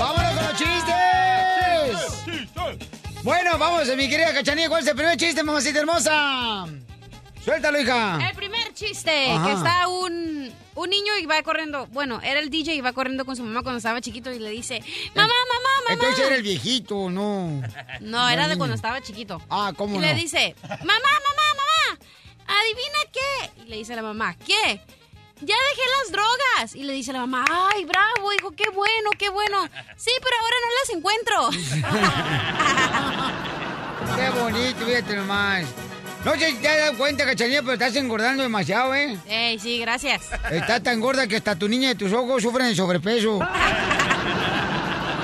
¡Vámonos con los chistes! Bueno, vamos, mi querida Cachanilla, ¿cuál es el primer chiste, mamacita hermosa? Suéltalo, hija. El primer chiste, Ajá. que está un, un niño y va corriendo, bueno, era el DJ y va corriendo con su mamá cuando estaba chiquito y le dice, mamá, mamá, mamá. Entonces era el viejito, no. No, era de niño. cuando estaba chiquito. Ah, ¿cómo Y no? le dice, mamá, mamá, mamá, adivina qué. Y le dice la mamá, ¿qué? Ya dejé las drogas. Y le dice la mamá, ay, bravo, hijo, qué bueno, qué bueno. Sí, pero ahora no las encuentro. Qué bonito, fíjate nomás. No sé si te has dado cuenta, Cachanilla, pero estás engordando demasiado, ¿eh? Ey, sí, gracias. Estás tan gorda que hasta tu niña y tus ojos sufren de sobrepeso.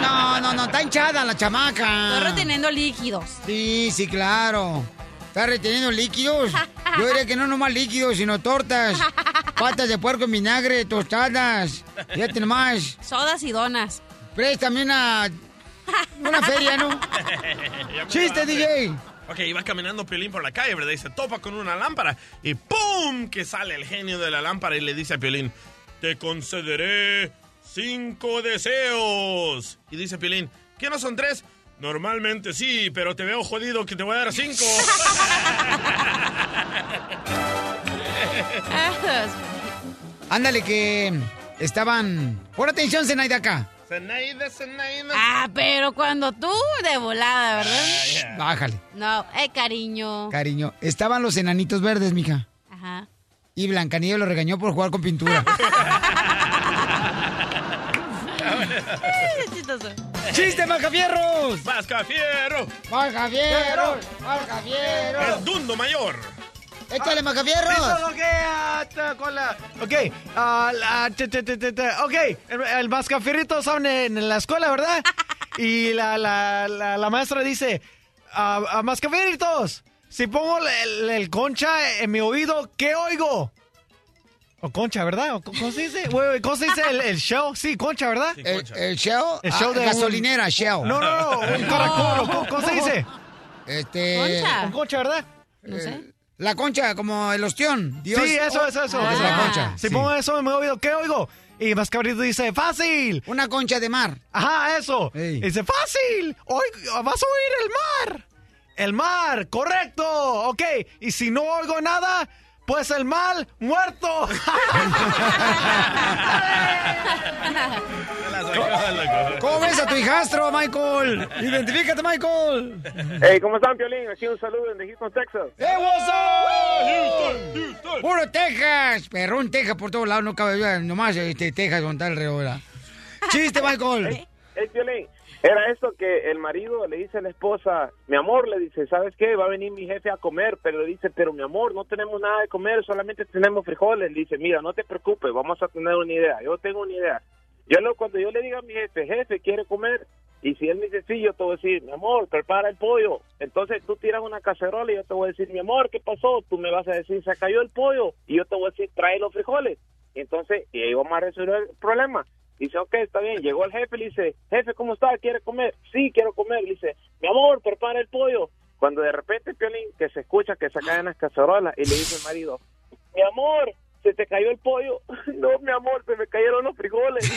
No, no, no, está hinchada la chamaca. Estoy reteniendo líquidos. Sí, sí, claro. Está reteniendo líquidos. Yo diría que no nomás líquidos, sino tortas, patas de puerco en vinagre, tostadas. Fíjate nomás. Sodas y donas. Préstame una, Pues, una feria, ¿no? Ya me Chiste, acabaste. DJ. Ok, iba caminando Piolín por la calle, ¿verdad? Y se topa con una lámpara y ¡pum! que sale el genio de la lámpara y le dice a Piolín, te concederé cinco deseos. Y dice Piolín, ¿qué no son tres? Normalmente sí, pero te veo jodido que te voy a dar cinco. Ándale, que estaban. Pon atención, Zenaida acá. Zenaida, Zenaida. Ah, pero cuando tú, de volada, ¿verdad? Bájale, No, eh, cariño. cariño. Estaban los enanitos verdes, mija. Ajá. Y Blancanieves lo regañó por jugar con pintura. Ay, chistoso. ¡Chiste, Macafierros! ¡Mascafierro! ¡Macafierros! ¡Macafierros! ¡El dundo mayor! ¡Échale, Eso es Macafierros! lo que, ah, ta- con la- Ok, ah, la- te- te- te- te- te- ok, el, el mascafierrito estaban en, en la escuela, ¿verdad? Y la, la, la, la maestra dice, ah, ah, mascafierritos, si pongo el, el- el concha en mi oído, ¿qué oigo? O concha, ¿verdad? O co- ¿Cómo se dice? Güey, güey, ¿Cómo se dice el, el shell? Sí, concha, ¿verdad? El, el Shell. El Shell ah, de un- gasolinera, Shell. No, no, no, un caracol, o co- ¿cómo se dice? Este. Concha. Un concha, ¿verdad? No sé. eh, La concha, como el ostión. Dios- sí, eso, eso, eso. Es la concha. Si sí. pongo eso en mi oído, ¿qué oigo? Y mascafierrito dice, fácil. Una concha de mar. Ajá, eso. Ey. Dice, fácil. Hoy vas a oír el mar. El mar, correcto. Ok. Y si no oigo nada, pues el mal muerto. Se la sacó, loco. ¿Cómo ves a tu hijastro, Michael? Identifícate, Michael. Hey, ¿cómo están, Piolín? Aquí un saludo desde Houston, Texas. ¡Eh, Houston, Houston. Puro Texas. Perrón, Texas por todos lados. No cabe duda. Nomás este, Texas con tal redobla. Chiste, Michael. Hey, Piolín, era esto que el marido le dice a la esposa, mi amor, le dice, ¿sabes qué? Va a venir mi jefe a comer, pero le dice, pero mi amor, no tenemos nada de comer, solamente tenemos frijoles. Le dice, mira, no te preocupes, vamos a tener una idea, yo tengo una idea. Yo lo, cuando yo le diga a mi jefe, jefe, ¿quiere comer? Y si él me dice sí, yo te voy a decir, mi amor, prepara el pollo. Entonces tú tiras una cacerola y yo te voy a decir, mi amor, ¿qué pasó? Tú me vas a decir, se cayó el pollo. Y yo te voy a decir, trae los frijoles. Entonces, y ahí vamos a resolver el problema. Dice, ok, está bien. Llegó el jefe y le dice, jefe, ¿cómo está? ¿Quiere comer? Sí, quiero comer. Le dice, mi amor, prepara el pollo. Cuando de repente, Piolín, que se escucha que se caen las cacerolas y le dice el marido, mi amor, se te cayó el pollo. No, mi amor, se me cayeron los frijoles.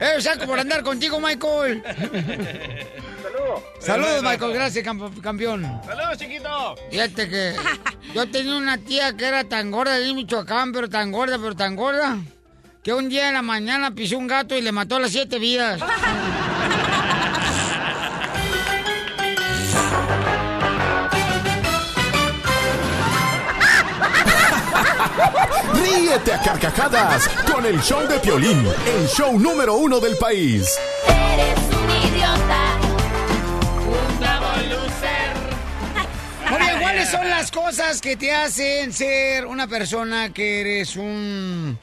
Eh, saco por andar contigo, Michael. Saludos. Saludos, Michael. Gracias, campo- campeón. ¡Saludos, chiquito! Fíjate que yo tenía una tía que era tan gorda de Michoacán, pero tan gorda, pero tan gorda, que un día en la mañana pisó un gato y le mató las siete vidas. Ríete a carcajadas con el show de Piolín, el show número uno del país. Muy bien, ¿cuáles son las cosas que te hacen ser una persona que eres un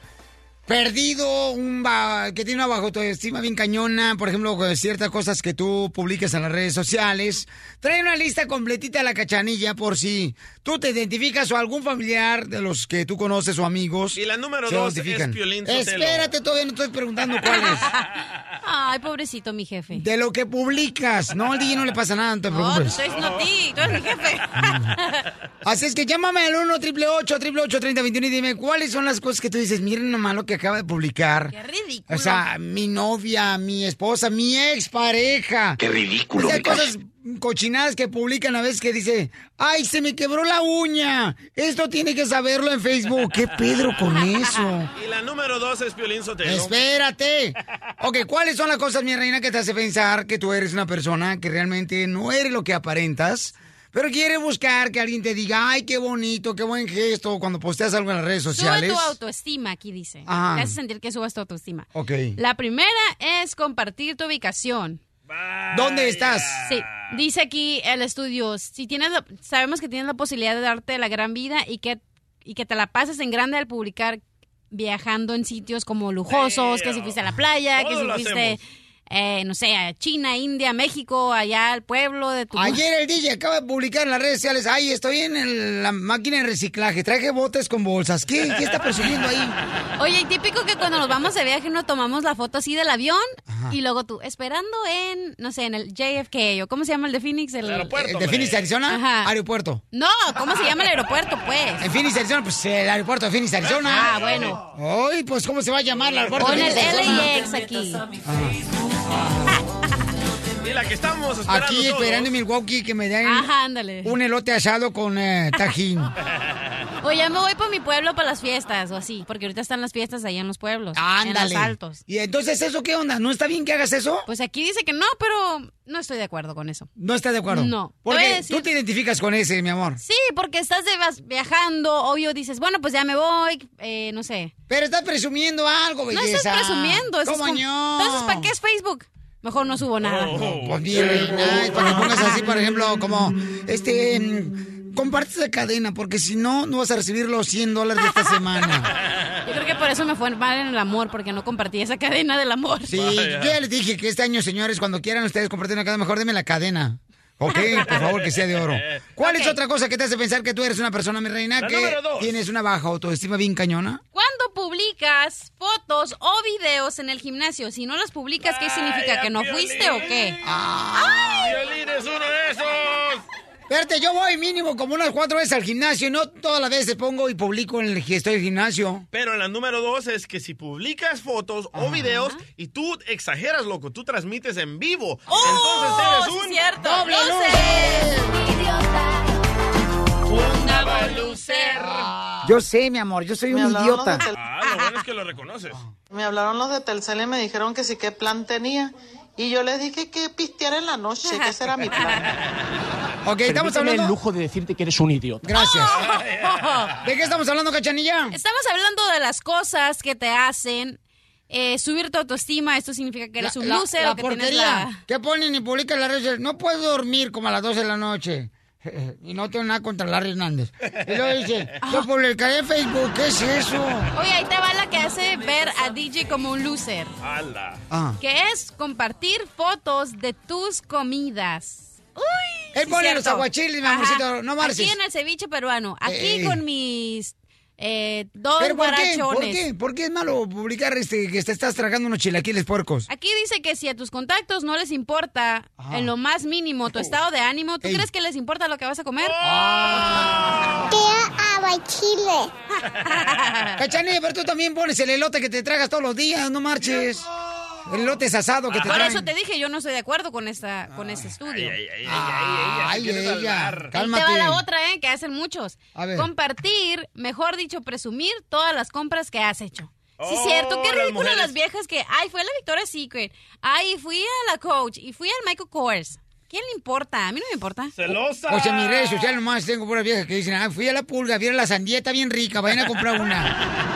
perdido, un ba- que tiene una bajo autoestima bien cañona, por ejemplo, con ciertas cosas que tú publicas en las redes sociales, trae una lista completita de la cachanilla por si tú te identificas o algún familiar de los que tú conoces o amigos. Y la número se dos es identifican. Piolín Sotelo. Espérate, todavía no estoy preguntando cuál es. Ay, pobrecito mi jefe. De lo que publicas. No, al DJ no le pasa nada, no te No, tú preocupes. eres no ti, tú eres mi jefe. Así es que llámame al 1 888 3021 y dime cuáles son las cosas que tú dices. Miren nomás lo que acaba de publicar. Qué ridículo. O sea, mi novia, mi esposa, mi expareja. Qué ridículo, O sea, hay me cae. cosas cochinadas que publican a veces que dice, ay, se me quebró la uña. Esto tiene que saberlo en Facebook. ¿Qué Pedro con eso? Y la número dos es Piolín Sotelo. Espérate. Ok, ¿cuáles son las cosas, mi reina, que te hace pensar que tú eres una persona que realmente no eres lo que aparentas? Pero quiere buscar que alguien te diga, ay, qué bonito, qué buen gesto, cuando posteas algo en las redes Sube sociales. tu autoestima, aquí dice. Ajá. Te hace sentir que subas tu autoestima. Ok. La primera es compartir tu ubicación. ¿Dónde estás? Sí, dice aquí el estudio, si tienes, la- sabemos que tienes la posibilidad de darte la gran vida y que, y que te la pases en grande al publicar viajando en sitios como lujosos, que si fuiste a la playa, que Todos si lo fuiste, eh, no sé, a China, India, México, allá al pueblo de tu... Ayer el DJ acaba de publicar en las redes sociales, ay, estoy en el- la máquina de reciclaje, traje botes con bolsas. ¿Qué, qué está presumiendo ahí? Oye, y típico que cuando nos vamos de viaje no tomamos la foto así del avión y luego tú, esperando en, no sé, en el JFK o cómo se llama el de Phoenix, el, aeropuerto, ¿El de Phoenix, hombre. Arizona? Ajá. Aeropuerto. No, ¿cómo se llama el aeropuerto, pues? En Phoenix, Arizona, pues el aeropuerto de Phoenix, Arizona. Ah, bueno. Ay, pues ¿cómo se va a llamar el aeropuerto O de en el E. LAX Phoenix, Arizona? aquí. Y la que estamos esperando Aquí todos. esperando en Milwaukee que me den Ajá, ándale. un elote asado con eh, tajín. O ya me voy para mi pueblo para las fiestas o así, porque ahorita están las fiestas allá en los pueblos, en Ándale. los altos. Y entonces, ¿eso qué onda? ¿No está bien que hagas eso? Pues aquí dice que no, pero no estoy de acuerdo con eso. No estás de acuerdo. No. Te voy a Porque decir- tú te identificas con ese, mi amor. Sí, porque estás de vas- viajando, obvio dices, bueno, pues ya me voy, eh, no sé. Pero estás presumiendo algo, No belleza. estás presumiendo, eso es ¿Cómo como- no? Entonces, ¿para qué es Facebook? Mejor no subo nada. Oh. Pues mi reina, y para que pongas así, por ejemplo, como, este, mm, comparte esa cadena, porque si no, no vas a recibir los 100 dólares de esta semana. Yo creo que por eso me fue mal en el amor, porque no compartí esa cadena del amor. Sí, yo ya les dije que este año, señores, cuando quieran ustedes compartir una cadena, mejor denme la cadena. Ok, por favor, que sea de oro. ¿Cuál es Ok. otra cosa que te hace pensar que tú eres una persona, mi reina, La que número dos. tienes una baja autoestima bien cañona? Cuando publicas fotos o videos en el gimnasio, si no las publicas, ¿qué significa? Vaya, ¿Que no Piolín. fuiste o qué? Piolín es uno de esos. Verte, yo voy mínimo como unas cuatro veces al gimnasio, y no todas las veces pongo y publico en el que estoy en el gimnasio. Pero la número dos es que si publicas fotos o videos y tú exageras, loco, tú transmites en vivo. ¡Oh, entonces eres sí, un... cierto! doble Yo sé, mi amor, yo soy Me un hablaron, los idiota. de Tel- Ah, lo bueno es que lo reconoces. me hablaron los de Telcel y me dijeron que sí, qué plan tenía. Y yo les dije que pistear en la noche, que ese era mi plan. Ok, estamos hablando... de decirte que eres un idiota. Gracias. Ah. ¿De qué estamos hablando, cachanilla? Estamos hablando de las cosas que te hacen eh, subir tu autoestima. Esto significa que eres un loser la o que tienes porquería. la... ¿Qué ponen y publican en las redes sociales? No puedo dormir como a las 12 de la noche. Y no tengo nada contra Larry Hernández. Y luego dice, Ah. yo publicaré en Facebook, ¿qué es eso? Oye, ahí te va la que hace ver a DJ como un loser. ¡Hala! Ah. Que es compartir fotos de tus comidas. ¡Uy! Él sí, pone cierto. los aguachiles, mi Ajá. amorcito, no marches. Aquí en el ceviche peruano. Aquí Ey. con mis eh, dos ¿Pero por qué? ¿Por guarachones. qué? ¿Por qué es malo publicar este, que te estás tragando unos chilaquiles puercos? Aquí dice que si a tus contactos no les importa Ajá. en lo más mínimo tu estado de ánimo, ¿tú Ey. Ah. crees que les importa lo que vas a comer? Ah. Cachanilla, pero tú también pones el elote que te tragas todos los días, no marches. El elote es asado que te Por traen. eso te dije, yo no estoy de acuerdo con esta con este estudio. Ay, ay, ay, ay, Ay, ay, ay, ay, ella. Ahí Cálmate. te va la otra, ¿eh? Que hacen muchos. A ver. Compartir, mejor dicho, presumir todas las compras que has hecho. Sí, Oh, cierto. Qué las ridículo las, mujeres. viejas que, ay, fue a la Victoria's Secret, ay, fui a la Coach y fui al Michael Kors. ¿Quién le importa? A mí no me importa. ¡Celosa! O sea, en mis redes sociales nomás tengo puras viejas que dicen, ah, fui a la pulga, vieron la sandía, está bien rica, vayan a comprar una.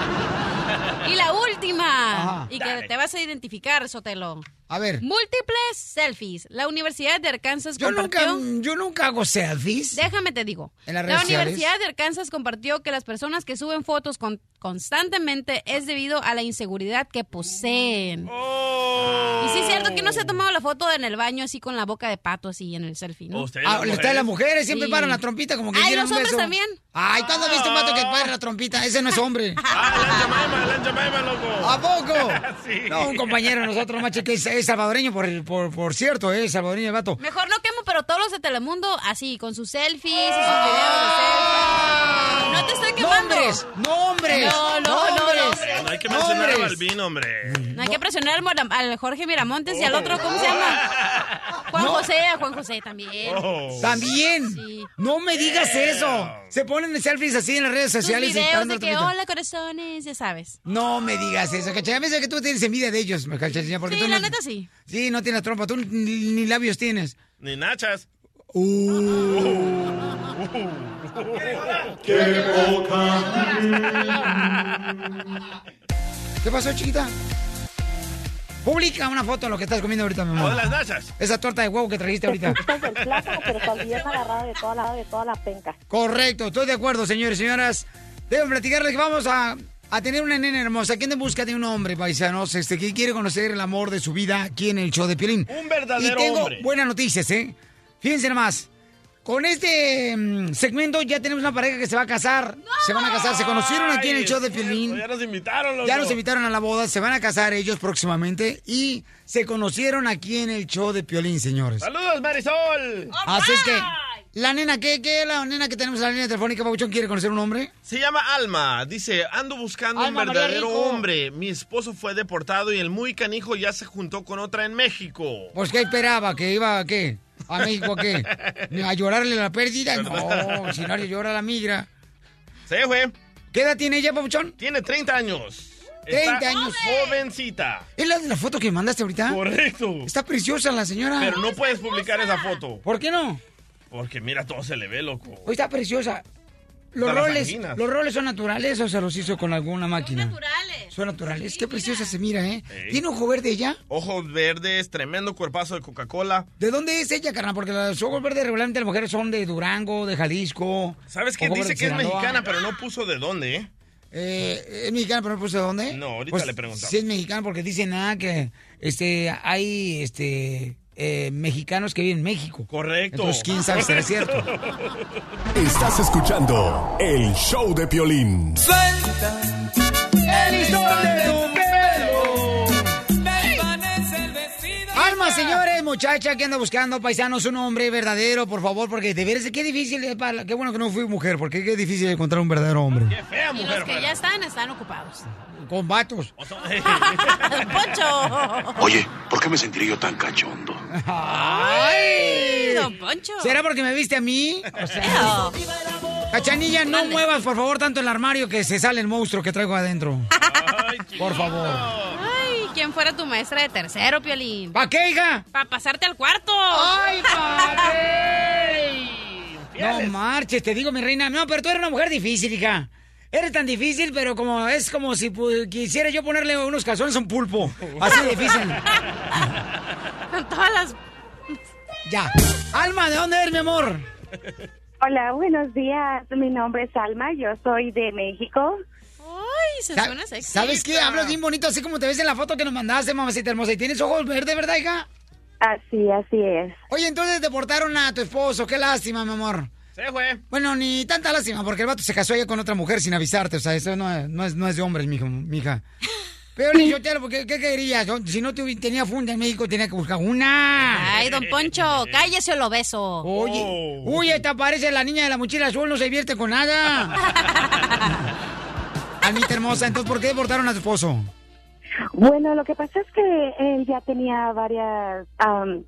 Y la última, Ajá. y que Dale. te vas a identificar, Sotelo. A ver. Múltiples selfies. La Universidad de Arkansas Yo nunca, compartió... yo nunca hago selfies. Déjame te digo. ¿En las la redes sociales? Universidad de Arkansas compartió que las personas que suben fotos con- constantemente es debido a la inseguridad que poseen. Y sí es cierto que no se ha tomado la foto en el baño así con la boca de pato así en el selfie, ¿no? Ustedes, Ah, ustedes las mujeres siempre Sí. paran la trompita como que Ay, quieren los un hombres beso. también. Ay, ¿cuándo has visto un vato que para la trompita? Ese no es hombre. Ah. Jemima, la Jemima, loco. Ah. ¿A poco? Sí. No, un compañero de nosotros, macho, que es, es salvadoreño, por, por, por cierto, es salvadoreño el vato. Mejor no quemo, pero todos los de Telemundo así, con sus selfies y sus videos Ah. de selfies. No te estoy quemando. ¡Nombres! ¡Nombres! No, no, no, ¡Nombres! No hay que mencionar a Nombres. Balvin, hombre. No hay que presionar al, Mora- al Jorge Miramontes y al otro, ¿cómo se llama? Juan José, a Juan José también. Oh. También. Sí. No me digas eso. Se ponen selfies así en las redes Sus sociales y videos paran la de que, trompita. hola, corazones, ya sabes. No me digas eso, cachanilla. Me dice que tú tienes envidia de ellos, cachanilla. Porque Sí, tú la no, neta sí. Sí, no tienes trompa. Tú ni, ni labios tienes. Uh. Ni nachas. Uh. ¿Qué pasó, chiquita? Publica una foto de lo que estás comiendo ahorita, mi O de amor. las nachas. Esa torta de huevo que trajiste ahorita. del plátano, pero también agarrado de toda la, de toda la penca. Correcto, estoy de acuerdo, señores y señoras. Debo platicarles que vamos a, a tener una nena hermosa. ¿Quién en busca de un hombre, paisanos? Este, que quiere conocer el amor de su vida aquí en el show de Piolín. Un verdadero Y tengo hombre. buenas noticias, ¿eh? Fíjense nomás. Con este mm, segmento ya tenemos una pareja que se va a casar. Se van a casar, se conocieron aquí en el Ay, show de es cierto, Piolín. Ya nos invitaron, loco. Ya los invitaron a la boda, se van a casar ellos próximamente y se conocieron aquí en el show de Piolín, señores. ¡Saludos, Marisol! Así es que, la nena, ¿qué, qué la nena que tenemos en la línea telefónica, Pabuchón, quiere conocer un hombre? Se llama Alma. Dice, ando buscando Alma un María verdadero Rico. hombre. Mi esposo fue deportado y el muy canijo ya se juntó con otra en México. Pues, ¿qué esperaba? ¿Que iba a qué? ¿A México a qué? ¿A llorarle la pérdida? No, si no le llora la migra. Se fue. ¿Qué edad tiene ella, Pabuchón? Tiene 30 años. 30 años. Jovencita. ¿Es la de la foto que mandaste ahorita? Correcto. Está preciosa la señora. Pero no puedes publicar esa foto. ¿Por qué no? Porque mira, todo se le ve, loco. Hoy está preciosa. Los Hasta las roles, anginas. los roles son naturales o se los hizo con alguna máquina. Naturales. Son naturales. Qué preciosa se mira, ¿eh? Ey. ¿Tiene ojo verde ella? Ojos verdes, tremendo cuerpazo de Coca-Cola. ¿De dónde es ella, carnal? Porque los ojos verdes regularmente las mujeres son de Durango, de Jalisco. ¿Sabes qué? ojo verde Dice de que es Sinaloa. mexicana, pero no puso de dónde, ¿eh? Eh, ¿Es mexicana, pero no puse de dónde? Pues, No, ahorita le preguntamos. Sí, es mexicana porque dice nada que este, hay este, eh, mexicanos que viven en México. Correcto. Entonces, quién sabe si será cierto. Estás escuchando el show de Piolín. ¡El listón de tu pelo! Alma, señores, muchacha que anda buscando paisanos, un hombre verdadero, por favor, porque de veras, qué difícil es para... Qué bueno que no fui mujer, porque qué difícil encontrar un verdadero hombre. Qué fea Y mujer. los que ya están, están ocupados. Con vatos. O sea, Don Poncho. Oye, ¿por qué me sentiré yo tan cachondo? ¡Ay! Don Poncho. ¿Será porque me viste a mí? O sea, Pero, Cachanilla, no Mande. muevas, por favor, tanto el armario que se sale el monstruo que traigo adentro. ay, Por chiquito. favor. Ay, ¿quién fuera tu maestra de tercero, Piolín? ¿Para qué, hija? Para pasarte al cuarto. ¡Ay, No Infieles. marches, te digo, mi reina. No, pero tú eres una mujer difícil, hija. Eres tan difícil, pero como es como si pu- quisiera yo ponerle unos calzones a un pulpo. Así de difícil. Con todas las. Ya. Alma, ¿de dónde eres, mi amor? Hola, buenos días. Mi nombre es Alma, yo soy de México. Ay, se Sa- suena sexy. ¿Sabes qué? Hablas bien bonito, así como te ves en la foto que nos mandaste, mamacita hermosa. Y tienes ojos verdes, ¿verdad, hija? Así, así es. Oye, entonces deportaron a tu esposo. Qué lástima, mi amor. Se fue. Bueno, ni tanta lástima, porque el vato se casó ella con otra mujer sin avisarte. O sea, eso no es, no es, no es de hombres, mijo, mija. Pero yo te porque ¿qué querías? Si no tuvi- tenía funda en México, tenía que buscar una. Ay, don Poncho, cállese o lo beso. Oye, Oh. uy, esta parece la niña de la mochila azul, no se divierte con nada. Almita hermosa, entonces, ¿por qué deportaron a tu esposo? Bueno, lo que pasa es que él ya tenía varias am,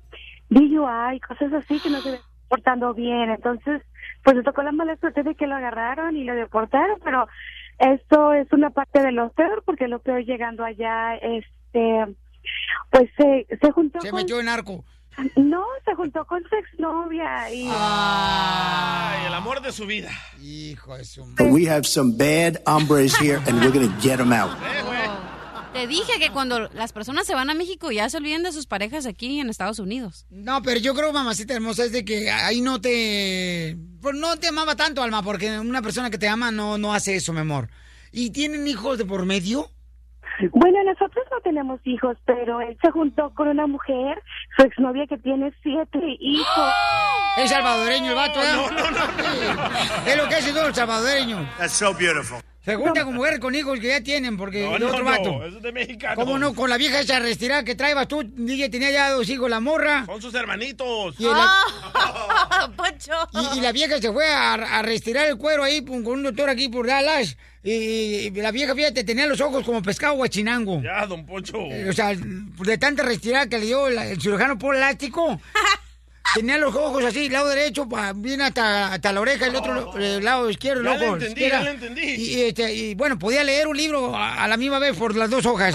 DUI y cosas así que no se venía portando bien. Entonces, pues le tocó la mala suerte de que lo agarraron y lo deportaron, pero esto es una parte de lo peor, porque lo peor llegando allá, este, pues se, se juntó Se con... metió en arco. No, se juntó con su exnovia y... Ay, el amor de su vida. Hijo de su madre. We have some bad hombres here, and we're going to get them out. Se fue. Te dije que cuando las personas se van a México ya se olviden de sus parejas aquí en Estados Unidos. No, pero yo creo, mamacita hermosa, es de que ahí no te. pues no te amaba tanto, Alma, porque una persona que te ama no, no hace eso, mi amor. ¿Y tienen hijos de por medio? Bueno, nosotros no tenemos hijos, pero él se juntó con una mujer, su exnovia que tiene siete hijos. Es salvadoreño el vato, ¿eh? No, no, no. Es lo que hace todo el salvadoreño. That's so beautiful. Se junta con mujer con hijos que ya tienen, porque No, el no, otro no, vato. eso es de mexicano. ¿Cómo no? Con la vieja esa retirada que traebas tú, DJ tenía ya dos hijos, la morra. Son sus hermanitos. Y, la, Ah, y- y la vieja se fue a, a retirar el cuero ahí pues, con con un doctor aquí por Dallas. Y, y la vieja, fíjate, tenía los ojos como pescado guachinango. Ya, don Poncho. Eh, O sea, de tanta retirada que le dio la- el cirujano por elástico, tenía los ojos así, lado derecho, pa- bien hasta, hasta la oreja, el otro el lado izquierdo, el Oh. Ya le ojo entendí, izquierda. ya le entendí. Y, y, este, y, bueno, podía leer un libro a, a la misma vez por las dos hojas.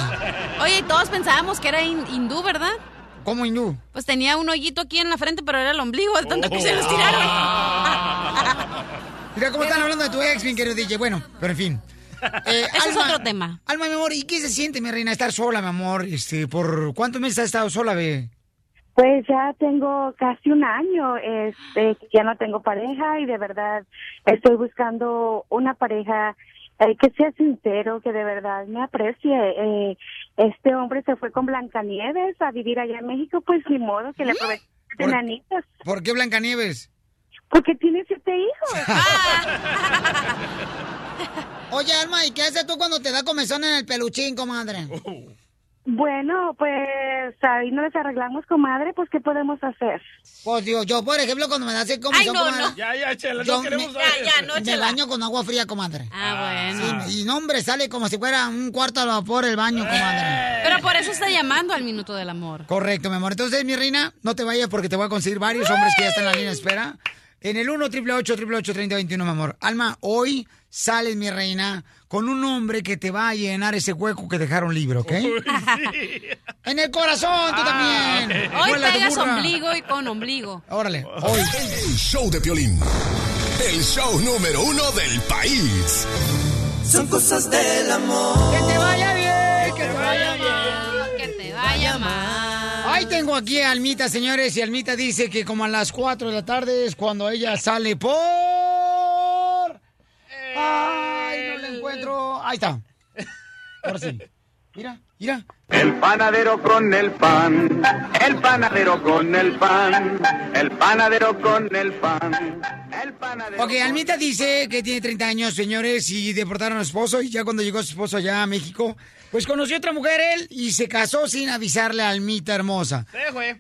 Oye, y todos pensábamos que era hin- hindú, ¿verdad? ¿Cómo hindú? Pues tenía un hoyito aquí en la frente, pero era el ombligo, de tanto que se los tiraron. Mira cómo están hablando de tu ex, bien querido DJ. Bueno, pero en fin. Eh, Ese es otro tema. Alma, mi amor, ¿y qué se siente, mi reina, estar sola, mi amor? Este, ¿Por cuántos meses has estado sola, bebé? Pues ya tengo casi un año, este, que ya no tengo pareja y de verdad estoy buscando una pareja eh, que sea sincero, que de verdad me aprecie. Eh, este hombre se fue con Blancanieves a vivir allá en México, pues ni modo que le aproveche de ¿Por- nanitas, ¿Por qué Blancanieves? porque tiene siete hijos. Ah. Oye, Alma, ¿y qué haces tú cuando te da comezón en el peluchín, comadre? Oh. Bueno, pues ahí nos arreglamos, comadre, pues ¿qué podemos hacer? Pues digo, yo, por ejemplo, cuando me da así comezón, Ay, no, comadre, no. Ya, ya, Chela, no yo queremos me, saber. Ya, ya, no, me Chela. baño con agua fría, comadre. Ah, bueno. Sí, y no, hombre, sale como si fuera un cuarto al vapor el baño, Ah. comadre. Pero por eso está llamando al minuto del amor. Correcto, mi amor. Entonces, mi reina, no te vayas porque te voy a conseguir varios hombres que ya están en la línea de espera. En el 1 888 3021 mi amor. Alma, hoy sales, mi reina, con un hombre que te va a llenar ese hueco que dejaron libre, ¿ok? En el corazón, tú también. Hoy Vuela Eh, tu pegas burra. ombligo y con ombligo. Órale, hoy. El show de Piolín. El show número uno del país. Son cosas del amor. Que te vaya bien, que te vaya bien. Que te vaya mal. Ah. Ahí tengo aquí a Almita, señores, y Almita dice que como a las 4 de la tarde es cuando ella sale por... Ay, no la encuentro. Ahí está. Ahora sí. Mira, mira. El panadero con el pan, el panadero con el pan, el panadero con el pan. Ok, Almita dice que tiene 30 años, señores, y deportaron a su esposo. Y ya cuando llegó su esposo allá a México, pues conoció a otra mujer él y se casó sin avisarle a Almita hermosa.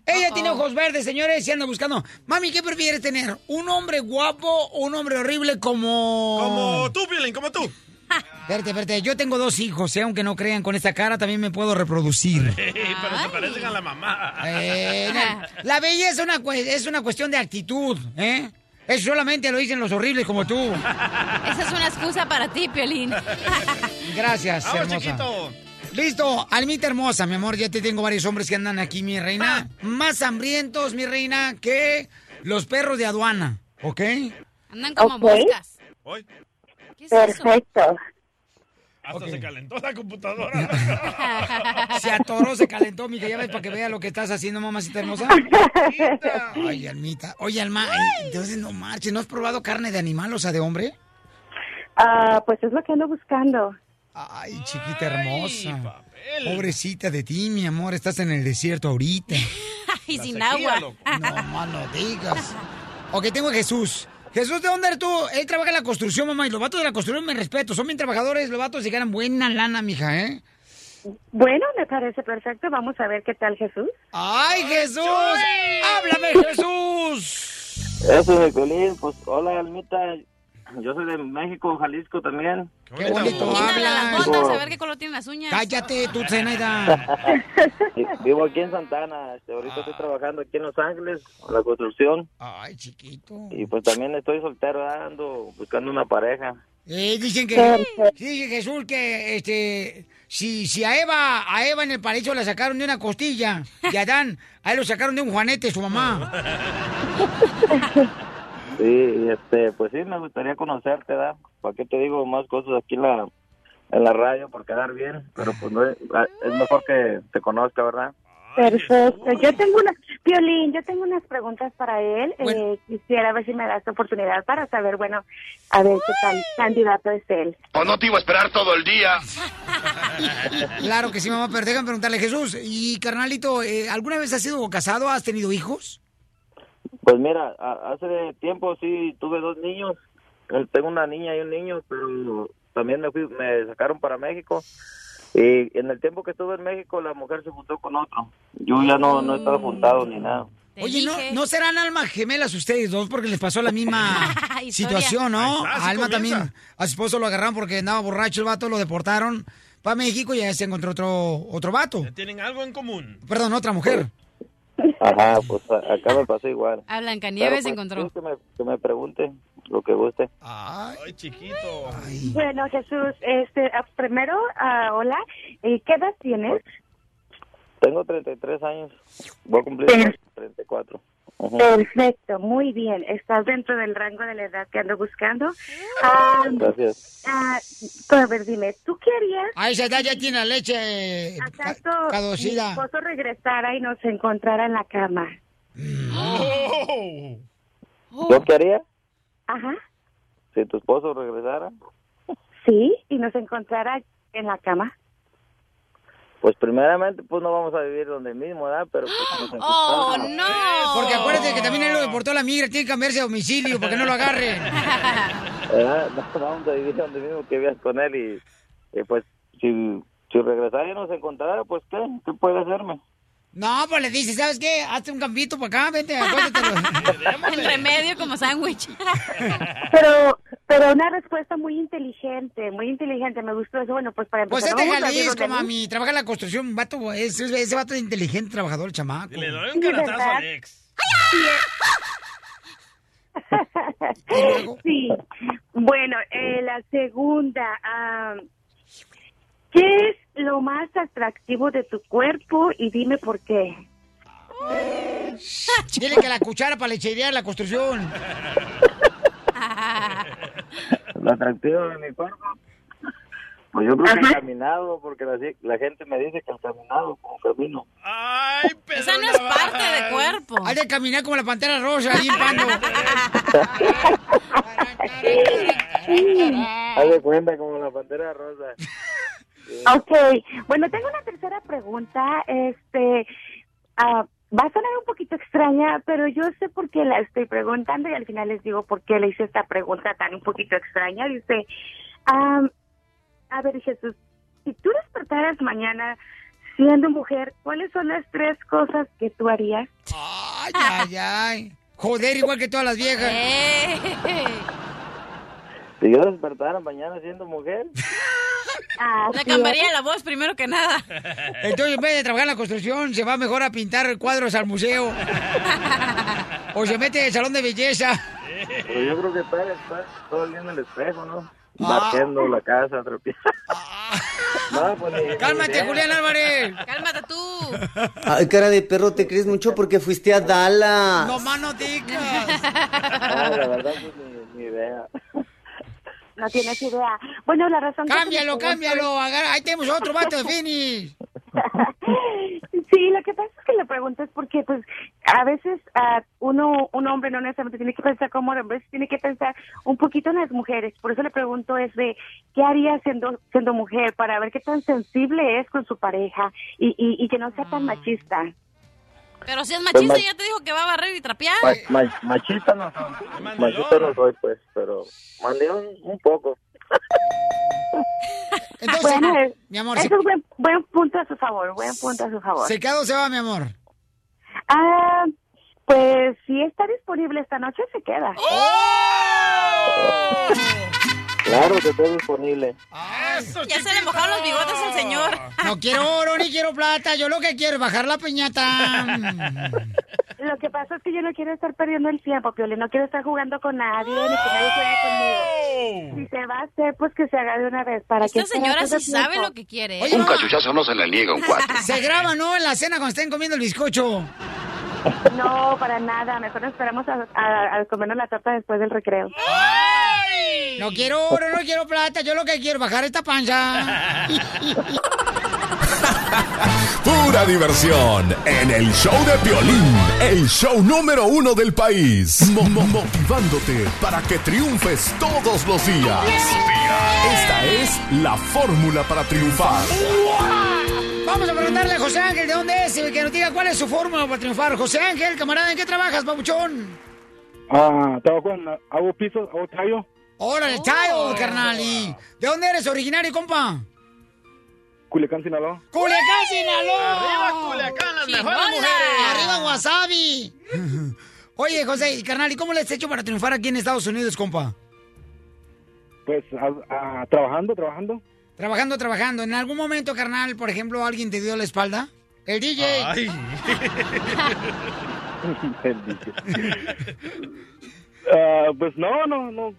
Ella tiene ojos verdes, señores, y anda buscando. Mami, ¿qué prefieres tener? ¿Un hombre guapo o un hombre horrible como. Como tú, Piolín, como tú. Espérate, espérate, yo tengo dos hijos, ¿eh? aunque no crean, con esta cara también me puedo reproducir. Ey, pero se parecen a la mamá. Eh, no, la belleza es una, cue- es una cuestión de actitud, ¿eh? Eso solamente lo dicen los horribles como tú. Esa es una excusa para ti, Piolín. Gracias, Vamos, hermosa. chiquito. Listo, Almita hermosa, mi amor, ya te tengo varios hombres que andan aquí, mi reina. Ah. Más hambrientos, mi reina, que los perros de aduana, ¿ok? Andan como Ok. moscas. ¿Qué es eso? Perfecto. Hasta se calentó la computadora. Se atoró, se calentó, mija, ya ves, para que vea lo que estás haciendo, mamacita hermosa. Ay, Almita. Oye, Alma, ay, entonces no marches, ¿no has probado carne de animal, o sea, de hombre? Ah, pues es lo que ando buscando. Ay, chiquita hermosa. Pobrecita de ti, mi amor, estás en el desierto ahorita. Y La sin sequía, agua. loco. No, más no digas. Ok, tengo a Jesús. Jesús, ¿de dónde eres tú? Él trabaja en la construcción, mamá, y los vatos de la construcción me respeto. Son bien trabajadores, los vatos y ganan buena lana, mija, ¿eh? Bueno, me parece perfecto. Vamos a ver qué tal Jesús. ¡Ay, Jesús! ¡Háblame, Jesús! Eso de Piolín, pues hola Almita, yo soy de México, Jalisco también. Qué bonito hablas. Las botas, a ver qué color tienen las uñas. Cállate, tú, Zenaida. Vivo aquí en Santana, este, ahorita estoy trabajando aquí en Los Ángeles, en la construcción. Ah. Ay, chiquito. Y pues también estoy soltero, ando buscando una pareja. Eh, dicen que Perfecto. dice Jesús que este si, si a Eva a Eva en el paraíso la sacaron de una costilla y a Adán a él lo sacaron de un juanete su mamá. Sí, y, este, pues sí, me gustaría conocerte, ¿da? ¿Para qué te digo más cosas aquí en la, en la radio por quedar bien, pero pues no es, es mejor que te conozca, ¿verdad? Perfecto. Yo tengo una, Piolín, yo tengo unas preguntas para él. Eh, quisiera ver si me das oportunidad para saber, bueno, a ver qué tal candidato es él. Pues no te iba a esperar todo el día. Claro que sí, mamá, pero déjame preguntarle, Jesús, y carnalito, eh, ¿alguna vez has sido casado? ¿Has tenido hijos? Pues mira, a- hace tiempo sí tuve dos niños. Eh, Tengo una niña y un niño, pero también me, fui- me sacaron para México. Y en el tiempo que estuve en México, la mujer se juntó con otro. Yo ya no, no he estado juntado ni nada. Oye, ¿no, ¿no serán almas gemelas ustedes dos? Porque les pasó la misma situación, ¿no? Ahí está, A así Alma comienza. también, a su esposo lo agarraron porque andaba borracho el vato, lo deportaron para México y ahí se encontró otro, otro vato. Tienen algo en común. Perdón, otra mujer. Ajá, pues a- acá me pasó igual. Ah, A Blancanieves Pero, pues, encontró. tú Que me, que me pregunte lo que guste. Ay, chiquito. Bueno, Jesús, este, ah, primero, ah, hola, ¿y ¿qué edad tienes? Tengo 33 años. Voy a cumplir Pero- 34. Ujú. Perfecto, muy bien. Estás dentro del rango de la edad que ando buscando. Ah, Gracias. ah, a ver, dime, ¿tú querías? Ahí se da, ya tiene la leche. ¿Acaso ca- mi caducida. esposo regresara y nos encontrara en la cama? Oh. Oh. ¿Yo qué haría Ajá, si tu esposo regresara? sí, y nos encontrara en la cama. Pues primeramente, pues no vamos a vivir donde mismo, ¿verdad? Pero pues, nos Oh, encontramos. Porque acuérdate que también él lo deportó la migra, tiene que cambiarse a domicilio para que no lo agarren. ¿verdad? No, vamos a vivir donde mismo que vivas con él y, y, pues si, si regresara y nos encontrara, pues ¿qué? ¿Qué puede hacerme? No, pues le dice, ¿sabes qué? Hazte un campito para acá, vente, acuérdate. El remedio como sándwich. Ah. Pero, pero una respuesta muy inteligente, muy inteligente, me gustó eso. Bueno, pues para Pues empezar... este vamos a ver Jalisco, dónde- mami, trabaja en la construcción, vato, ese, ese vato es inteligente, trabajador, el chamaco. Le doy Sí, un caratazo ¿verdad? al ¿eh? ex. Sí. Bueno, eh, la segunda. ah, ¿Qué es lo más atractivo de tu cuerpo? Y dime por qué. Dile que la cuchara para lechería la construcción. Lo atractivo de mi cuerpo. Pues yo creo que he caminado, porque la, la gente me dice que he caminado como camino. Esa no es parte de cuerpo. Hay de caminar como la pantera rosa ahí en pando. Haz de cuenta como la pantera rosa. Ok, bueno, tengo una tercera pregunta. Este, ah, va a sonar un poquito extraña, pero yo sé por qué la estoy preguntando y al final les digo por qué le hice esta pregunta tan un poquito extraña. Dice, ah, a ver Jesús, si tú despertaras mañana siendo mujer, ¿cuáles son las tres cosas que tú harías? Ay, ay, ay. Joder, igual que todas las viejas. Eh. Eh, Si yo despertara mañana siendo mujer, La cambiaría la voz primero que nada. Entonces, en vez de trabajar en la construcción, se va mejor a pintar cuadros al museo. O se mete al salón de belleza. pero pues yo creo que está, está todo el día en el espejo, ¿no? Ah. Batiendo la casa, tropieza. No, pues ni- ni Cálmate, idea. Julián Álvarez. Cálmate tú. Ay, cara de perro, te crees mucho porque fuiste a Dallas. No más no digas. No, la verdad, pues ni, ni idea. No tienes idea. Bueno, la razón que- Cámbialo, cámbialo. agarra- Ahí tenemos otro vato de Fini. Sí, lo que pasa es que le pregunto es porque, pues, a veces ah, uno, un hombre no necesariamente tiene que pensar como hombre, a veces tiene que pensar un poquito en las mujeres. Por eso le pregunto es de, ¿qué haría siendo, siendo mujer para ver qué tan sensible es con su pareja y, y, y que no sea tan Ah. machista? Pero si es machista, Pues ma- Pues ya te dijo que va a barrer y trapear. Ma- ma- machista no soy. Machista no soy, pues, pero mandeón un poco. bueno, es- mi amor, eso se- es buen, buen punto a su favor, buen punto a su favor. ¿Se queda o se va, mi amor? Ah, pues, si está disponible esta noche, se queda. ¡Oh! Claro que estoy disponible. ya se le mojaron los bigotes al señor. No quiero oro ni quiero plata. Yo lo que quiero es bajar la piñata. Lo que pasa es que yo no quiero estar perdiendo el tiempo, Piolín. No quiero estar jugando con nadie, ni que nadie juegue ¡Oh! conmigo. Si se va a hacer, pues que se haga de una vez. ¿Para Esta qué esperar señora tanto sí sabe tiempo? lo que quiere. ¿eh? un cachuchazo no se le niega a un cuate. Se graba, ¿no? En la cena cuando estén comiendo el bizcocho. No, para nada. Mejor nos esperamos a, a- a comernos la torta después del recreo. No quiero oro, no quiero plata, yo lo que quiero es bajar esta panza. Pura diversión en el show de Piolín, el show número uno del país. Mo- mo- motivándote para que triunfes todos los días. Esta es la fórmula para triunfar. Vamos a preguntarle a José Ángel de dónde es y que nos diga cuál es su fórmula para triunfar. José Ángel, camarada, ¿en qué trabajas, papuchón? Ah, trabajo en, hago pisos, hago tallo. Órale, Oh. chayo, carnal. ¿Y ¿De dónde eres originario, compa? Culiacán, Sinaloa. ¡Culiacán, Sinaloa! Arriba, Culiacán, las mejores ¡Chingona! mujeres. ¡Arriba, wasabi! Oye, José, y carnal, ¿y cómo le has hecho para triunfar aquí en Estados Unidos, compa? Pues a- a- trabajando, trabajando. Trabajando, trabajando. ¿En algún momento, carnal, por ejemplo, alguien te dio la espalda? El DJ. Ay. Ah, pues no, no, no.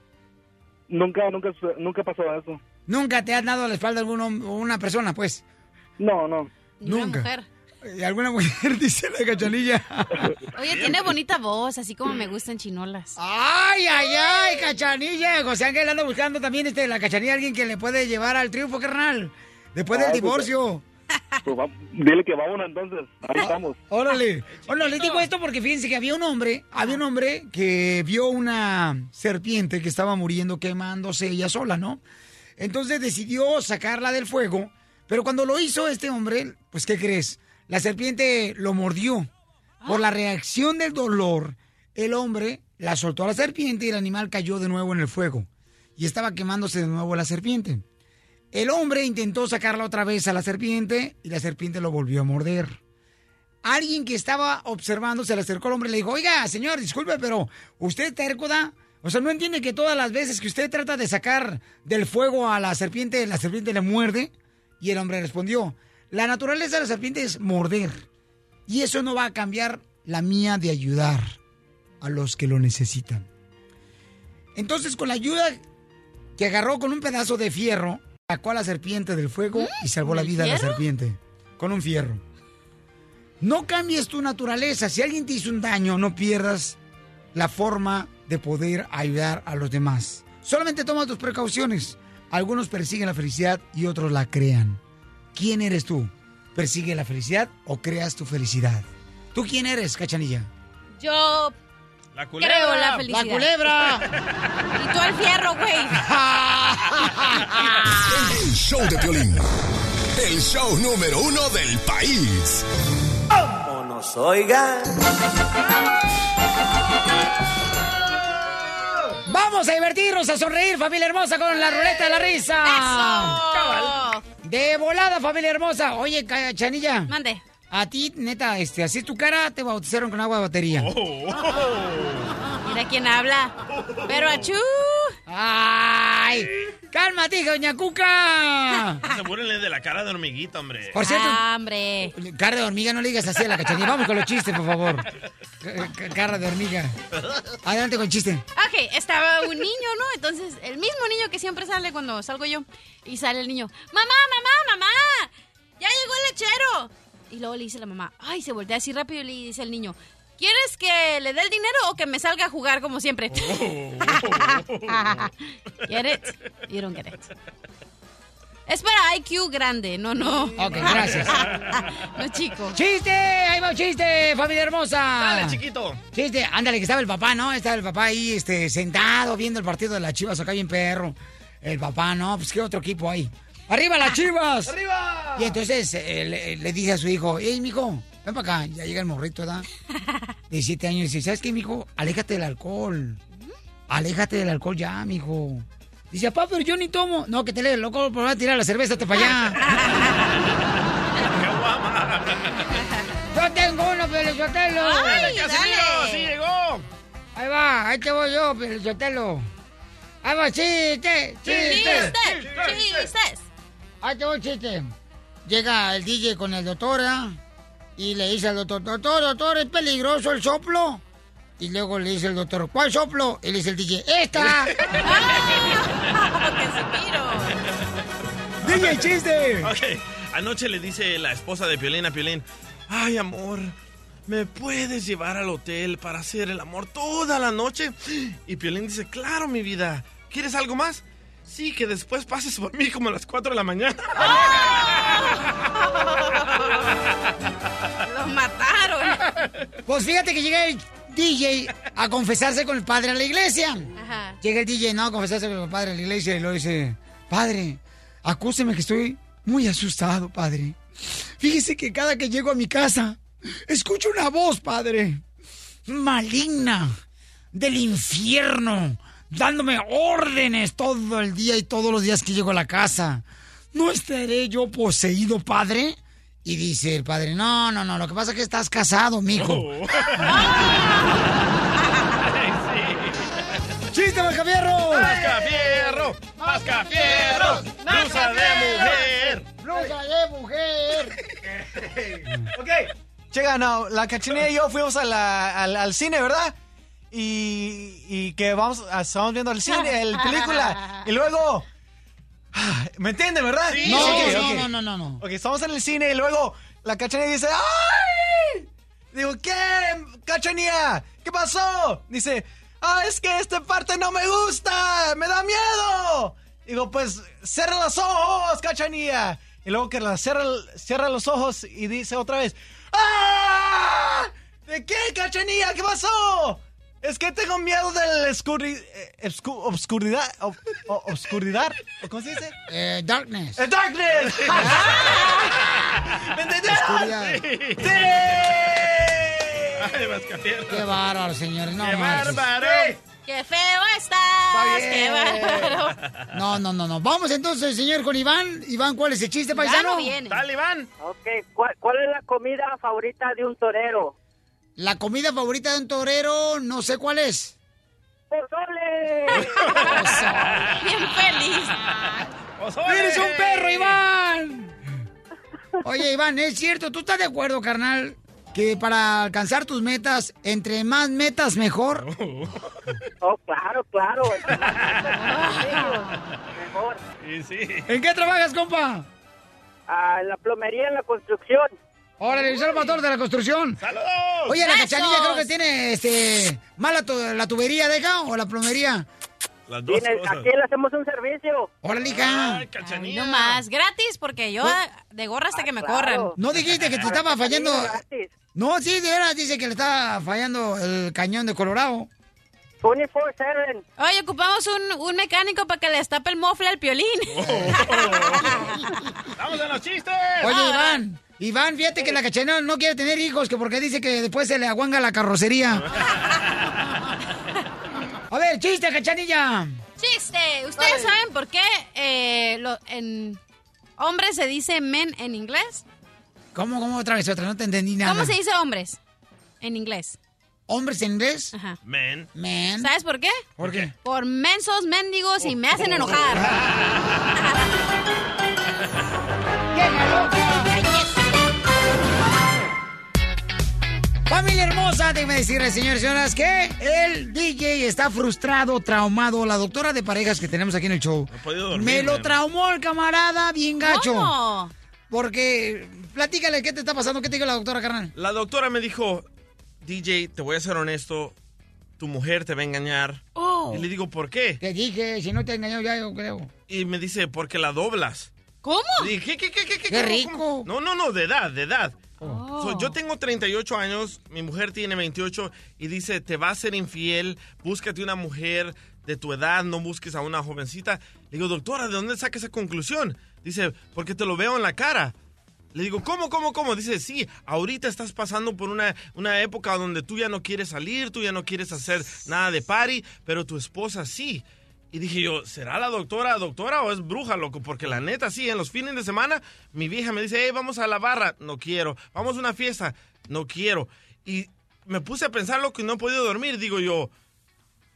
Nunca, nunca, su- nunca pasó eso. ¿Nunca te has dado la espalda a alguna una persona, pues? No, no. Nunca. Eh, ¿Alguna mujer dice la cachanilla? Oye, tiene bonita voz, así como me gustan chinolas. ¡Ay, ay, ay, cachanilla! José Ángel anda buscando también este, la cachanilla, alguien que le puede llevar al triunfo, carnal. Después del Ay, pues, divorcio. Pues va- dile que vámonos entonces. Ahí estamos. Órale. Bueno, les digo esto porque fíjense que había un hombre, había un hombre que vio una serpiente que estaba muriendo quemándose ella sola, ¿no? Entonces decidió sacarla del fuego, pero cuando lo hizo este hombre, pues ¿qué crees? La serpiente lo mordió. Por la reacción del dolor, el hombre la soltó a la serpiente y el animal cayó de nuevo en el fuego. Y estaba quemándose de nuevo la serpiente. El hombre intentó sacarla otra vez a la serpiente y la serpiente lo volvió a morder alguien que estaba observando se le acercó al hombre y le dijo, oiga, señor, disculpe, pero usted es terco, da? O sea, ¿no entiende que todas las veces que usted trata de sacar del fuego a la serpiente, la serpiente le muerde? Y el hombre respondió, la naturaleza de la serpiente es morder. Y eso no va a cambiar la mía de ayudar a los que lo necesitan. Entonces, con la ayuda que agarró con un pedazo de fierro, sacó a la serpiente del fuego y salvó ¿Con la el vida de la fierro? serpiente. Con un fierro. No cambies tu naturaleza. Si alguien te hizo un daño, no pierdas la forma de poder ayudar a los demás. Solamente toma tus precauciones. Algunos persiguen la felicidad y otros la crean. ¿Quién eres tú? ¿Persigue la felicidad o creas tu felicidad? ¿Tú quién eres, Cachanilla? Yo La creo la felicidad. ¡La culebra! y tú al fierro, güey. El show de Piolín, el show número uno del país. Vámonos, oiga. Vamos a divertirnos, a sonreír, familia hermosa, con la ruleta de la risa. ¡Eso! De volada, familia hermosa. Oye, Cachanilla. Mande. A ti, neta, este, así tu cara te bautizaron con agua de batería. Oh. Mira quién habla. Pero achú. ¡Ay! ¡Cálmate, doña Cuca! Se búrenle de la cara de hormiguita, hombre. Ah. Por cierto. Ah, hombre. Cara de hormiga, no le digas así a la cachanilla. Vamos con los chistes, por favor. Ca- ca- Cara de hormiga. Adelante con el chiste. Ok, estaba un niño, ¿no? Entonces, el mismo niño que siempre sale cuando salgo yo. Y sale el niño, mamá, mamá, mamá, ya llegó el lechero. Y luego le dice la mamá, ay, se voltea así rápido y le dice al niño, ¿quieres que le dé el dinero o que me salga a jugar como siempre? Oh. get it? You don't get it. Es para IQ grande, no, no. Ok, gracias. no, chico. ¡Chiste! ¡Ahí va un chiste, familia hermosa! Dale, chiquito. Chiste, este, ándale, que estaba el papá, ¿no? Estaba el papá ahí, este, sentado, viendo el partido de las chivas acá bien perro. El papá, ¿no? Pues qué otro equipo hay. ¡Arriba las chivas! ¡Arriba! Y entonces eh, le, le dice a su hijo, hey, mijo, ven para acá. Ya llega el morrito, ¿verdad? De siete años. Y dice, ¿sabes qué, mijo? Aléjate del alcohol. Aléjate del alcohol ya, mijo. Dice, papá, pero yo ni tomo. No, que te le loco, pero va a tirar la cerveza hasta para allá. Yo tengo uno, Pelizotelo. Dale, Casimiro, sí llegó. Ahí va, ahí te voy yo, Pelizotelo. Ahí va, chiste, chiste. Ahí te voy, chiste. Llega el DJ con el doctor, ¿ah? Y le dice al doctor, doctor, doctor, ¿es peligroso el soplo? Y luego le dice el doctor, ¿cuál soplo? Y le dice el DJ, ¡esta! DJ, chiste. Ok. Anoche le dice la esposa de Piolín a Piolín, ay, amor, ¿me puedes llevar al hotel para hacer el amor toda la noche? Y Piolín dice, claro, mi vida. ¿Quieres algo más? Sí, que después pases por mí como a las 4 de la mañana. Los mataron. Pues fíjate que llega el DJ a confesarse con el padre a la iglesia. Ajá. Llega el DJ, no, a confesarse con el padre a la iglesia y luego dice, padre, acúseme que estoy muy asustado, padre. Fíjese que cada que llego a mi casa, escucho una voz, padre, maligna, del infierno, dándome órdenes todo el día y todos los días que llego a la casa. ¿No estaré yo poseído, padre? Y dice el padre, no, no, no, lo que pasa es que estás casado, mijo. Oh. ¡Chiste, Mascafierro! ¡Mascafierro! ¡Mascafierros! ¡Blusa de mujer! ¡Blusa de mujer! ok. Llega, no, la cachanilla y yo fuimos a la- al, al cine, ¿verdad? Y, y que vamos, ah, estamos viendo el cine, el película. Y luego... ah, ¿Me entienden, verdad? No, Ok, no, ok. no, no, no, no. Ok, estamos en el cine y luego la cachanilla dice, ¡ay! Digo, ¿qué, cachanilla? ¿Qué pasó? Dice, ¡ah, es que esta parte no me gusta! ¡Me da miedo! Digo, pues, cierra los ojos, cachanilla. Y luego que la cierra, cierra los ojos y dice otra vez, ¡ah! ¿De qué, cachanilla? ¿Qué pasó? Es que tengo miedo de la escurri- eh, escu- obscuridad. ob- o- obscuridad. ¿Cómo se dice? Eh, darkness. ¡Eh, darkness! ¿Me Oscuridad. entendieron? ¡Sí! ¡Ay, Mascafierro! ¡Qué bárbaro, señores! No, ¡Qué marches. bárbaro! ¡Qué feo estás! ¡Qué bárbaro! No, no, no, no. Vamos entonces, señor, con Iván. Iván, ¿cuál es el chiste, paisano? Dale, Iván. Ok, ¿cuál, cuál es la comida favorita de un torero? La comida favorita de un torero, no sé cuál es. ¡Pozole! Bien feliz. ¡Eres un perro, Iván! Oye, Iván, es cierto, ¿tú estás de acuerdo, carnal? Que para alcanzar tus metas, entre más metas, mejor. Oh, claro, claro. Mejor. Y sí. ¿En qué trabajas, compa? Ah, en la plomería, en la construcción. Órale, el motor de la construcción. ¡Saludos! Oye, la ¡Besos! cachanilla creo que tiene este mala tu- la tubería de acá o la plomería. Las Sí, en el- aquí le hacemos un servicio. Órale, hija. Ay, Ay, no más, gratis, porque yo ah, de gorra hasta que me corran. No dijiste que te estaba fallando. No, sí, de veras dice que le estaba fallando el cañón de Colorado. 24-7. Oye, ocupamos un, un mecánico para que le destape el mofle al piolín. Oh. ¡Vamos a los chistes! Ah, Oye, Iván. Iván, fíjate que la cachanilla no quiere tener hijos que porque dice que después se le aguanga la carrocería. A ver, chiste, cachanilla. Chiste. ¿Ustedes saben por qué eh, lo- en hombres se dice men en inglés? ¿Cómo, cómo otra vez otra? No te entendí nada. ¿Cómo se dice hombres en inglés? ¿Hombres en inglés? Ajá. Men. Men. ¿Sabes por qué? ¿Por qué? Por mensos, mendigos y me hacen enojar. Familia hermosa, déjenme decirles, señores y señoras, que el DJ está frustrado, traumado. La doctora de parejas que tenemos aquí en el show. podido dormir, me lo man. traumó el camarada, bien gacho. ¿Cómo? Porque, platícale, ¿qué te está pasando? ¿Qué te dijo la doctora, carnal? La doctora me dijo, DJ, te voy a ser honesto, tu mujer te va a engañar. Oh. Y le digo, ¿por qué? Te dije, si no te he engañado ya, yo creo. Y me dice, porque la doblas. ¿Cómo? ¿Qué, qué, qué, qué, qué? Qué cómo, rico. cómo? No, no, no, de edad, de edad. Oh. So, yo tengo 38 años, mi mujer tiene 28 y dice, te va a ser infiel, búscate una mujer de tu edad, no busques a una jovencita. Le digo, doctora, ¿de dónde saca esa conclusión? Dice, porque te lo veo en la cara. Le digo, ¿cómo, cómo, cómo? Dice, sí, ahorita estás pasando por una, una época donde tú ya no quieres salir, tú ya no quieres hacer nada de party, pero tu esposa sí. Y dije yo, ¿será la doctora, doctora o es bruja, loco? Porque la neta, sí, en los fines de semana, mi vieja me dice, hey, vamos a la barra, no quiero. Vamos a una fiesta, no quiero. Y me puse a pensar, loco, y no he podido dormir. Digo yo,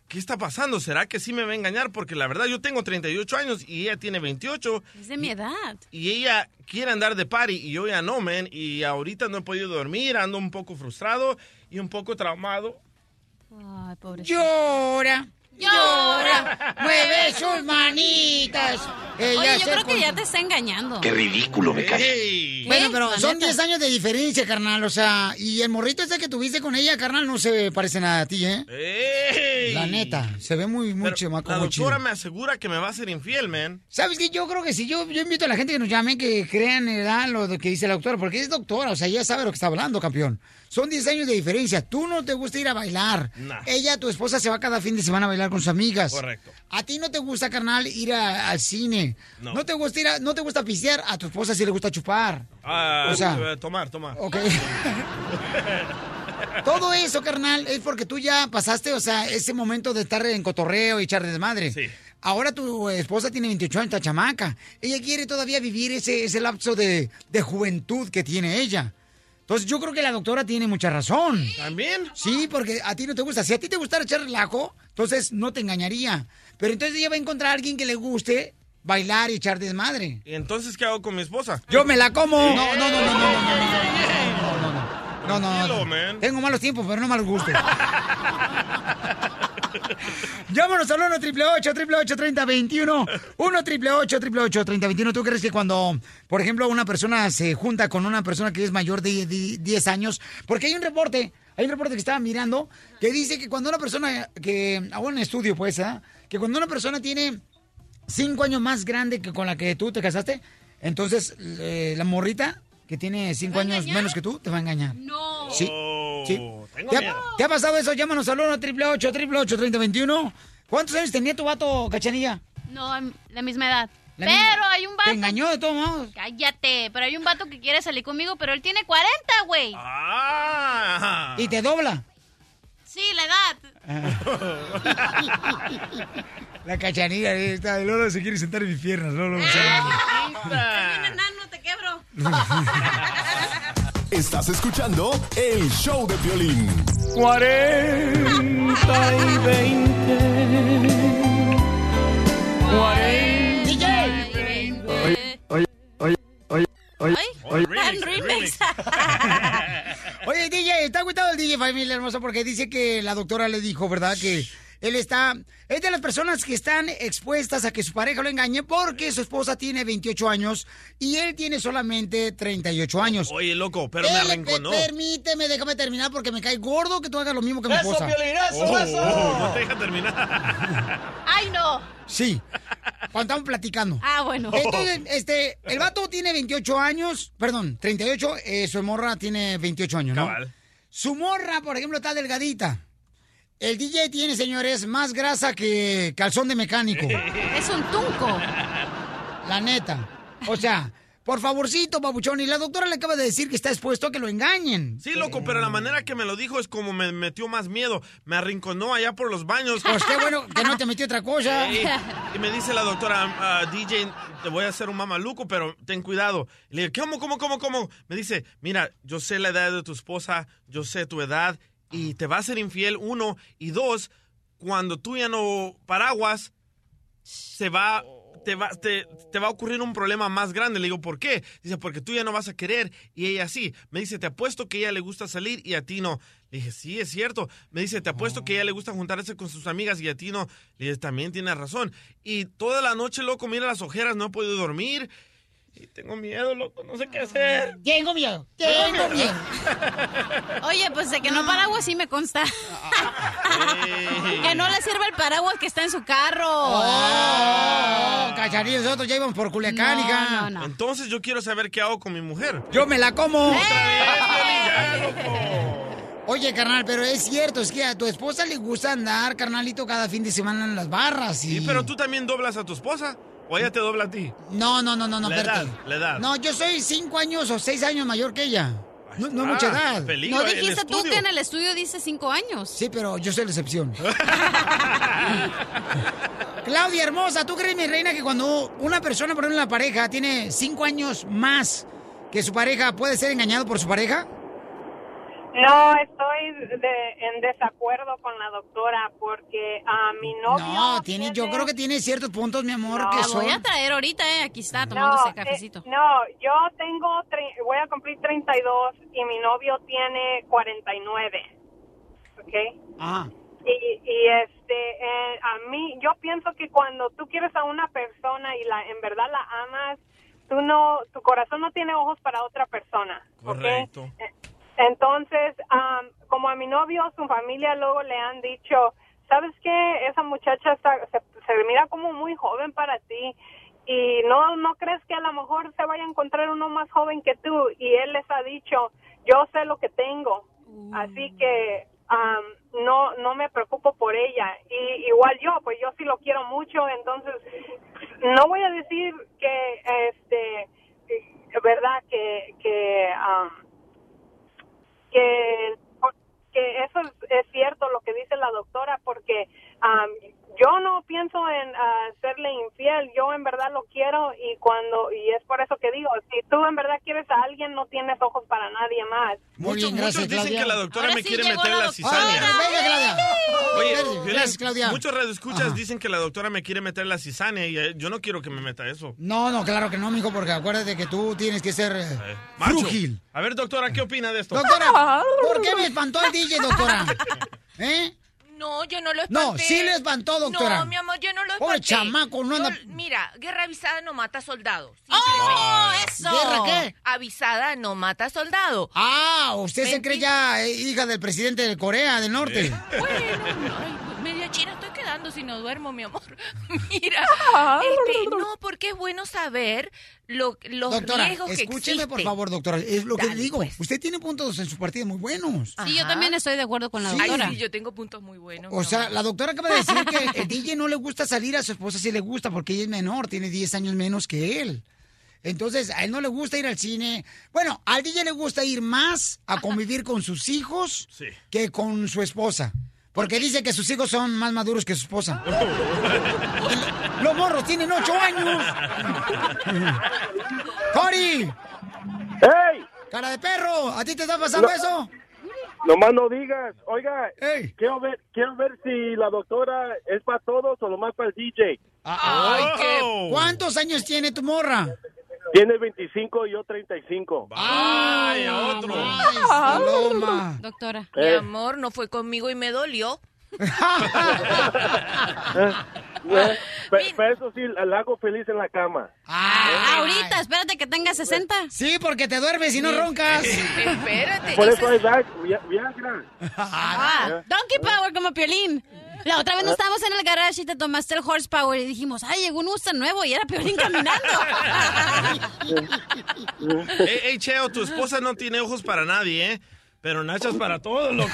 ¿qué está pasando? ¿Será que sí me va a engañar? Porque la verdad, yo tengo 38 años y ella tiene 28 Es de mi edad. y ella quiere andar de party y yo ya no, man. Y ahorita no he podido dormir, ando un poco frustrado y un poco traumado. Ay, pobrecito. Llora. Llora. Mueve sus manitas. Ella Oye, yo se creo que con- ya te está engañando. ridículo me Bueno, ¿Eh? pero La son neta. 10 años de diferencia, carnal. O sea, y el morrito ese que tuviste con ella, carnal, no se parece nada a ti, ¿eh? güey. La neta, se ve muy, muy chamaco, La muy chido. doctora me asegura que me va a ser infiel, man. ¿Sabes qué? Yo creo que sí. Yo, yo invito a la gente que nos llame, que crean ¿verdad? lo de que dice la doctora, porque es doctora, o sea, ella sabe lo que está hablando, campeón. Son 10 años de diferencia. Tú no te gusta ir a bailar. Nah. Ella, tu esposa, se va cada fin de semana a bailar con sus amigas. Correcto. A ti no te gusta, carnal, ir a- al cine. No. No. te gusta ir a- no te gusta pistear. A tu esposa sí le gusta chupar. Ah, O sea- eh, tomar, tomar. Ok. Todo eso, carnal, es porque tú ya pasaste, o sea, ese momento de estar en cotorreo y echar desmadre. Sí. Ahora tu esposa tiene 28 años, está chamaca. Ella quiere todavía vivir ese, ese lapso de, de juventud que tiene ella. Entonces yo creo que la doctora tiene mucha razón. ¿También? Sí, porque a ti no te gusta. Si a ti te gustara echar relajo, entonces no te engañaría. Pero entonces ella va a encontrar a alguien que le guste bailar y echar desmadre. ¿Y entonces qué hago con mi esposa? Yo me la como. Eh, No, no, no, no, no, no, no, no, no, no, no, no, Tranquilo, no. man. Tengo malos tiempos, pero no malos gustos. Llámanos al 1 888 3021 1 888 3021 ¿Tú crees que cuando, por ejemplo, una persona se junta con una persona que es mayor de 10 10 años? Porque hay un reporte, hay un reporte que estaba mirando que dice que cuando una persona que, a un estudio pues, ¿ah? que cuando una persona tiene cinco años más grande que con la que tú te casaste, entonces eh, la morrita que tiene cinco años menos que tú te va a engañar. No. Sí. sí. Oh, tengo ¿Te, miedo. ha, te ha pasado eso? Llámanos al 1 888 3021 ¿Cuántos años tenía tu vato, cachanilla? No, em, la misma edad. La pero misma- hay un vato. Te engañó de todos modos. Cállate, pero hay un vato que quiere salir conmigo, pero él tiene 40, güey. Ah. Y te dobla. Sí, la edad. La cachanilla ahí está. El Lolo se quiere sentar en mis piernas. Lolo, Ah, También enano, te quebro. Estás escuchando el show de violín. 40 y 20. 40 Oye, oye, oye, oye, oye, oye. Oye, DJ, está agüitado el DJ, familia hermosa, porque dice que la doctora le dijo, ¿verdad? Que él está. Es de las personas que están expuestas a que su pareja lo engañe porque su esposa tiene 28 años y él tiene solamente 38 años. Oye, loco, pero me Él, arrinconó. pe- Permíteme, déjame terminar porque me cae gordo que tú hagas lo mismo que mi esposa. Oh, oh, no te deja terminar. Ay, no. Sí. Cuando estaban platicando. Ah, bueno. Entonces, este, el vato tiene 28 años, perdón, 38, eh, su morra tiene 28 años, ¿no? Cabal. Su morra, por ejemplo, está delgadita. El DJ tiene, señores, más grasa que calzón de mecánico. Es un tunco. La neta. O sea, por favorcito, papuchón. Y la doctora le acaba de decir que está expuesto a que lo engañen. Sí, loco, pero la manera que me lo dijo es como me metió más miedo. Me arrinconó allá por los baños. Pues qué bueno que no te metió otra cosa. Sí. Y me dice la doctora, ah, DJ, te voy a hacer un mamaluco, pero ten cuidado. Y le digo, ¿cómo, cómo, cómo, cómo? Me dice, mira, yo sé la edad de tu esposa, yo sé tu edad, y te va a ser infiel, uno. Y dos, cuando tú ya no paraguas, se va... Te va, te, te va a ocurrir un problema más grande. Le digo, ¿por qué? Dice, porque tú ya no vas a querer y ella sí. Me dice, te apuesto que a ella le gusta salir y a ti no. Le dije, sí, es cierto. Me dice, te apuesto que a ella le gusta juntarse con sus amigas y a ti no. Le dije, también tienes razón. Y toda la noche, loco, mira las ojeras, no he podido dormir. Y tengo miedo, loco, no sé qué hacer. Tengo miedo, tengo miedo. Oye, pues de que no paraguas sí me consta. que no le sirve el paraguas que está en su carro. Oh, cacharilla, nosotros ya íbamos por Culiacán, hija. Entonces yo quiero saber qué hago con mi mujer. Yo me la como. Oye, carnal, pero es cierto, es que a tu esposa le gusta andar, carnalito, cada fin de semana en las barras. Y... Sí, pero tú también doblas a tu esposa o ella te dobla a ti. No, no, no, no, no, La espérate. edad, la edad. No, yo soy cinco años o seis años mayor que ella. No, no está. mucha edad. Peligro, ¿No dijiste tú que en Ah, el estudio dice cinco años? Sí, pero yo soy la excepción. Claudia hermosa, ¿tú crees, mi reina, que cuando una persona, por ejemplo, la pareja, tiene cinco años más que su pareja, puede ser engañado por su pareja? No, estoy de- en desacuerdo con la doctora porque a mi novio... No, tiene, yo creo que tiene ciertos puntos, mi amor, No, que La voy son. a traer ahorita, eh. Aquí está No, tomándose eh, cafecito. no, yo tengo, tre- voy a cumplir 32 y mi novio tiene 49, ¿ok? Ah. Y, y este, eh, a mí, yo pienso que cuando tú quieres a una persona y la, en verdad la amas, tú no, tu corazón no tiene ojos para otra persona. Correcto. Entonces, am, como a mi novio, su familia luego le han dicho, sabes que esa muchacha está- se, se mira como muy joven para ti y no no crees que a lo mejor se vaya a encontrar uno más joven que tú y él les ha dicho yo sé lo que tengo ¡Oh! así que am, no no me preocupo por ella y igual yo pues yo sí lo quiero mucho entonces no voy a decir que este que- verdad que que am, que que eso es, es cierto lo que dice la doctora porque am, yo no pienso en ah, serle infiel yo en verdad lo quiero y cuando y es por eso que digo si tú en verdad quieres a alguien no tienes ojos para nadie más Muchos, muchos dicen que la doctora me quiere llegó meter la la doctora. cizaña. Ahora, venga, Claudia. Oye, Gracias, Piolín, gracias, Claudia. Muchos radioescuchas Ajá. dicen que la doctora me quiere meter la cizaña y eh, yo no quiero que me meta eso. No, no, claro que no, mijo, porque acuérdate que tú tienes que ser eh, Macho. frúgil. A ver, doctora, ¿qué opina de esto? Doctora, ¿por qué me espantó el DJ, doctora? ¿Eh? No, yo no lo espanté. No, sí le espantó, doctora. No, mi amor, yo no lo espanté. Pobre chamaco, no anda- Mira, guerra avisada no mata soldado. ¡Oh, eso! ¿Guerra qué? Avisada no mata soldado. Ah, usted se cree ya eh, hija del presidente de Corea del Norte. Bueno, ay, media china estoy quedando si no duermo, mi amor. Mira, este, no, porque es bueno saber lo, los doctora, riesgos que escúcheme por existen. favor, doctora. Es lo que Dale, pues. le digo. Usted tiene puntos en su partido muy buenos. Sí, yo Ajá. también estoy de acuerdo con la Ay, doctora. sí, yo tengo puntos muy buenos. O mi sea, amor. la doctora acaba de decir que el DJ no le gusta salir a su esposa, sí le gusta, porque ella es menor, tiene 10 años menos que él. Entonces, a él no le gusta ir al cine. Bueno, al DJ le gusta ir más a convivir con sus hijos Sí. que con su esposa. Porque dice que sus hijos son más maduros que su esposa. Los morros tienen 8 años. ¡Cori! ¡Ey! ¡Cara de perro! ¿A ti te está pasando No. eso? Nomás no digas, oiga, quiero ver quiero ver si la doctora es para todos o nomás para el DJ. Ay, qué- Ah, oh. ¿Cuántos años tiene tu morra? Tiene 25 y yo 35. ¡Ay, a otro! Ah. Ah. Paloma. Doctora. Eh. Mi amor, no fue conmigo y me dolió. Eh, Pero eso sí, la hago feliz en la cama. Ah. Ahorita, espérate que tenga 60. Sí, porque te duermes y no roncas. Espérate. Por eso es Viag- Vi- Viagra. Ah, Donkey Power como Piolín. La otra vez Ah. no estábamos en el garage y te tomaste el horsepower y dijimos, ay, llegó un Mustang nuevo y era Piolín caminando. Ey, ey, Eh, Cheo, tu esposa no tiene ojos para nadie, ¿eh? Pero nachas para todo, loco.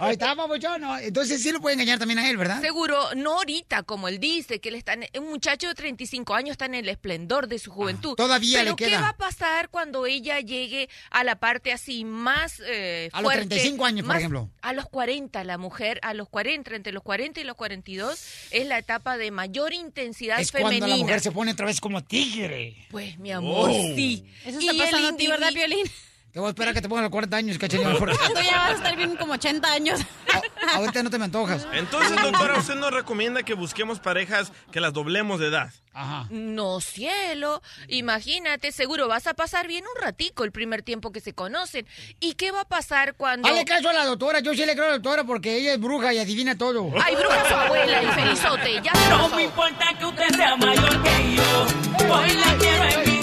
Ahí está, babuchón, ¿no? Entonces sí lo puede engañar también a él, ¿verdad? Seguro, no ahorita, como él dice, que él está en- un muchacho de 35 años está en el esplendor de su juventud. Ah, todavía Pero le ¿Qué queda. va a pasar cuando ella llegue a la parte así más eh, A los fuerte, 35 años, por más- ejemplo. A los 40, la mujer, a los 40, entre los 40 y los 42, es la etapa de mayor intensidad Es femenina. cuando la mujer se pone otra vez como tigre. Pues, mi amor, Oh. sí. Eso está Y el pasando a ti, individu- ¿verdad, Piolín? Te voy a esperar a que te pongan los 40 años, cachanilla. porque Tú ya vas a estar bien como 80 años. Ahorita no te me antojas. Entonces, doctora, usted nos recomienda que busquemos parejas que las doblemos de edad. No, cielo. Imagínate, seguro vas a pasar bien un ratico el primer tiempo que se conocen. ¿Y qué va a pasar cuando... Dale caso a la doctora, yo sí le creo a la doctora porque ella es bruja y adivina todo. Ay, bruja su abuela y felizote. Ya se No enojó. me importa que usted sea mayor que yo. Hoy la quiero en mi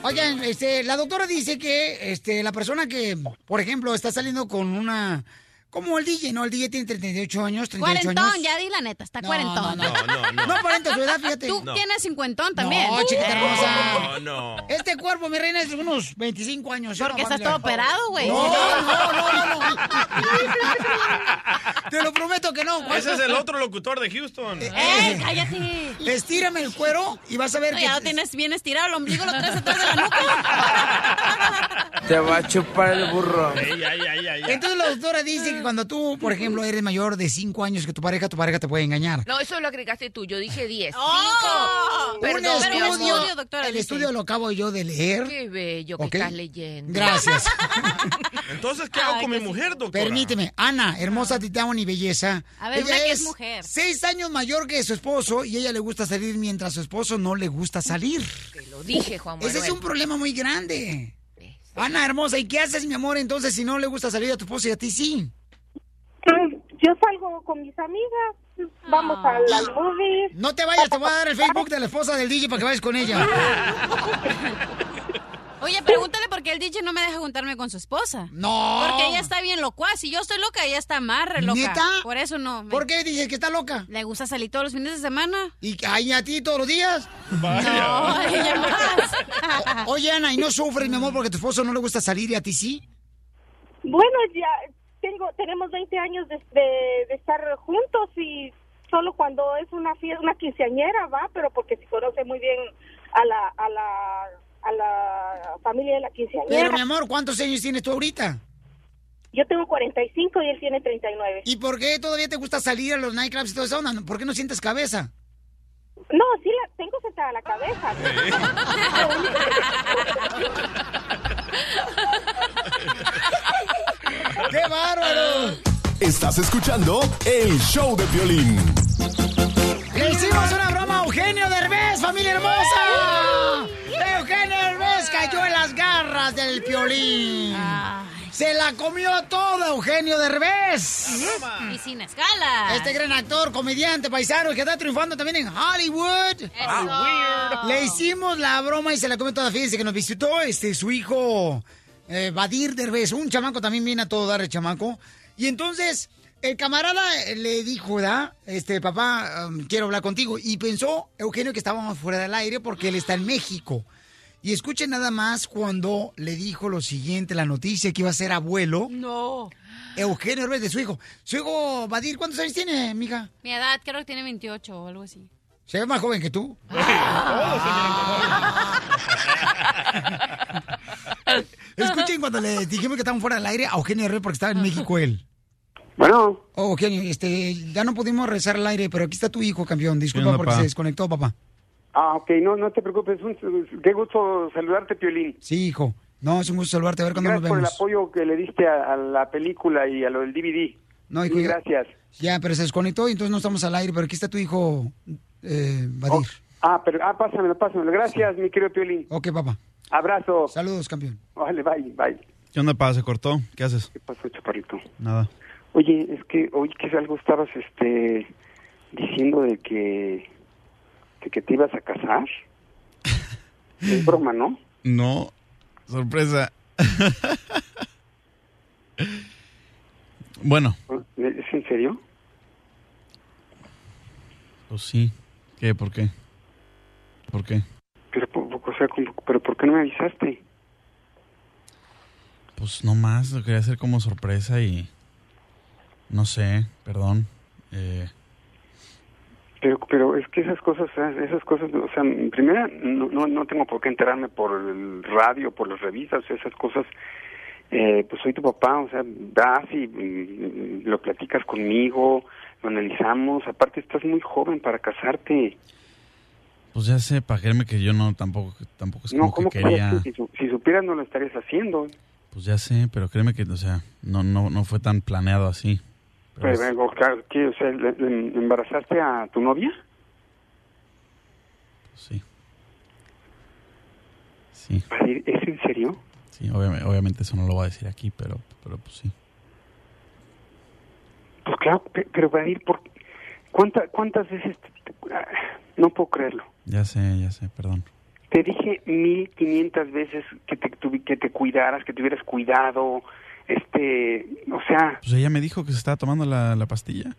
Oigan, este, la doctora dice que este, la persona que, por ejemplo, está saliendo con una... Como el DJ, ¿no? El DJ tiene 38 años, 38 Cuarentón, años. ya di la neta, está No, cuarentón. no, no. No, no, no. No aparenta su edad, fíjate. Tú No. tienes cincuentón también. No, chiquita hermosa. No, no. Este cuerpo, mi reina, es de unos 25 años. Porque está estás todo operado, güey. No, no, no, no, no. Te lo prometo que no. Ese es el otro locutor de Houston. ¡Eh, cállate! Estírame el cuero y vas a ver No, que- Ya lo tienes bien estirado, el ombligo lo traes atrás de la nuca. Te va a chupar el burro. Ey, ay, ay, ay, ay. Entonces la doctora dice que cuando tú, por ejemplo, eres mayor de 5 años que tu pareja, tu pareja te puede engañar. No, eso lo agregaste tú. Yo dije 10. ¡Oh! Cinco. Un Perdón, mi estudio, amor. el estudio lo acabo yo de leer. Qué bello Ok. que estás leyendo. Gracias. Entonces, ¿qué hago con mi mujer, doctora? Permíteme, Ana, hermosa titán y belleza. Ah. A ver, Ella una que es mujer. Seis años mayor que su esposo y ella le gusta salir mientras su esposo no le gusta salir. Lo dije, Juan Manuel. Ese es un problema muy grande. Ana, hermosa, ¿y qué haces, mi amor, entonces si no le gusta salir a tu esposo y a ti sí? Pues, Yo salgo con mis amigas, vamos a Ah. las movies. Ah. No te vayas, te voy a dar el Facebook de la esposa del DJ para que vayas con ella. Oye, pregúntale por qué el DJ no me deja juntarme con su esposa. No. Porque ella está bien locuaz. Si yo estoy loca, ella está más re loca. ¿Neta? Por eso no. ¿Por qué DJ que está loca? Le gusta salir todos los fines de semana. ¿Y ay, a ti todos los días? No, ella más. O- Oye, Ana, ¿y no sufres, mi amor, porque a tu esposo no le gusta salir y a ti sí? Bueno, ya tengo, tenemos 20 años de, de- de estar juntos y solo cuando es una fiesta, una quinceañera va, pero porque se conoce muy bien a la, a la, a la familia de la quinceañera. Pero, mi amor, ¿cuántos años tienes tú ahorita? Yo tengo 45 y él tiene 39. ¿Y por qué todavía te gusta salir a los nightclubs y toda esa onda? ¿Por qué no sientes cabeza? No, sí la tengo sentada la cabeza. Lo único que- ¡Qué bárbaro! Ah. Estás escuchando el show de violín. ¡Le hicimos una broma a Eugenio Derbez, familia hermosa! ¡Eugenio Derbez cayó en las garras del piolín! ¡Se la comió toda Eugenio Derbez! Y sin escala. Este gran actor, comediante, paisano, que está triunfando también en Hollywood. Ah, Le hicimos la broma y se la comió toda. Fíjense que nos visitó este su hijo eh, Badir Derbez, un chamaco también viene a todo dar el chamaco. Y entonces el camarada eh, le dijo, ¿verdad? Este, papá, um, quiero hablar contigo. Y pensó Eugenio que estábamos fuera del aire porque él está en México. Y escuchen nada más cuando le dijo lo siguiente, la noticia que iba a ser abuelo. No. Eugenio Derbez de su hijo. Su hijo, Badir, ¿cuántos años tiene, mija? Mi edad, creo que tiene 28 o algo así. Se ve más joven que tú. Ah. Escuchen cuando le dijimos que estábamos fuera del aire a Eugenio Derbez porque estaba en México él. Bueno. Oh, Eugenio, este, ya no pudimos rezar al aire, pero aquí está tu hijo, campeón. Disculpa onda, porque pa? se desconectó, papá. Ah, ok, no, no te preocupes. un- qué gusto saludarte, Piolín. Sí, hijo. No, es un gusto saludarte. A ver cuándo nos Gracias por el vemos. apoyo que le diste a, a la película y a lo del DVD. No, hijo, Mil ya- gracias. Ya, pero se desconectó y entonces no estamos al aire, pero aquí está tu hijo, eh, Badir. Oh. Ah, pero, ah, pásamelo, pásamelo. Gracias, mi querido Piolín. Ok, papá. Abrazo. Saludos, campeón. Vale, bye, bye. ¿Qué onda, pa? ¿Se cortó? ¿Qué haces? ¿Qué pasó, chaparrito? Nada. Oye, es que hoy que algo estabas este diciendo de que de que te ibas a casar. Es broma, ¿no? No, sorpresa. bueno, ¿Es en serio? pues sí. ¿Qué? ¿Por qué? ¿Por qué? Pero, po- po- o sea, como- pero ¿por qué no me avisaste? Pues no más, lo quería hacer como sorpresa y... No sé, perdón. Eh, Pero, pero es que esas cosas, esas cosas, o sea, en primera, no, no, no tengo por qué enterarme por el radio, por las revistas, o sea, esas cosas. Eh, pues soy tu papá, o sea, vas y mm, lo platicas conmigo, lo analizamos. Aparte, estás muy joven para casarte. pues ya sé, para creerme que yo no tampoco, tampoco es Pues como No, ¿cómo que crees? quería... Si, su- si supieras, no lo estarías haciendo. Pues ya sé, pero créeme que, o sea, no, no, no fue tan planeado así. Pero Pero, o sea, ¿qué? O sea, ¿le- le ¿embarazaste a tu novia? Sí. Sí. ¿Es en serio? Sí, obviamente, obviamente eso no lo voy a decir aquí, pero, pero pues sí. Pues claro, pe- pero va a ir por... ¿Cuánta, ¿Cuántas veces? te- te- ah, No puedo creerlo. Ya sé, ya sé, perdón. Te dije 1500 veces que te, tuvi- que te cuidaras, que tuvieras cuidado. Este, o sea, Pues ella me dijo que se estaba tomando la, la pastilla.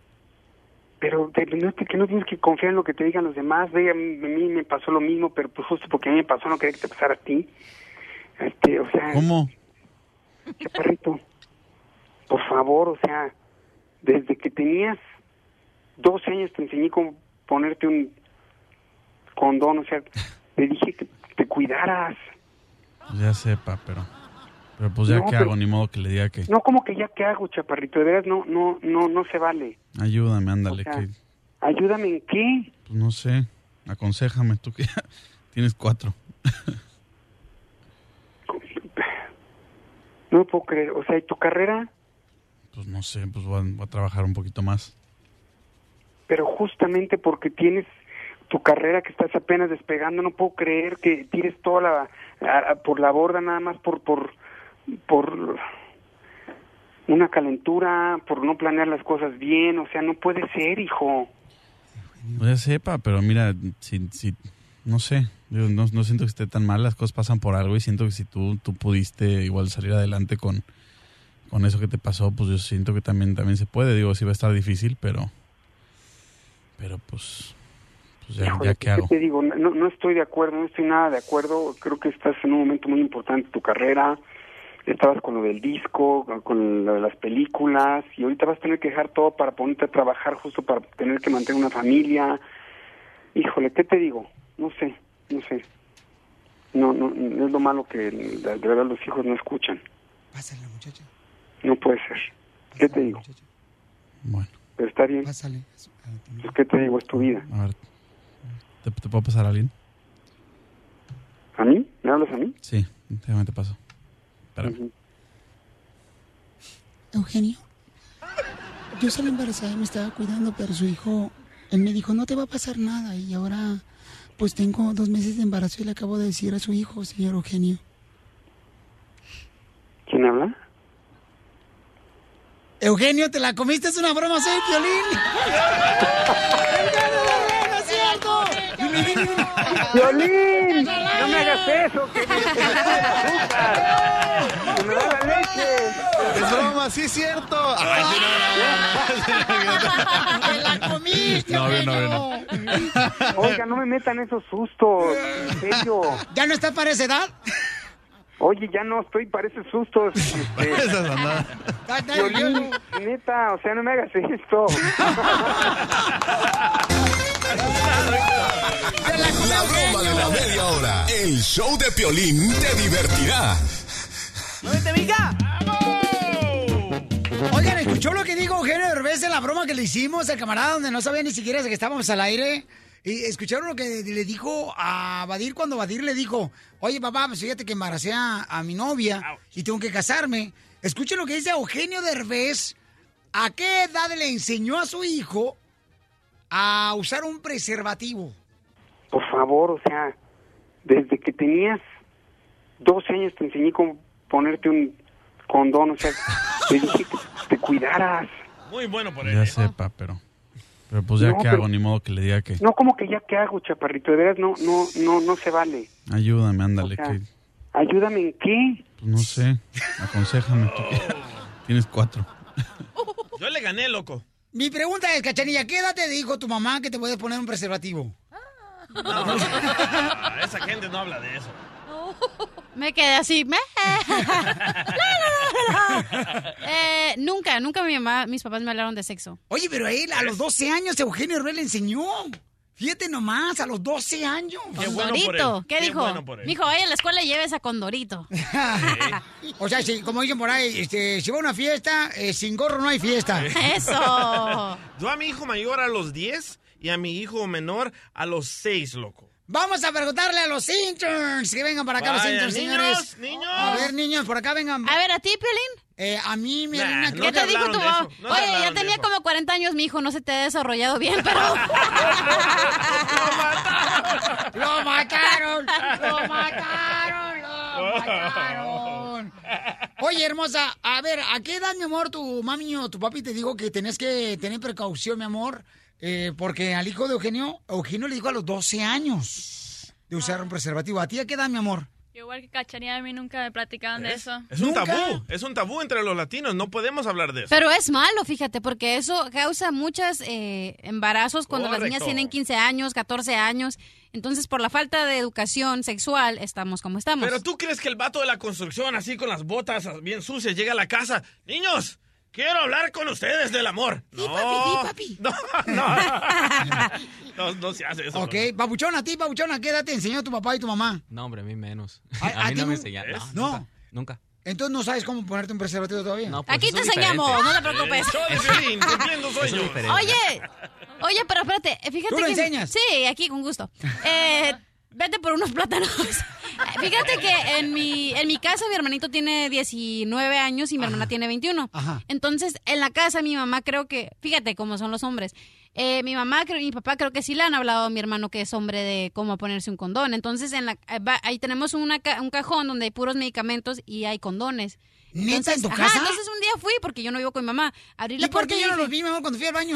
pero te- no, te- que no tienes que confiar en lo que te digan los demás. Ve, a mí, a mí me pasó lo mismo, pero pues justo porque a mí me pasó, no quería que te pasara a ti. Este, o sea, ¿Cómo? chaparrito, por favor, o sea, desde que tenías 12 años te enseñé cómo ponerte un condón, o sea, te dije que te cuidaras. Pues ya sepa, pero... Pero pues ya No, qué pero- hago, ni modo que le diga que... No, como que ya qué hago, chaparrito, de veras no, no, no, no se vale. Ayúdame, ándale, O sea, que... Ayúdame en qué. Pues no sé, aconsejame tú que ya tienes cuatro. No lo puedo creer, o sea, ¿y tu carrera? Pues no sé, pues voy a, voy a trabajar un poquito más. Pero justamente porque tienes tu carrera que estás apenas despegando, no puedo creer que tires toda la a- a- por la borda nada más por por por una calentura, por no planear las cosas bien, o sea, no puede ser, hijo. Pues ya sepa, pero mira, si, si No sé, yo no, no siento que esté tan mal, las cosas pasan por algo y siento que si tú, tú pudiste igual salir adelante con, con eso que te pasó, pues yo siento que también, también se puede, digo, sí va a estar difícil, pero, pero pues, pues ya, Híjole, ya qué hago. Te digo, no, no estoy de acuerdo, no estoy nada de acuerdo. Creo que estás en un momento muy importante de tu carrera. Estabas con lo del disco, con- con lo de las películas, y ahorita vas a tener que dejar todo para ponerte a trabajar justo para tener que mantener una familia. Híjole, ¿qué te digo? No sé, no sé. No, no, no es lo malo que de de verdad los hijos no escuchan. Pásale, muchacha. No pues, puede ser. ¿Qué te digo? Pero está bien. Pues, ¿Qué te digo? Es tu vida. A ver, ¿te, te puedo pasar a alguien? ¿A mí? ¿Me hablas a mí? Sí, déjame te paso. Espérame. Eugenio, yo estaba embarazada y me estaba cuidando, pero su hijo, él me dijo, no te va a pasar nada. Y ahora, pues tengo dos meses de embarazo y le acabo de decir a su hijo, señor Eugenio. ¿Quién habla? Eugenio, te la comiste, es una broma, soy el violín. ¡Eugenio, no es cierto! Y me di- ¡Violín! ¡No me hagas eso! ¡Que me ¡Que me da la leche! Es broma, sí es cierto. Ay, sí, ¡Te la comiste! Novio, novio, no. Oiga, no me metan esos sustos. En serio. ¿Ya no está para esa edad? Oye, ya no estoy para esos sustos. este. Violín, neta, o sea, no me hagas esto. La broma de la media hora. El show de Piolín te divertirá. ¡Muévete, mija! Oigan, ¿escuchó lo que dijo Eugenio Derbez en la broma que le hicimos al camarada donde no sabía ni siquiera que estábamos al aire? ¿Y escucharon lo que le dijo a Badir cuando Badir le dijo, oye papá, pues fíjate que embaracé a, a mi novia y tengo que casarme? Escuchen lo que dice Eugenio Derbez. ¿A qué edad le enseñó a su hijo a usar un preservativo? Por favor, o sea, desde que tenías 12 años te enseñé cómo ponerte un condón, o sea, te dije que te cuidaras. Muy bueno por él. Ya sepa, pero, pero pues ya No, qué pero- hago, ni modo que le diga que No, como que ya qué hago, chaparrito, de veras no, no, no, no se vale. ayúdame, ándale, O sea, que Ayúdame en qué. pues, no sé, aconsejame. tú que- Tienes cuatro. Yo le gané, loco. Mi pregunta es, Cachanilla, ¿qué edad te dijo tu mamá que te puedes poner un preservativo? No, esa gente no habla de eso. Me quedé así. me- Eh, nunca, nunca mi mamá, mis papás me hablaron de sexo. Oye, pero él a los 12 años Eugenio Herbel le enseñó. Fíjate nomás, a los 12 años. Condorito. ¿Qué, dijo? Dijo, vaya a la escuela y lleves a Condorito. O sea, si- como dicen por ahí, este, si va a una fiesta, eh, sin gorro no hay fiesta. Yo a mi hijo mayor a los 10 y a mi hijo menor a los 6, loco. Vamos a preguntarle a los interns que vengan para acá, los Vaya, interns, niños, señores. A ver, niños, por acá vengan. A ver, ¿a ti, Pelín? Eh, a mí, mi Nah, harina, ¿Qué te dijo tu mamá? Oye, ya tenía como 40 años, mi hijo, no se te ha desarrollado bien, pero... ¡Lo mataron! ¡Lo mataron! ¡Lo mataron! Oye, hermosa, a ver, ¿a qué edad, mi amor, tu mami o tu papi te dijo que tenés que tener precaución, mi amor? Eh, porque al hijo de Eugenio, Eugenio le dijo a los 12 años de usar un preservativo. ¿A ti a qué edad, mi amor? Yo igual que Cachanilla, a mí nunca me platicaban de eso. Es un tabú, es un tabú entre los latinos, no podemos hablar de eso. Pero es malo, fíjate, porque eso causa muchos embarazos cuando las niñas Correcto. tienen 15 años, 14 años. Entonces, por la falta de educación sexual, estamos como estamos. Pero tú crees que el vato de la construcción, así con las botas bien sucias, llega a la casa. Niños, quiero hablar con ustedes del amor. no, papi, papi. No, no. no, no se hace eso. Ok, babuchón, a ti, babuchón, ¿a qué edad te enseñó tu papá y tu mamá? No, hombre, a mí menos. ¿A- A, a mí ti no me no? enseñaron. ¿Es? Ah, No, No. Nunca. Entonces no sabes cómo ponerte un preservativo todavía. pues Aquí eso te es diferente. enseñamos, no te preocupes. El show de Piolín, cumpliendo sueños. Eso es diferente. Oye, oye, pero espérate, eh, fíjate ¿Tú lo que- enseñas? Sí, aquí con gusto. Eh, vete por unos plátanos. Eh, Fíjate que en mi, en mi casa mi hermanito tiene 19 años y mi hermana tiene 21. Entonces, en la casa mi mamá creo que, fíjate cómo son los hombres. eh, mi mamá creo- y mi papá creo que sí le han hablado a mi hermano que es hombre de cómo ponerse un condón. Entonces en la, eh, va- ahí tenemos una ca- un cajón donde hay puros medicamentos y hay condones. ¿Neta entonces, en tu ajá, casa? entonces un día fui porque yo no vivo con mi mamá. Abrí la ¿Y por puerta qué yo no los vi, mamá, cuando fui al baño?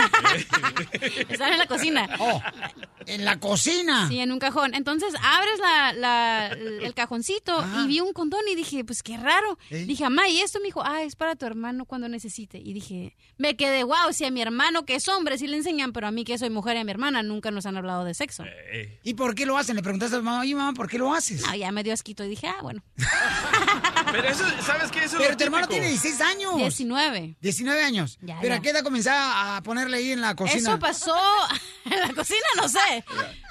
Están en la cocina. Oh, ¿En la cocina? Sí, en un cajón. Entonces abres la, la- el cajoncito Ah. y vi un condón y dije, pues qué raro. ¿Eh? Dije, mamá, ¿y esto? Me dijo, ah, es para tu hermano cuando necesite. Y dije, me quedé, wow, si a mi hermano que es hombre sí le enseñan, pero a mí que soy mujer y a mi hermana nunca nos han hablado de sexo. Eh. ¿Y por qué lo hacen? Le preguntaste a tu mamá, oye, mamá, ¿por qué lo haces? No, ya me dio asquito y dije, ah, bueno. Pero eso, ¿sabes qué? Eso es Pero lo tu hermano típico. tiene 16 años. 19. 19 años. Ya, Pero ya. a qué edad comenzaba a ponerle ahí en la cocina. Eso pasó en la cocina, no sé.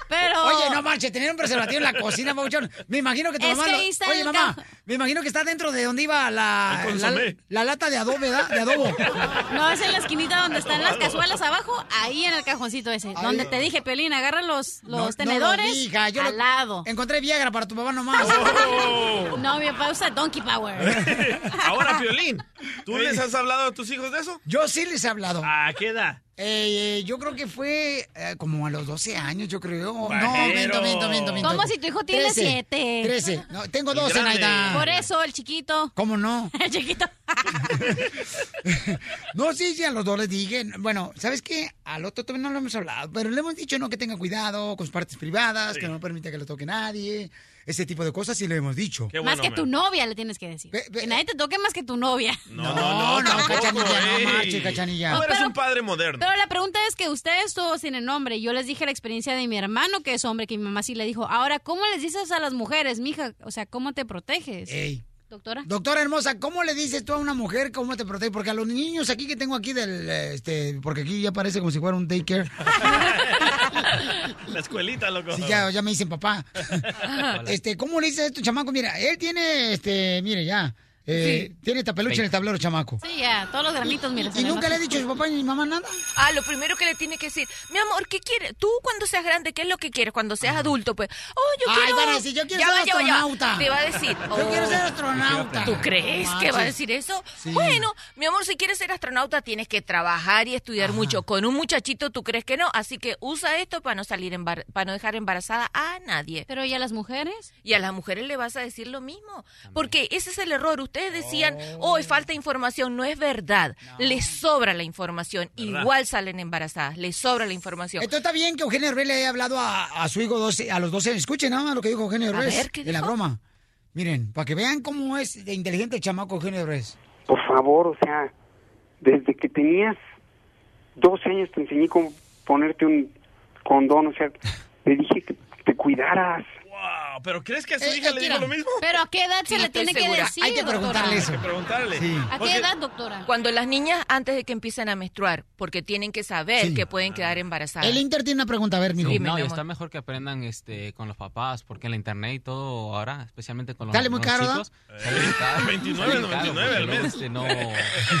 Pero... Oye, no marche, tener un preservativo en la cocina, Pauchón. Me imagino que tu Es mamá. que lo- ahí está Oye, el mamá, cajón. me imagino que está dentro de donde iba la, El la, consomé. la lata de adobo, ¿verdad? De adobo. Eh, No, es en la esquinita donde están las cazuelas abajo, ahí en el cajoncito ese, donde te dije, Pelín, agarra los, los No, no tenedores lo diga, yo lo- al lado. Encontré Viagra para tu papá nomás. Oh. No, mi papá usa Donkey Power. Ahora, Piolín, ¿tú les has hablado a tus hijos de eso? Yo sí les he hablado. Ah, ¿A qué edad? Eh, eh, yo creo que fue eh, como a los 12 años, yo creo. No, Bajero. miento, miento, miento, miento. Como si tu hijo tiene 13, siete. 13. No, tengo Y 12, grande. Naida. Por eso, el chiquito. ¿Cómo no? El chiquito. No, sí, sí, a los dos les dije. Bueno, ¿sabes qué? Al otro también no lo hemos hablado, pero le hemos dicho, no, que tenga cuidado con sus partes privadas, que no permita que lo toque nadie. Ese tipo de cosas sí le hemos dicho. más que tu novia le tienes que decir. que nadie te toque más que tu novia. No, no, no, tampoco, Cachanilla, ey. no marche, Cachanilla. Tú eres Pero- un padre moderno. Pero la pregunta es que ustedes todos tienen nombre. Yo les dije la experiencia de mi hermano, que es hombre, que mi mamá sí le dijo. Ahora, ¿cómo les dices a las mujeres, mija? O sea, ¿cómo te proteges? Ey. Doctora. Doctora hermosa, ¿cómo le dices tú a una mujer cómo te protege? Porque a los niños aquí que tengo aquí del, eh, este, porque aquí ya parece como si fuera un daycare. La escuelita, loco. Sí, ya, ya me dicen papá. este, ¿cómo le dices a tu chamaco? Mira, él tiene, este, mire, ya. eh, Tiene esta peluche en el tablero, chamaco. Sí, ya, todos los granitos, mira. se ¿Y nunca notan. le he dicho a su papá ni a mi mamá nada? Ah, lo primero que le tiene que decir, mi amor, ¿qué quieres? Tú cuando seas grande, ¿qué es lo que quieres? Cuando seas adulto, pues, oh, yo Ah. Ay, quiero... van a decir, yo quiero Ya ser va, ya va, ya va. astronauta. Te va a decir... Yo quiero ser "Oh, astronauta. ¿Tú crees No que va a manches. decir eso? Sí. Bueno, mi amor, si quieres ser astronauta, tienes que trabajar y estudiar Ah. mucho. Con un muchachito, ¿tú crees que no? Así que usa esto para no salir embar- para no dejar embarazada a nadie. Pero ¿y a las mujeres? Y a las mujeres le vas a decir lo mismo. Porque ese es el error. Ustedes decían, Oh. hoy falta información. No es verdad. Les sobra la información. ¿Verdad? Igual salen embarazadas. Les sobra la información. Entonces está bien que Eugenio Herbel le haya hablado a, a su hijo 12, a los 12 años. Escuchen nada más lo que dijo Eugenio Herbel ver, ¿qué en la dijo? broma. Miren, para que vean cómo es de inteligente el chamaco Eugenio Herbel. Por favor, o sea, desde que tenías 12 años te enseñé cómo ponerte un condón, o sea, le dije que te cuidaras. Wow, ¿Pero crees que a su Eh, hija eh, le dijo mira, lo mismo? Pero ¿a qué edad Sí, se le estoy tiene que segura. decir? Hay que doctora? preguntarle eso. Hay que preguntarle. ¿A qué Porque- edad, doctora? Cuando las niñas antes de que empiecen a menstruar, porque tienen que saber Sí. que pueden quedar embarazadas. El Inter tiene una pregunta, a ver, mijo. no, y está mejor que aprendan este con los papás, porque en la internet y todo ahora, especialmente con los Dale muy nuevos caro, ¿da? chicos, sale bien caro, 29, Eh, sale bien caro, 99 al porque luego, mes. este, no,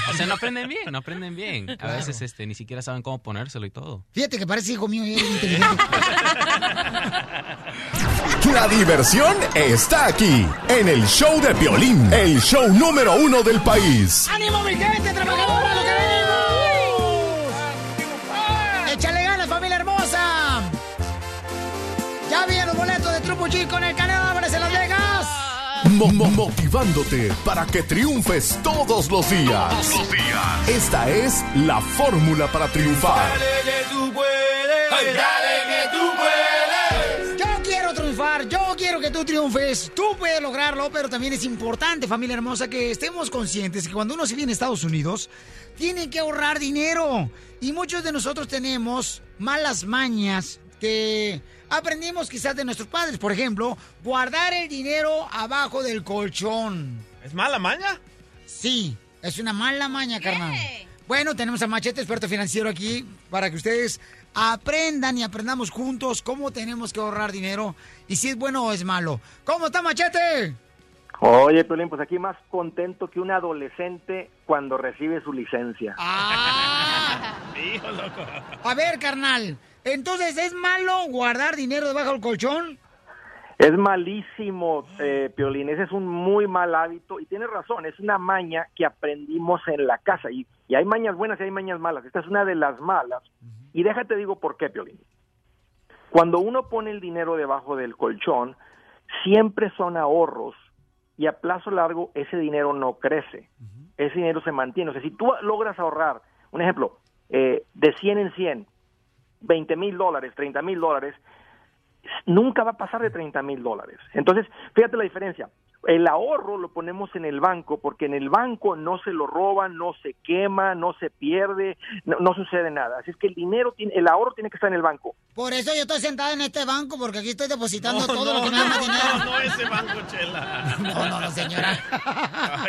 o sea, no aprenden bien, no aprenden bien. A Claro. veces este ni siquiera saben cómo ponérselo y todo. Fíjate que parece hijo mío y eres inteligente. La diversión está aquí, en el show de Piolín, el show número uno del país. ¡Ánimo, mi gente trabajadora, lo que venimos! ¡Échale ganas, familia hermosa! ¡Ya vienen los boletos de Trupo G con el Canelo Álvarez en Las Vegas! Mo- mo- motivándote para que triunfes todos los días. Todos los días. Esta es la fórmula para triunfar. que tú puedes. que tú Yo quiero triunfar, yo quiero que tú triunfes. Tú puedes lograrlo, pero también es importante, familia hermosa, que estemos conscientes que cuando uno se viene a Estados Unidos, tiene que ahorrar dinero. Y muchos de nosotros tenemos malas mañas que aprendimos quizás de nuestros padres. Por ejemplo, guardar el dinero abajo del colchón. ¿Es mala maña? Sí, es una mala maña, carnal. Bueno, tenemos a Machete, experto financiero aquí, para que ustedes aprendan y aprendamos juntos cómo tenemos que ahorrar dinero y si es bueno o es malo. ¿Cómo está Machete? Oye, Piolín, pues aquí más contento que un adolescente cuando recibe su licencia. Hijo, loco. A ver, carnal, entonces, ¿es malo guardar dinero debajo del colchón? Es malísimo, eh, Piolín, ese es un muy mal hábito y tienes razón, es una maña que aprendimos en la casa y, y hay mañas buenas y hay mañas malas. Esta es una de las malas Y déjate digo por qué, Piolín. Cuando uno pone el dinero debajo del colchón, siempre son ahorros y a plazo largo ese dinero no crece. Ese dinero se mantiene. O sea, si tú logras ahorrar, un ejemplo, eh, de 100 en 100, 20 mil dólares, 30 mil dólares, nunca va a pasar de 30 mil dólares. Entonces, fíjate la diferencia. El ahorro lo ponemos en el banco porque en el banco no se lo roban, no se quema, no se pierde, no, no sucede nada. Así es que el dinero, tiene, el ahorro tiene que estar en el banco. Por eso yo estoy sentada en este banco, porque aquí estoy depositando todo lo que me no, llama dinero. no, no, ese banco, chela. No, no, no, señora.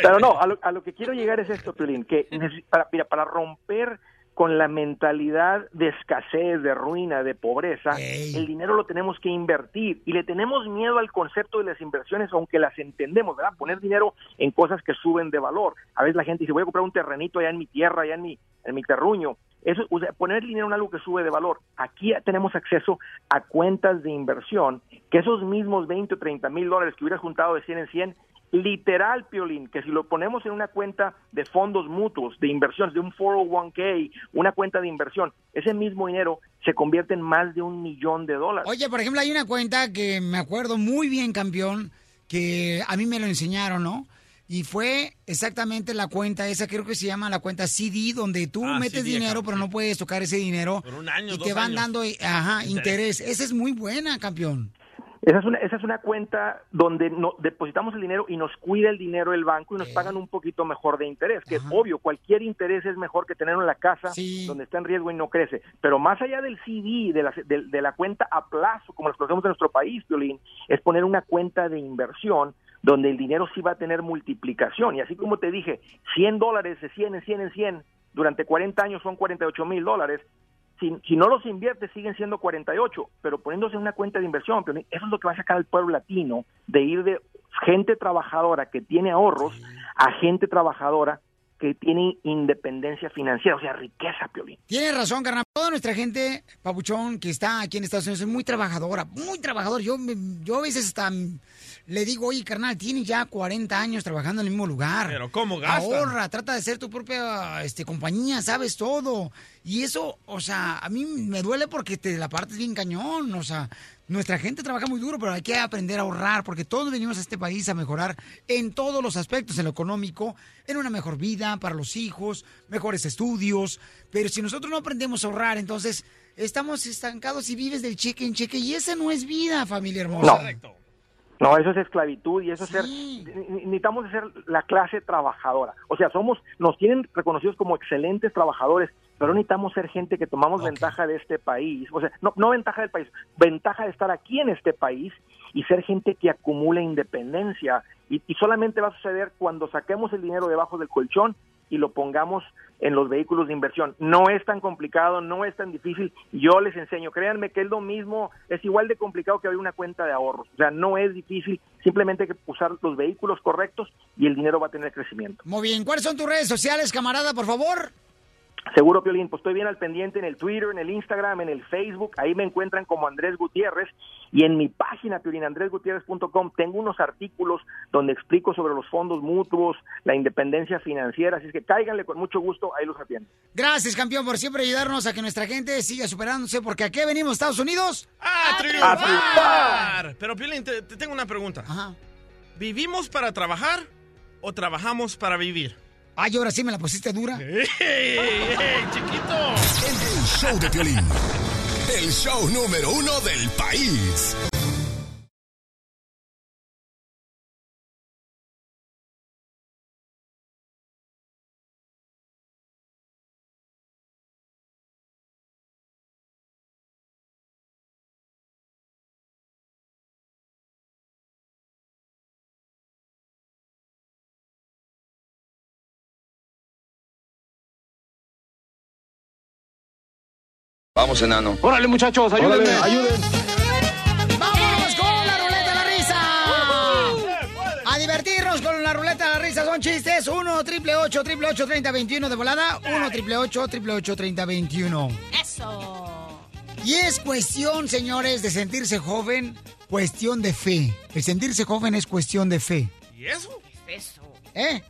Pero no, a lo, a lo que quiero llegar es esto, Piolín, que neces- para, mira, para romper con la mentalidad de escasez, de ruina, de pobreza, el dinero lo tenemos que invertir y le tenemos miedo al concepto de las inversiones, aunque las entendemos, ¿verdad? Poner dinero en cosas que suben de valor. A veces la gente dice, voy a comprar un terrenito allá en mi tierra, allá en mi, en mi terruño. Eso, o sea, poner dinero en algo que sube de valor. Aquí tenemos acceso a cuentas de inversión, que esos mismos 20 o 30 mil dólares que hubieras juntado de 100 en 100, literal, Piolín, que si lo ponemos en una cuenta de fondos mutuos, de inversiones, de un 401k, una cuenta de inversión, ese mismo dinero se convierte en más de un millón de dólares. Oye, por ejemplo, hay una cuenta que me acuerdo muy bien, campeón, que a mí me lo enseñaron, ¿no? Y fue exactamente la cuenta esa, creo que se llama la cuenta CD, donde tú Ah, metes CD, dinero, ajá, pero no puedes tocar ese dinero. Por un año, y dos te van años. dando, eh, ajá, interés. Interés. Esa es muy buena, campeón. Esa es una, esa es una cuenta donde no, depositamos el dinero y nos cuida el dinero el banco y nos pagan un poquito mejor de interés, que es obvio, cualquier interés es mejor que tenerlo en la casa donde está en riesgo y no crece. Pero más allá del CD, de la, de, de la cuenta a plazo, como las conocemos en nuestro país, Violín, es poner una cuenta de inversión donde el dinero sí va a tener multiplicación. Y así como te dije, 100 dólares de 100 en 100 en 100, durante 40 años son 48 mil dólares, si, si no los inviertes siguen siendo 48, pero poniéndose en una cuenta de inversión, Piolín, eso es lo que va a sacar al pueblo latino de ir de gente trabajadora que tiene ahorros a gente trabajadora que tiene independencia financiera, o sea, riqueza, Piolín. Tienes razón, carnal. Toda nuestra gente, Pabuchón, que está aquí en Estados Unidos, es muy trabajadora, muy trabajadora. Yo, me- yo a veces hasta mm, le digo, oye, carnal, tienes ya 40 años trabajando en el mismo lugar. Pero ¿cómo gastan? Ahorra, trata de ser tu propia este, compañía, sabes todo. Y eso, o sea, a mí me duele porque te la partes bien cañón. O sea, nuestra gente trabaja muy duro, pero hay que aprender a ahorrar porque todos venimos a este país a mejorar en todos los aspectos, en lo económico, en una mejor vida para los hijos, mejores estudios. Pero si nosotros no aprendemos a ahorrar, entonces estamos estancados y vives del cheque en cheque. Y esa no es vida, familia hermosa. No. No, eso es esclavitud y eso es ser. ne- ne- Necesitamos de ser la clase trabajadora. O sea, somos, nos tienen reconocidos como excelentes trabajadores, pero necesitamos ser gente que tomamos ventaja de este país. O sea, no, no ventaja del país, ventaja de estar aquí en este país y ser gente que acumula independencia. Y, y solamente va a suceder cuando saquemos el dinero debajo del colchón y lo pongamos en los vehículos de inversión. No es tan complicado, no es tan difícil. Yo les enseño, créanme que es lo mismo, es igual de complicado que abrir una cuenta de ahorros. O sea, no es difícil, simplemente hay que usar los vehículos correctos y el dinero va a tener crecimiento. Muy bien, ¿cuáles son tus redes sociales, camarada, por favor? Seguro, Piolín, pues estoy bien al pendiente en el Twitter, en el Instagram, en el Facebook. Ahí me encuentran como Andrés Gutiérrez. Y en mi página, piolinandresgutierrez.com, tengo unos artículos donde explico sobre los fondos mutuos, la independencia financiera. Así es que cáiganle con mucho gusto, ahí los atiendo. Gracias, campeón, por siempre ayudarnos a que nuestra gente siga superándose, porque aquí venimos, Estados Unidos. ¡A triunfar! triunfar. Pero Piolín, te, te tengo una pregunta. ¿Vivimos para trabajar o trabajamos para vivir? Ay, ahora sí me la pusiste dura. chiquito! El show de Piolín. El show número uno del país. Vamos, enano. Órale, muchachos, ayúdenme. ¡Vamos con la ruleta de la risa! A divertirnos con la ruleta de la risa. Son chistes. 1 triple 8 triple 8 30 21 de volada. 1 triple 8 triple 8 30 21. Eso. Y es cuestión, señores, de sentirse joven, cuestión de fe. El sentirse joven es cuestión de fe. ¿Y eso? ¿Qué es eso? ¿Eh?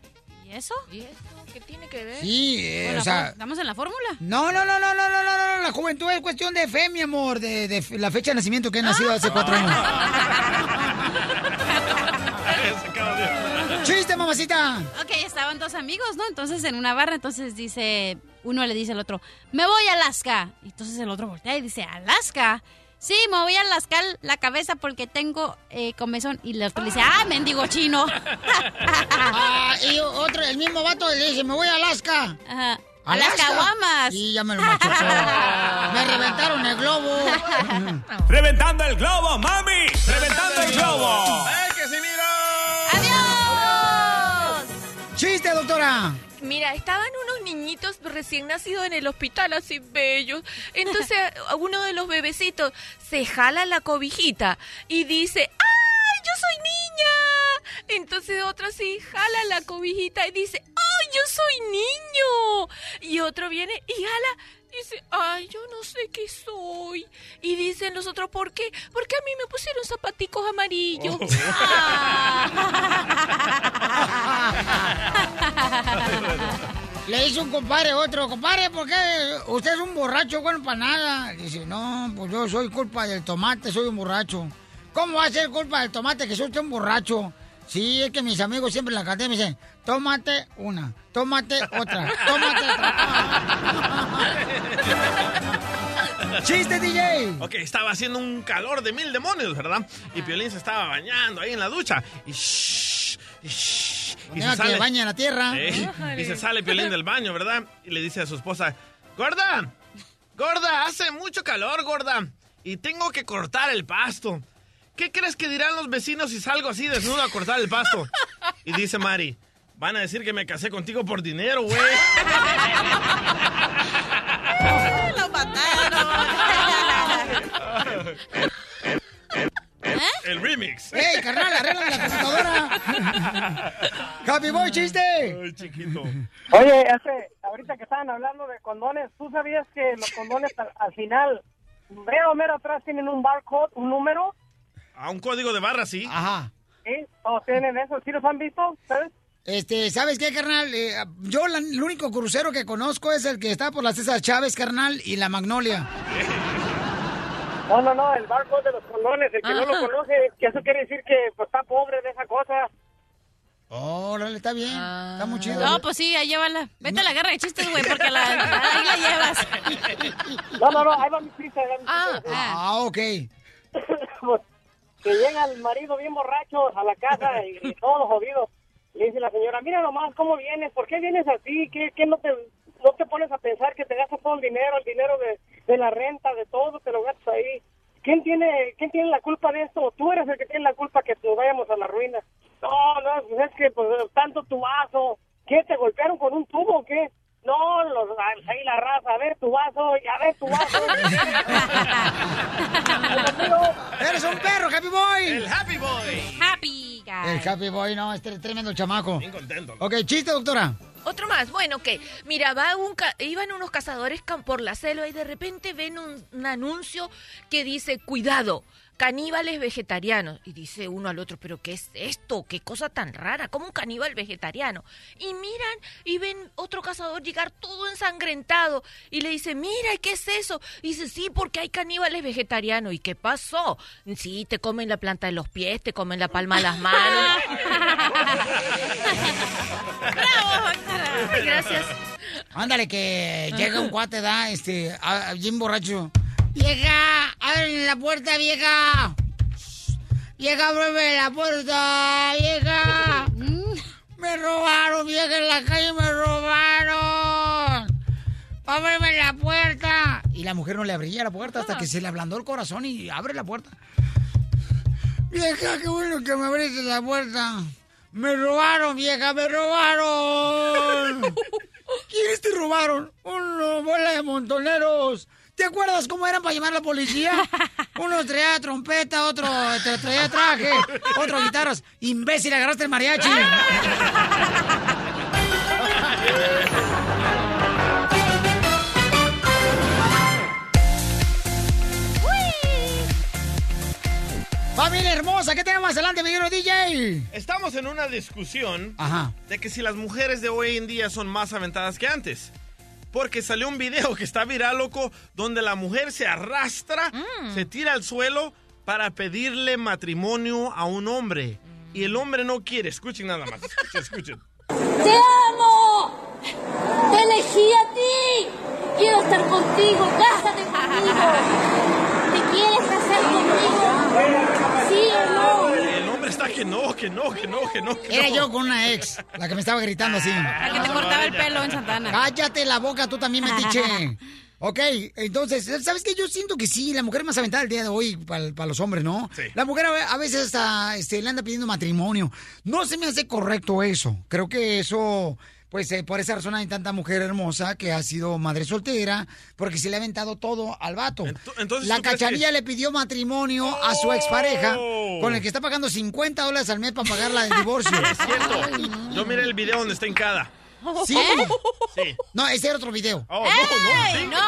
¿Y ¿Eso? ¿Y eso? ¿Qué tiene que ver? Sí, eh, Con la o sea- for- ¿Estamos en la fórmula? No, no, no, no, no, no, no, no, no, la juventud es cuestión de fe, mi amor, de, de fe- la fecha de nacimiento que he nacido hace cuatro Ah, años. ¡Chiste, mamacita! Ok, estaban dos amigos, ¿no? Entonces en una barra, entonces dice, uno le dice al otro, me voy a Alaska. Y entonces el otro voltea y dice, Alaska. Sí, me voy a Alaska la cabeza porque tengo eh, comezón. Y el otro le dice, ah, mendigo chino. Ah, y otro, el mismo vato le dice, me voy a Alaska. ah, Ajá. A las caguamas. Y ya me lo machucó. me reventaron el globo. ¡Reventando el globo, mami! ¡Reventando el globo! ¡Chiste, doctora! Mira, estaban unos niñitos recién nacidos en el hospital, así bellos. Entonces, a uno de los bebecitos se jala la cobijita y dice, ¡ay, yo soy niña! Entonces otro así jala la cobijita y dice, ¡ay, yo soy niño! Y otro viene y jala, dice, ¡ay, yo no sé qué soy! Y dicen los otros, ¿por qué? Porque a mí me pusieron zapaticos amarillos. Oh. Le dice un compadre a otro, compadre, ¿por qué usted es un borracho bueno para nada? Dice, no, pues yo soy culpa del tomate, soy un borracho. ¿Cómo va a ser culpa del tomate que soy usted un borracho? Sí, es que mis amigos siempre en la academia me dicen, tómate una, tómate otra, tómate otra. ¡Chiste, DJ! Ok, estaba haciendo un calor de mil demonios, ¿verdad? Ah. Y Piolín se estaba bañando ahí en la ducha. Y shh, y shh, y Ponía que baña la tierra. Sí, y se sale Piolín del baño, ¿verdad? Y le dice a su esposa, Gorda, gorda, hace mucho calor, gorda. Y tengo que cortar el pasto. ¿Qué crees que dirán los vecinos si salgo así desnudo a cortar el pasto? Y dice Mari, van a decir que me casé contigo por dinero, güey. Lo mataron. El remix. ¿Eh? ¡Ey, carnal, arregla la computadora! ¡Happy Boy, chiste! Ay, chiquito. Oye, hace, ahorita que estaban hablando de condones, ¿tú sabías que los condones al, al final, mero, mero atrás tienen un barcode, un número? A un código de barra, sí. Ajá. ¿Sí? ¿Todos tienen eso? ¿Sí los han visto? ¿Sabes? Este, ¿sabes qué, carnal? Eh, yo la- el único crucero que conozco es el que está por las César Chávez, carnal, y la Magnolia. No, no, no, el barcode de los condones, el que no Ajá. lo conoce, que eso quiere decir que pues, está pobre de esa cosa. Órale, está bien. Está muy chido. No, pues sí, ahí llévala. Vete a la guerra de chistes, güey, porque la, ahí la llevas. No, no, no, ahí va mi chiste. ahí va mi chiste. Ah, ok. que llega el marido bien borracho a la casa y, y todos jodidos. Le dice la señora, mira nomás cómo vienes, ¿por qué vienes así? ¿Qué, qué no, te, no te pones a pensar que te gastas todo el dinero, el dinero de, de la renta, de todo, te lo gastas ahí? ¿Quién tiene, ¿Quién tiene la culpa de esto? Tú eres el que tiene la culpa que nos vayamos a la ruina. No, no, pues es que pues, tanto tubazo. ¿Qué, te golpearon con un tubo o qué? No, los, ahí la raza, a ver tu vaso, y a ver tu vaso. ¡Eres un perro, Happy Boy! El Happy Boy. Happy guy. El Happy Boy, no, este es tremendo chamaco. Bien contento. Ok, chiste, doctora. Otro más, bueno, que mira, va un ca- iban unos cazadores cam- por la selva y de repente ven un, un anuncio que dice, cuidado, caníbales vegetarianos. Y dice uno al otro, pero ¿qué es esto? ¿Qué cosa tan rara? ¿Cómo un caníbal vegetariano? Y miran y ven otro cazador llegar todo ensangrentado y le dice, mira, ¿qué es eso? Y dice, sí, porque hay caníbales vegetarianos. ¿Y qué pasó? Sí, te comen la planta de los pies, te comen la palma de las manos. Gracias. Ándale, que llega un cuate, da, este, a- a- bien borracho. Vieja, abre la puerta, vieja. Vieja, abre la puerta, vieja. Me robaron, vieja, en la calle me robaron. Ábreme la puerta. Ah. Y la mujer no le abría la puerta hasta que se le ablandó el corazón y abre la puerta. Vieja, qué bueno que me abriste la puerta. Me robaron, vieja, me robaron. ¿Quiénes te robaron? Una bola de montoneros. ¿Te acuerdas cómo eran para llamar a la policía? Uno traía trompeta, otro tra- traía traje, otro guitarras. Imbécil, agarraste el mariachi. Familia hermosa, pausa. ¿Qué tenemos más adelante, mi querido DJ? Estamos en una discusión Ajá. de que si las mujeres de hoy en día son más aventadas que antes. Porque salió un video que está viral, loco, donde la mujer se arrastra, Mm. se tira al suelo para pedirle matrimonio a un hombre. Y el hombre no quiere. Escuchen nada más. Escuchen, escuchen. ¡Te amo! ¡Te elegí a ti! Quiero estar contigo, cásate conmigo. ¿Te quieres casar conmigo? ¿Sí o no? El hombre está que no, que no, que no, que no. que Era no. yo con una ex, la que me estaba gritando así. La que te cortaba el pelo en Santana. Cállate la boca, tú también, metiche. Ok, entonces, ¿sabes qué? Yo siento que sí, la mujer más aventada el día de hoy para los hombres, ¿no? Sí. La mujer a a veces hasta este, le anda pidiendo matrimonio. No se me hace correcto eso. Creo que eso, pues eh, por esa razón hay tanta mujer hermosa que ha sido madre soltera, porque se le ha aventado todo al vato. entonces, la ¿tú crees que- Oh, cacharilla le pidió matrimonio a su expareja, con el que está pagando 50 dólares al mes para pagar la del divorcio. Es cierto. Yo miré el video donde está en cada. ¿Sí? Sí. No, ese era otro video. Oh. ¡Ey! No,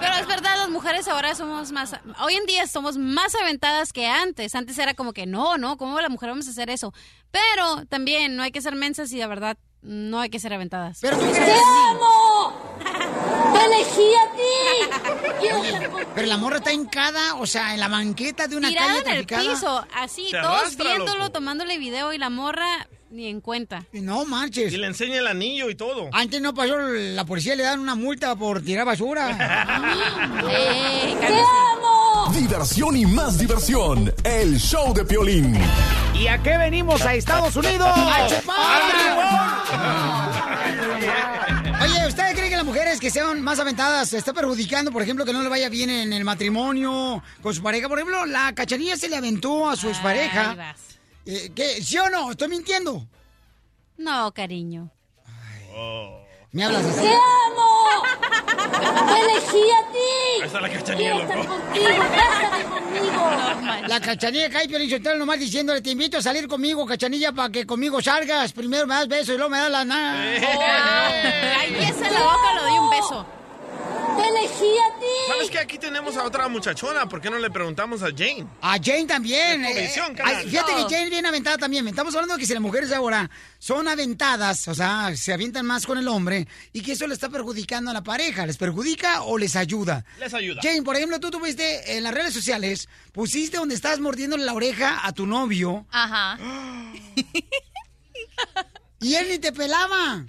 pero es verdad, las mujeres ahora somos más, hoy en día somos más aventadas que antes. Antes era como que no, no, ¿cómo la mujer vamos a hacer eso? Pero también no hay que ser mensas y la verdad no hay que ser aventadas. Pero ¡Te amo! ¡Te elegí a ti! Quiero estar contigo. Pero la morra está hincada, o sea, en la banqueta de una Tirada calle en el traficada. piso, así, Se todos arrastra, viéndolo, loco. tomándole video y la morra ni en cuenta. No marches. Y le enseña el anillo y todo. Antes no pasó, la policía le dan una multa por tirar Ah. basura. ¡Te amo! Diversión y más diversión. El show de Piolín. ¿Y a qué venimos a Estados Unidos? ¡A chupar! Oye, ¿ustedes creen que las mujeres que sean más aventadas se está perjudicando, por ejemplo, que no le vaya bien en el matrimonio con su pareja? Por ejemplo, la cachanilla se le aventó a su Ahí expareja. vas. Eh, ¿qué? ¿Sí o no? ¿Estoy mintiendo? No, cariño. Oh. Me hablas así. ¡Te amo! ¡Te elegí a ti! Ahí está la cachanilla, ¡Quiero estar loco. contigo! ¡Cásate conmigo! La cachanilla cae, Piolín Sotelo, nomás diciéndole, te invito a salir conmigo, cachanilla, para que conmigo salgas. Primero me das besos y luego me das la nada. Ahí es en la boca, lo doy un beso. ¡Te elegí a ti! ¿Sabes qué? Aquí tenemos a otra muchachona. ¿Por qué no le preguntamos a Jane? A Jane también. De comisión, Eh, carnal. ay, fíjate que No. Jane es bien aventada también. Estamos hablando de que si las mujeres ahora son aventadas, o sea, se avientan más con el hombre y que eso le está perjudicando a la pareja. ¿Les perjudica o les ayuda? Les ayuda. Jane, por ejemplo, tú tuviste en las redes sociales, pusiste donde estás mordiéndole la oreja a tu novio Ajá. y él ni te pelaba.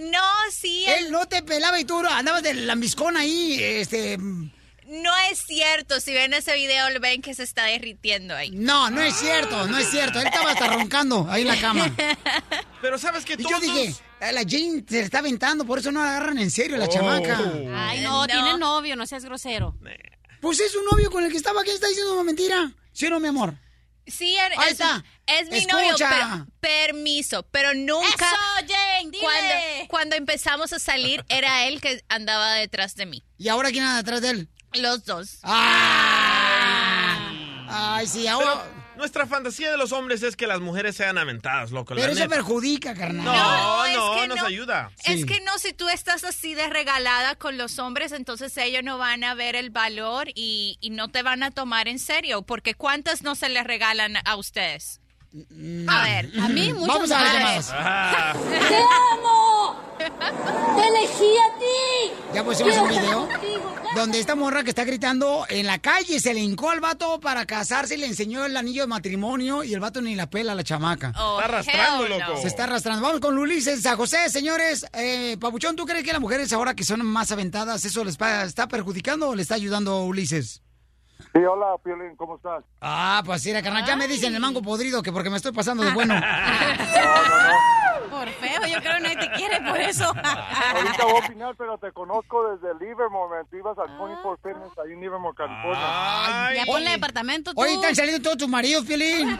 No, sí. Él no te pelaba y tú andabas de lambiscón ahí, este... No es cierto. Si ven ese video, ven que se está derritiendo ahí. No, no es cierto, no es cierto. Él estaba hasta roncando ahí en la cama. Pero sabes que Y todos... yo dije, "Ah, la Jane se está aventando, por eso no la agarran en serio la Oh. chamaca. Ay, no, tiene novio, no seas grosero. Pues es un novio con el que estaba aquí, está diciendo una mentira. ¿Sí o no, mi amor? Sí, er- Ahí es, está. es mi Escucha. novio. per- permiso, pero nunca. Eso, Jane, dile. Cuando, cuando empezamos a salir, era él que andaba detrás de mí. ¿Y ahora quién anda detrás de él? ¡Ah! Los dos. Ay, sí, Pero ahora... nuestra fantasía de los hombres es que las mujeres sean aventadas, loco. Pero, Pues la eso neta. perjudica, carnal. No, No, no, es que nos no. ayuda. Es que no, si tú estás así de regalada con los hombres, entonces ellos no van a ver el valor y, y no te van a tomar en serio, porque ¿cuántas no se les regalan a ustedes? Mm, A ver, A mí muchos muchos Vamos a las no. llamadas. Ah. ¡Te amo! ¡Te elegí a ti! Ya pusimos un Quiero video estar contigo, donde esta morra que está gritando en la calle se le hincó al vato para casarse y le enseñó el anillo de matrimonio y el vato ni la pela a la chamaca. Está arrastrando, Oh, hell no. loco. Se está arrastrando. Vamos con Lulis en San José, señores. Eh, Papuchón, ¿tú crees que las mujeres ahora que son más aventadas, eso les pa- está perjudicando o le está ayudando Ulises? Sí, hola, Piolín, ¿cómo estás? Ah, pues mira, carnal, ya me dicen el mango podrido que porque me estoy pasando de bueno. Por feo, yo creo que nadie te quiere por eso. Ahorita voy a opinar, pero te conozco desde Livermore, me ibas al 24 Fitness ahí en Livermore, California. Ah, Ya ponle departamento tú. Hoy están saliendo todos tus maridos, Piolín.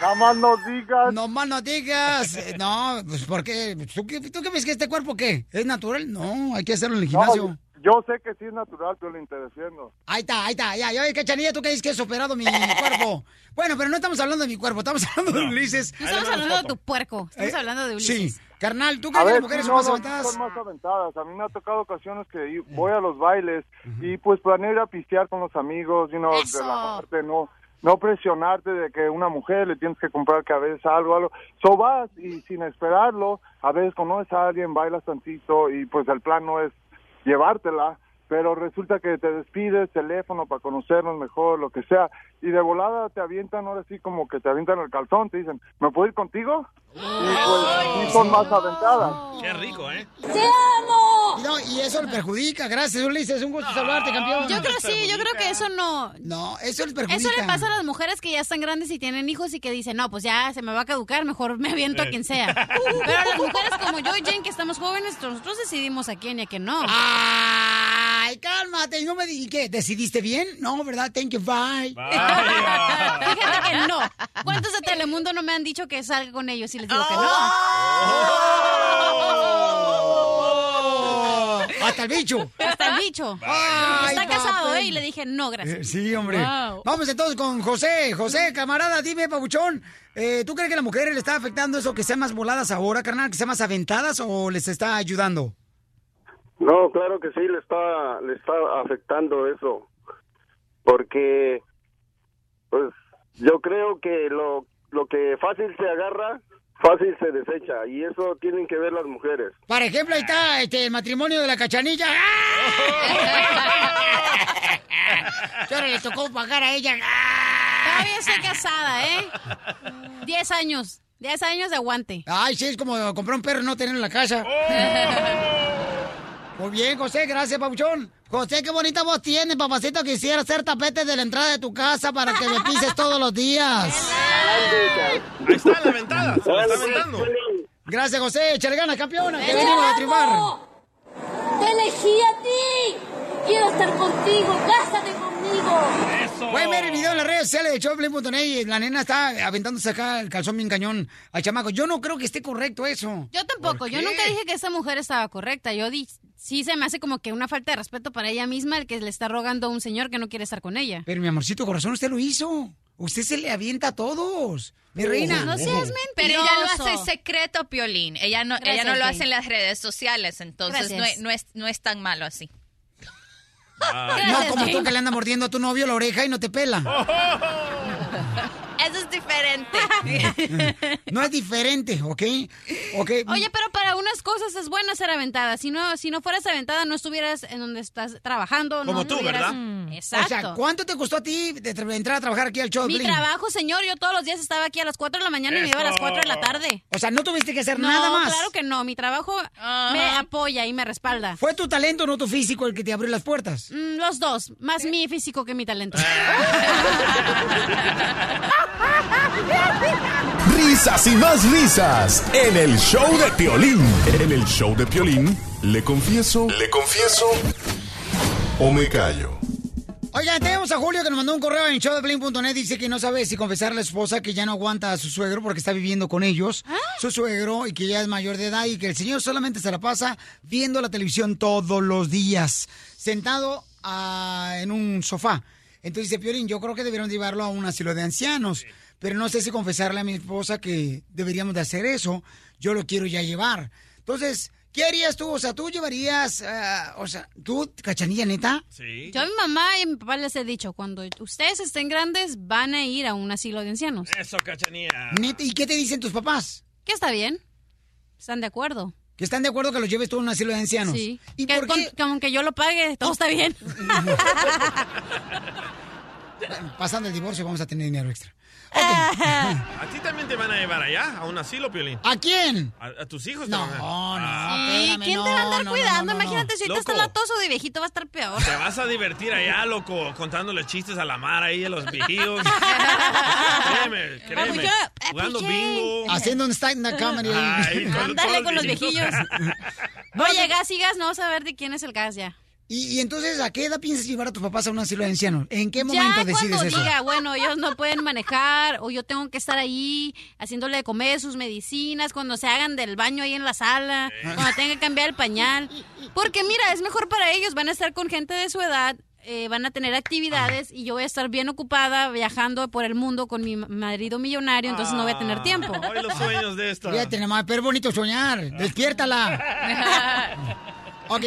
Nada más no digas. No más no digas. Eh, No, pues porque ¿tú, qué- tú qué ves que este cuerpo qué? ¿Es natural? No, hay que hacerlo en el No, pues, gimnasio. yo- yo sé que sí es natural, Piolín, te defiendo. Ahí está, ahí está, ya, ya, cachanilla, tú que dices que has operado mi cuerpo. Bueno, pero no estamos hablando de mi cuerpo, estamos hablando de Ulises. Eh, No estamos hablando de tu puerco, estamos hablando de Ulises. Sí, carnal, ¿tú A crees que las ver, mujeres sí, son no, más Mm. no, aventadas? son más aventadas. A mí me ha tocado ocasiones que i- voy a los bailes y pues planeo ir a pistear con los amigos, you know, Eso. relajarte, no, no presionarte de que una mujer le tienes que comprar que a veces algo, algo. So vas y sin esperarlo, a veces conoces a alguien, bailas tantito y pues el plan no es llevártela, pero resulta que te despides, teléfono para conocernos mejor, lo que sea, y de volada te avientan ahora sí como que te avientan el calzón, te dicen, ¿me puedo ir contigo? Y pues sí son más aventadas. Qué rico, ¿eh? ¡Te amo! No, y eso le perjudica. Gracias, Ulises. Un gusto saludarte, campeón. Yo creo sí, yo creo que eso no. No, eso les perjudica. Eso le pasa a las mujeres que ya están grandes y tienen hijos y que dicen, no, pues ya se me va a caducar, mejor me aviento a quien sea. Pero las mujeres como yo y Jen, que estamos jóvenes, nosotros decidimos a quién y a quién no. Ay, cálmate. ¿Y, no me di- ¿y qué? ¿Decidiste bien? No, ¿verdad? Thank you, bye. Fíjate que no. ¿Cuántos de Telemundo no me han dicho que salga con ellos y les digo que no? ¡Oh! Hasta el bicho. Hasta el bicho. Ay, Está casado, papel. ¿eh? Y le dije, no, gracias. Eh, Sí, hombre. Wow. Vamos entonces con José. José, camarada, dime, pabuchón. eh, ¿Tú crees que a las mujeres le está afectando eso que sean más voladas ahora, carnal? ¿Que sean más aventadas o les está ayudando? No, claro que sí, le está, le está afectando eso. Porque, pues, yo creo que lo, lo que fácil se agarra, fácil se desecha. Y eso tienen que ver las mujeres. Por ejemplo, ahí está este, el matrimonio de la cachanilla. ¡Ah! Yo ahora le tocó pagar a ella. Ah. Todavía estoy casada, ¿eh? Diez años. Diez años de aguante. Ay, sí, es como comprar un perro y no tenerlo en la casa. Muy bien, José, gracias, pabuchón. José, qué bonita voz tienes, papacito. Quisiera hacer tapete de la entrada de tu casa para que me pises todos los días. Ahí está la ventada, se la está aventando. Gracias, José. Échale ganas, campeona, que venimos a triunfar. Te elegí a ti. Quiero estar contigo. Cásate conmigo. Pueden ver el video en las redes sociales de showplay.net y la nena está aventándose acá el calzón bien cañón al chamaco. Yo no creo que esté correcto eso. Yo tampoco, ¿Por yo qué? nunca dije que esa mujer estaba correcta. Yo di, sí se me hace como que una falta de respeto para ella misma el que le está rogando a un señor que no quiere estar con ella. Pero mi amorcito corazón, usted lo hizo. Usted se le avienta a todos. Mi reina. No seas men- Pero ella lo Mentiroso. hace en secreto, Piolín. Ella no, Gracias, ella no lo Jane. hace en las redes sociales, entonces no, Gracias. no es, no es tan malo así. No, como tú que le anda mordiendo a tu novio la oreja y no te pela. Eso es diferente. No es diferente, ¿ok? Ok. Oye, pero para unas cosas es bueno ser aventada. Si no, si no fueras aventada, no estuvieras en donde estás trabajando. no Como tú, estuvieras- ¿verdad? Mm, O sea, Exacto. ¿cuánto te costó a ti de tra- entrar a trabajar aquí al show? Mi Piolín? trabajo, señor, yo todos los días estaba aquí a las 4 de la mañana y me iba a las Eso. 4 de la tarde. O sea, no tuviste que hacer No, nada más. claro que no. Mi trabajo me apoya y me respalda. Fue tu talento, no tu físico, el que te abrió las puertas. Mm, Los dos, más mi físico que mi talento. Risas y más risas en el show de Piolín. En el show de Piolín, le confieso, le confieso o me callo. Oigan, tenemos a Julio que nos mandó un correo en showdeplin.net. Dice que no sabe si confesar a la esposa que ya no aguanta a su suegro porque está viviendo con ellos, su suegro, y que ya es mayor de edad y que el señor solamente se la pasa viendo la televisión todos los días, sentado ah, en un sofá. Entonces dice Piorín, yo creo que debieron llevarlo a un asilo de ancianos, pero no sé si confesarle a mi esposa que deberíamos de hacer eso. Yo lo quiero ya llevar. Entonces, ¿qué harías tú? O sea, tú llevarías, ah, o sea, tú, cachanilla neta. Sí. Yo a mi mamá y a mi papá les he dicho, cuando ustedes estén grandes, van a ir a un asilo de ancianos. Eso, cachanía. Neta, ¿y qué te dicen tus papás? Que está bien. ¿Están de acuerdo? ¿Que están de acuerdo que los lleves tú a un asilo de ancianos? Sí. que, con- que aunque yo lo pague, todo está bien. Pasando el divorcio vamos a tener dinero extra. ¿A ti también te van a llevar allá, a un asilo, Piolín? ¿A quién? ¿A, a tus hijos Ah. No, te van a Ah. No, ¿Y quién te va a andar cuidando? Imagínate, si ahorita Loco. está latoso de viejito, va a estar peor. Te vas a divertir allá, loco, contándole chistes a la mar ahí, a los vigíos. créeme, créeme. Jugando bingo. Haciendo un stand-up comedy. Ay, con- Pues, Ándale con los viejitos. viejillos. Oye, gas y gas, no vas a ver de quién es el gas ya. ¿Y, y entonces a qué edad piensas llevar a tus papás a un asilo de ancianos? ¿En qué momento ya decides cuando eso? diga, bueno, ellos no pueden manejar o yo tengo que estar ahí haciéndole de comer sus medicinas, cuando se hagan del baño ahí en la sala, Eh. cuando tenga que cambiar el pañal. Porque mira, es mejor para ellos, van a estar con gente de su edad, eh, van a tener actividades y yo voy a estar bien ocupada viajando por el mundo con mi marido millonario, entonces no voy a tener tiempo. Ah. Ay, los sueños de Ah. esta. Fíjate nomás, pero es bonito soñar. Despiértala. ok.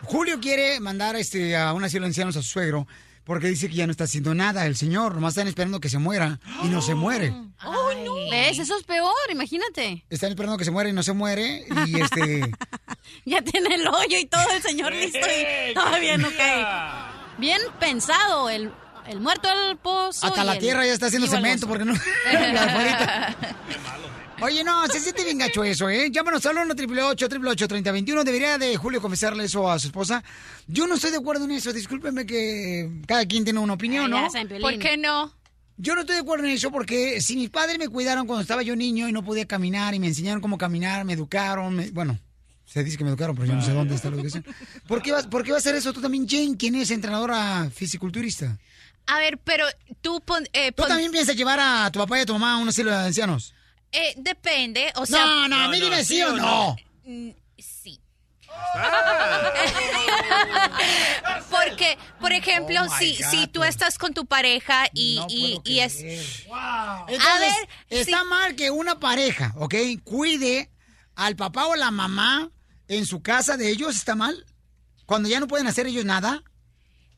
Julio quiere mandar este, a un asilo de ancianos a su suegro, Porque dice que ya no está haciendo nada el señor, nomás están esperando que se muera y no se muere. ¡Oh, no! ¿Ves? Eso es peor, imagínate. Están esperando que se muera y no se muere y este... Ya tiene el hoyo y todo el señor listo y todavía no cae. Bien pensado, el, el muerto al pozo. Hasta y la el- tierra ya está haciendo vivo al cemento oso. porque no... la afuerita. Oye, no, se siente bien gacho eso, ¿eh? Llámanos al 1 888 3021 Debería de Julio confesarle eso a su esposa. Yo no estoy de acuerdo en eso. Discúlpeme que cada quien tiene una opinión, Ay, ¿no? ya saben, Piolín. ¿Por qué no? Yo no estoy de acuerdo en eso porque si mis padres me cuidaron cuando estaba yo niño y no podía caminar y me enseñaron cómo caminar, me educaron, me- bueno, se dice que me educaron, pero yo no sé dónde está la educación. ¿Por qué, vas, ¿Por qué va a hacer eso tú también, Jane, quien es entrenadora fisiculturista? A ver, pero tú pon, eh, ¿Tú pon- también piensas llevar a tu papá y a tu mamá a un asilo de ancianos? eh, depende, o sea... no, no, a mí dime sí o no. Mm, Sí. Porque, por ejemplo, Oh, my si, God, si tú pues. estás con tu pareja y, y, y es... Entonces, a ver, está mal que una pareja, ¿ok? Cuide al papá o la mamá en su casa de ellos, ¿está mal? Cuando ya no pueden hacer ellos nada.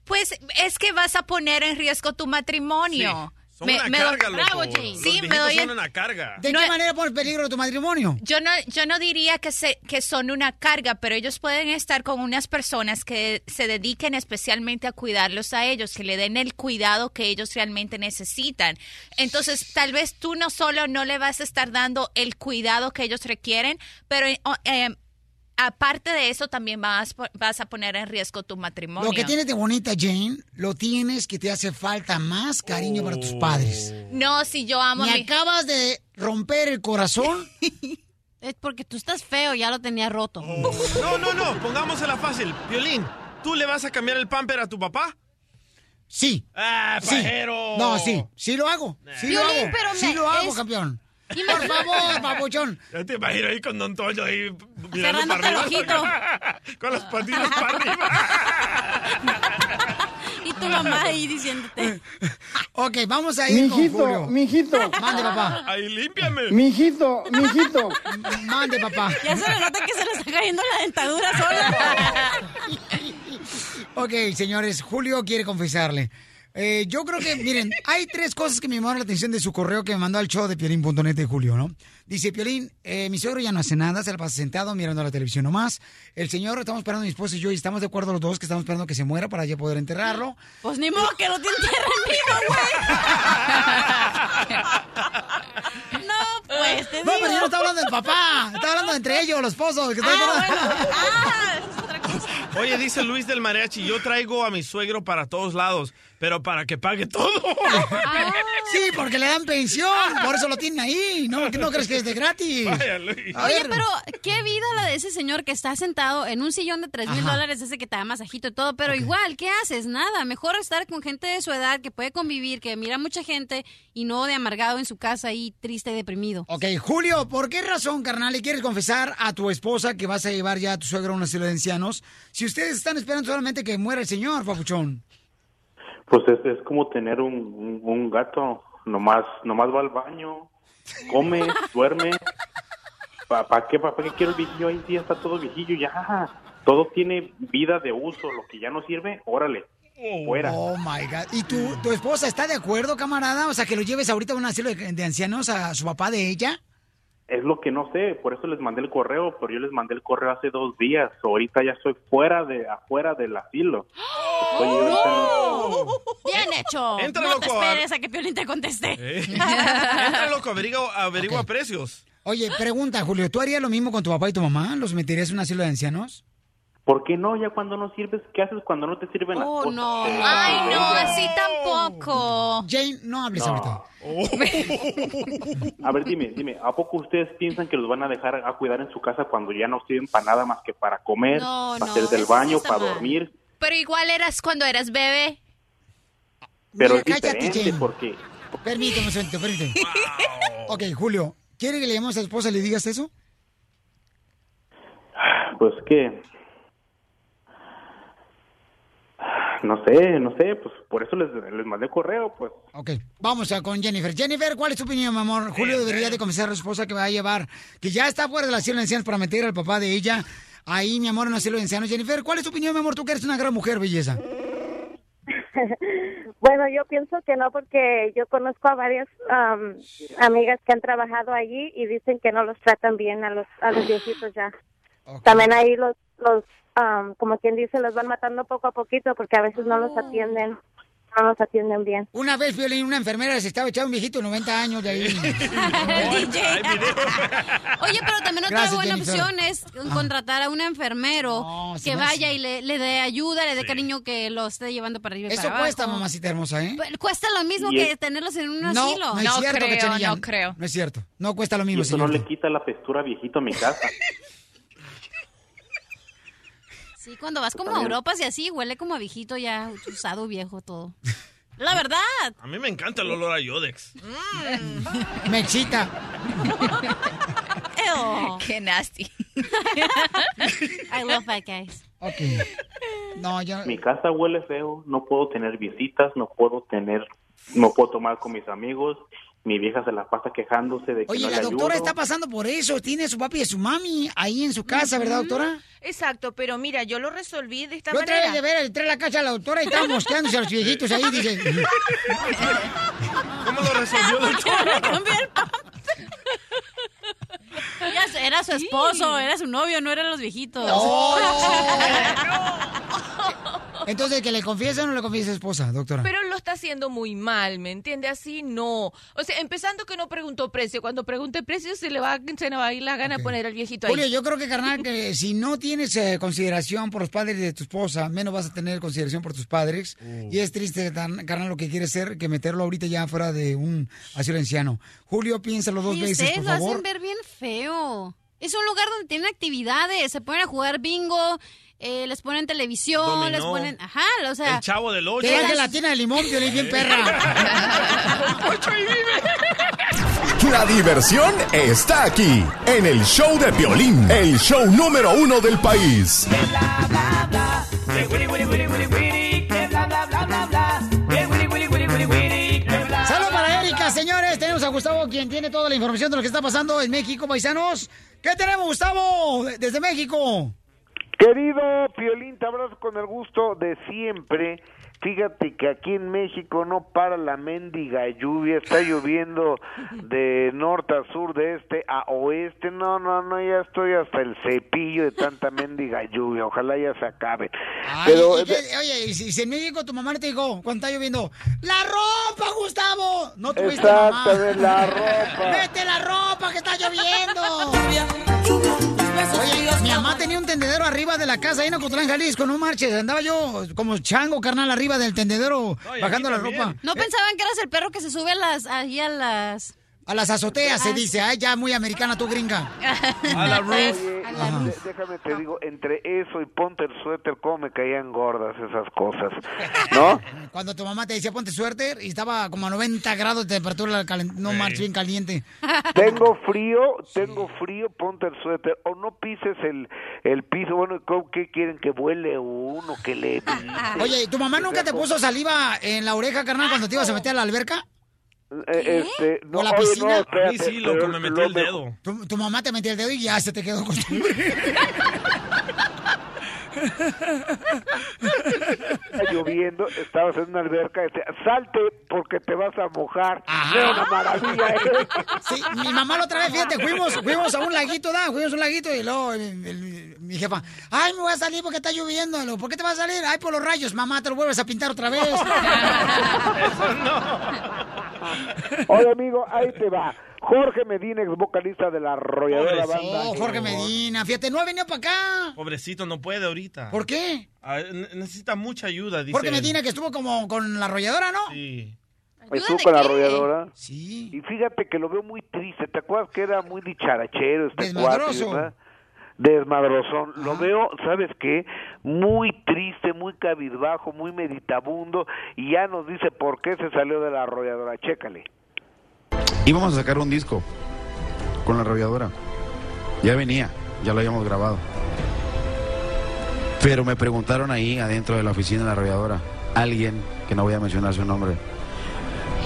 pues es que vas a poner en riesgo tu matrimonio. Sí, son una doy- carga, loco. Los Sí, me viejitos doy son el- una carga. ¿De No, qué manera pones peligro tu matrimonio? Yo no, yo no diría que, se, que son una carga, pero ellos pueden estar con unas personas que se dediquen especialmente a cuidarlos a ellos, que le den el cuidado que ellos realmente necesitan. Entonces, tal vez tú no solo no le vas a estar dando el cuidado que ellos requieren, pero eh, oh, eh, aparte de eso también vas, po- vas a poner en riesgo tu matrimonio. Lo que tienes de bonita, Jane, lo tienes que te hace falta más cariño para tus padres. No, si yo amo Me a mi... acabas de romper el corazón. Es porque tú estás feo, ya lo tenía roto. Oh. No, no, no, pongámosela fácil. Violín, ¿tú le vas a cambiar el pamper a tu papá? Sí. ¡Ah, Sí. pajero! No, sí, sí lo hago. Sí lo Piolín, hago. pero sí me- lo hago, es- campeón. Y me- Por favor, papuchón. Ya te imagino ahí con Don Toño ahí mirando Cerrándote para el arriba. Con las patitas para arriba. Y tu mamá ahí diciéndote. Ok, vamos a ir con Mijito, Julio. mijito. Mande, papá. Ahí, límpiame. Mijito, mijito. Mande, papá. Ya se le nota que se le está cayendo la dentadura sola. Ok, señores, Julio quiere confesarle. Eh, yo creo que, miren, hay tres cosas que me llamaron la atención de su correo que me mandó al show de piolín.net de Julio, ¿no? Dice, Piolín, eh, mi suegro ya no hace nada, se la pasa sentado mirando la televisión nomás. El señor, estamos esperando mi esposo y yo, y estamos de acuerdo los dos que estamos esperando que se muera para ya poder enterrarlo. Pues ni modo que lo te entierren vivo, güey. No, pues, te No, digo. pero yo no está hablando del papá, está hablando entre ellos, los esposos. Que están hablando- Oye, dice Luis del Mariachi, yo traigo a mi suegro para todos lados, pero para que pague todo. Sí, porque le dan pensión, por eso lo tienen ahí, ¿no? ¿No crees que es de gratis? Vaya, Luis. A Oye, ver. pero qué vida la de ese señor que está sentado en un sillón de tres mil Ajá. dólares, ese que te da masajito y todo, pero igual, ¿qué haces? Nada, mejor estar con gente de su edad que puede convivir, que mira mucha gente y no de amargado en su casa ahí triste y deprimido. Ok, Julio, ¿por qué razón, carnal, le quieres confesar a tu esposa que vas a llevar ya a tu suegro a un asilo de ancianos si ustedes están esperando solamente que muera el señor, papuchón? Pues es, es como tener un, un, un gato, nomás, nomás va al baño, come, duerme. ¿Para qué, pa, pa qué quiero el viejillo? Ahí sí ya está todo viejillo, ya. Todo tiene vida de uso, lo que ya no sirve, órale. Fuera. Oh, my God. ¿Y tu, tu esposa está de acuerdo, camarada? O sea, que lo lleves ahorita a un asilo de, de ancianos a su papá de ella. Es lo que no sé, por eso les mandé el correo, pero yo les mandé el correo hace dos días. Ahorita ya estoy fuera de, afuera del asilo. Estoy ahorita en un- Bien hecho. Entra, no te loco, a- esperes a que Piolín te conteste. Entra, loco, averigua, averigua precios. Oye, pregunta, Julio, ¿tú harías lo mismo con tu papá y tu mamá? ¿Los meterías en un asilo de ancianos? ¿Por qué no? Ya cuando no sirves, Pues, eh, ¿qué haces cuando no te sirven las cosas? no. Te- Ay, Oh, no, te- así tampoco. Jane, no hables No. ahorita. A ver, dime, dime, ¿a poco ustedes piensan que los van a dejar a cuidar en su casa cuando ya no sirven para nada más que para comer, No, para no, hacer del eso sí baño, está para mal. dormir? Pero igual eras cuando eras bebé. Pero Mira, es cállate, diferente Jane. porque Permíteme un segundo, permíteme. Ok, Julio, ¿quiere que le llamemos a tu esposa y le digas eso? pues que no sé, no sé, pues por eso les, les mandé correo, pues. Ok, vamos a con Jennifer. Jennifer, ¿cuál es tu opinión, mi amor? Julio debería de confesar a su esposa que va a llevar, que ya está fuera del asilo de ancianos para meter al papá de ella ahí, mi amor, en un asilo de ancianos. Jennifer, ¿cuál es tu opinión, mi amor? Tú que eres una gran mujer, belleza. bueno, yo pienso que no porque yo conozco a varias am, amigas que han trabajado allí y dicen que no los tratan bien a los a los viejitos ya. También ahí los los am, como quien dice los van matando poco a poquito porque a veces no los atienden, no los atienden bien. Una vez, Violín, una enfermera se estaba echando un viejito de 90 años de ahí. Oye, pero también otra Gracias, buena Jennifer. Ah. opción es contratar a un enfermero se que me hace- vaya y le, le dé ayuda, le dé cariño que lo esté llevando para arriba y Eso para cuesta, abajo. mamacita hermosa, ¿eh? Pero Cuesta lo mismo Y que es- tenerlos en un No, asilo. no es cierto, Cachanilla. No es cierto. No cuesta lo Y mismo, eso no señor. le quita la pestura viejito a mi casa. Sí, cuando vas como a Está bien. Europa y así, huele como a viejito ya usado, viejo, todo. La verdad. A mí me encanta el olor a Yodex. Me excita. Qué nasty. I love that guys. No, yo... Mi casa huele feo, no puedo tener visitas, no puedo tener, no puedo tomar con mis amigos. Mi vieja se la pasa quejándose de que Oye, no le la doctora ayudo. está pasando por eso. Tiene a su papi y a su mami ahí en su casa, ¿verdad, doctora? Exacto, pero mira, yo lo resolví de esta Yo otra manera. vez de ver, entré a la casa de la doctora y estaba mosqueándose a los viejitos ahí. Dije, ¿Cómo lo resolvió, doctora? Ya se- Era su esposo, era su novio, no eran los viejitos. entonces, ¿que le confiesa o no le confiesa a su esposa, doctora? Pero lo está haciendo muy mal, ¿me entiende? Así no. O sea, empezando que no preguntó precio. Cuando pregunte precio se le va, se le va a ir la gana poner al viejito ahí. Julio, yo creo que, carnal, que si no tienes eh, consideración por los padres de tu esposa, menos vas a tener consideración por tus padres. Uh. Y es triste, tan- carnal, lo que quiere ser que meterlo ahorita ya fuera de un asilo anciano. Julio, piénsalo dos Y veces, ustedes por lo hacen favor. ver bien feo. Es un lugar donde tienen actividades, se ponen a jugar bingo, eh, les ponen televisión, Dominó. les ponen... Ajá, o sea... El chavo del ocho. Te dan de la tina de limón, yo le bien La diversión está aquí, en el show de Piolín, el show número uno del país. Saludos para Erika, señores. Tenemos a Gustavo, quien tiene toda la información de lo que está pasando en México, paisanos. ¿Qué tenemos, Gustavo, de- desde México? Querido Piolín, te abrazo con el gusto de siempre. Fíjate que aquí en México no para la mendiga lluvia, está lloviendo de norte a sur, de este a oeste. No, no, no, ya estoy hasta el cepillo de tanta mendiga lluvia. Ojalá ya se acabe. Pero eh, Ay, ¿y qué- oye, y si, si en México tu mamá no te dijo, cuando está lloviendo, ¡la ropa, Gustavo! No tuviste mamá. Exactamente, la ropa. ¡Vete la ropa que está lloviendo! Oye, mi mamá tenía un tendedero arriba de la casa ahí en Ocotlán, Jalisco, no marches. Andaba yo como chango, carnal, arriba del tendedero, aquí bajando la también. ropa. No pensaban que eras el perro que se sube a las... Ahí a las... A las azoteas Ah. se dice, ay, ya muy americana tú, gringa. A la déjame te digo, entre eso y ponte el suéter, cómo me caían gordas esas cosas, ¿no? Cuando tu mamá te decía ponte suerte y estaba como a 90 grados de temperatura, calen- no Sí. marches bien caliente. Tengo frío, tengo frío, ponte el suéter o no pises el, el piso. Bueno, ¿con ¿qué quieren que vuele uno, que le viste? Oye, ¿tu mamá Que nunca te sea puso con- saliva en la oreja, carnal, cuando te ibas a meter a la alberca? Eh, Este, no, ¿O la oye, no, piscina? espérate, pero lo me- Tu, tu mamá te metió el dedo y ya se te quedó costumbre. Está lloviendo, estabas en una alberca, este, salte porque te vas a mojar. Era una maravilla. ¿eh? Sí, mi mamá la otra vez, fíjate, fuimos, fuimos a un laguito, da, fuimos a un laguito y luego el- el- mi jefa, ay, me voy a salir porque está lloviendo. Y luego, ¿Por qué te vas a salir? Ay, por los rayos, mamá, te lo vuelves a pintar otra vez. Oye, amigo, ahí te va. Jorge Medina, ex vocalista de la arrolladora Pobrecito. banda. Oh, Jorge Medina, fíjate, no ha venido para acá. Pobrecito, no puede ahorita. ¿Por qué? Ah, ne- necesita mucha ayuda, dice. Jorge él. Medina que estuvo como con la arrolladora, ¿no? Sí. Estuvo con la ¿de qué? Pues arrolladora. Sí. Y fíjate que lo veo muy triste. ¿Te acuerdas que era muy dicharachero este cuate? Desmadroso. ¿verdad? Desmadrozón. Lo veo, ¿sabes qué? Muy triste, muy cabizbajo, muy meditabundo. Y ya nos dice por qué se salió de la arrolladora. Chécale. íbamos a sacar un disco con la arrolladora. Ya venía, ya lo habíamos grabado. Pero me preguntaron ahí adentro de la oficina de la arrolladora, alguien, que no voy a mencionar su nombre,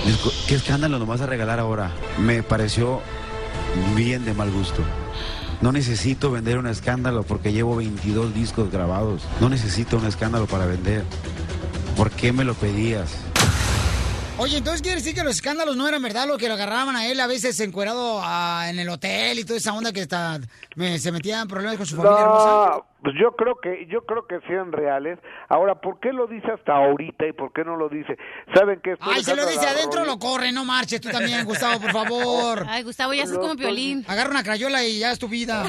disco- ¿qué escándalo nos vas a regalar ahora? Me pareció bien de mal gusto. No necesito vender un escándalo porque llevo 22 discos grabados. No necesito un escándalo para vender. ¿Por qué me lo pedías? Oye, entonces quiere decir que los escándalos no eran verdad, lo que lo agarraban a él a veces encuerado ah, en el hotel y toda esa onda que está, me- se metía en problemas con su familia hermosa. No, pues yo creo que yo creo que sean reales. Ahora, ¿por qué lo dice hasta ahorita y por qué no lo dice? Saben que esto Ay, es se lo Sandra dice adentro, Larroy. lo corre, no marches tú también, Gustavo, por favor. Ay, Gustavo, ya estás como violín. Agarra una crayola y ya es tu vida.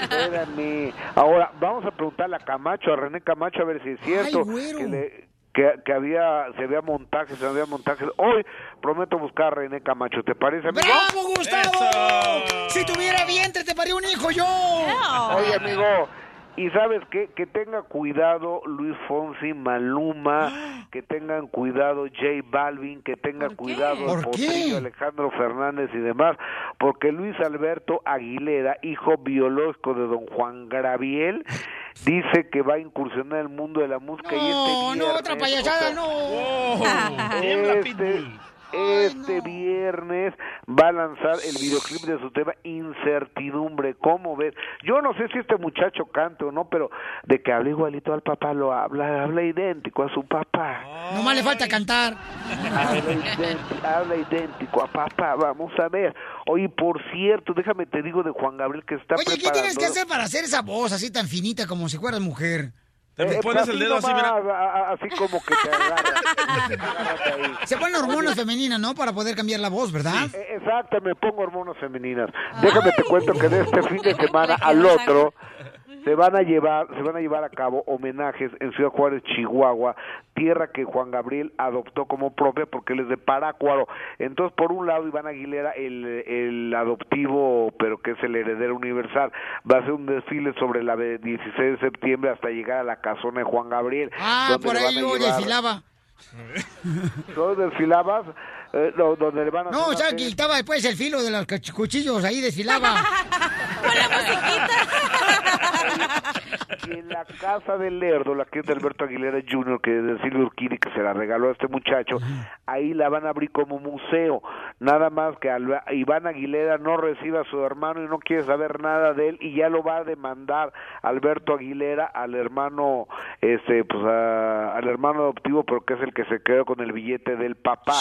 Espérame. Ahora vamos a preguntarle a Camacho, a René Camacho a ver si es cierto güero. que, le- que- que había se había montajes, se había montajes. Hoy prometo buscar a René Camacho, ¿te parece, amigo? ¡Bravo, Gustavo! Si tuviera vientre, te paría un hijo yo. Oye, amigo, y sabes qué? Que tenga cuidado Luis Fonsi, Maluma, que tengan cuidado J Balvin, que tengan cuidado el ¿Por qué? potrillo Alejandro Fernández y demás, porque Luis Alberto Aguilera, hijo biológico de don Juan Graviel, dice que va a incursionar en el mundo de la música y No, este no, otra viernes, o payasada, sea, no. este, este viernes va a lanzar el videoclip de su tema Incertidumbre. ¿Cómo ves? Yo no sé si este muchacho cante o no, pero de que habla igualito al papá, lo habla, habla idéntico a su papá. Nomás le falta cantar. Habla, idéntico, habla idéntico a papá, vamos a ver. Oye, por cierto, déjame te digo de Juan Gabriel que está Oye, ¿qué preparando... tienes que hacer para hacer esa voz así tan finita como si fueras mujer? Eh, pues nomás, a- a- Así como que te Se ponen hormonas femeninas, ¿no? Para poder cambiar la voz, ¿verdad? Eh, Exacto, me pongo hormonas femeninas. Ah. Déjame te cuento que de este fin de semana al otro se van a llevar se van a llevar a cabo homenajes en Ciudad Juárez, Chihuahua, tierra que Juan Gabriel adoptó como propia porque él es de Parácuaro. Entonces, por un lado Iván Aguilera el el adoptivo, pero que es el heredero universal, va a hacer un desfile sobre la ve- 16 de septiembre hasta llegar a la casona de Juan Gabriel. Ah, donde por le ahí van a yo llevar- desfilaba. ¿Tú desfilabas? Eh, no, donde le van a No, hacer o una sea, serie- quitaba después el filo de los cuch- cuchillos, ahí desfilaba. Y en la casa del Lerdo, la que es de Alberto Aguilera Jr., que es de Silvio Urquini, que se la regaló a este muchacho, ahí la van a abrir como museo. Nada más que Alba- Iván Aguilera no reciba a su hermano y no quiere saber nada de él, y ya lo va a demandar Alberto Aguilera al hermano, este, pues a- al hermano adoptivo, pero que es el que se quedó con el billete del papá,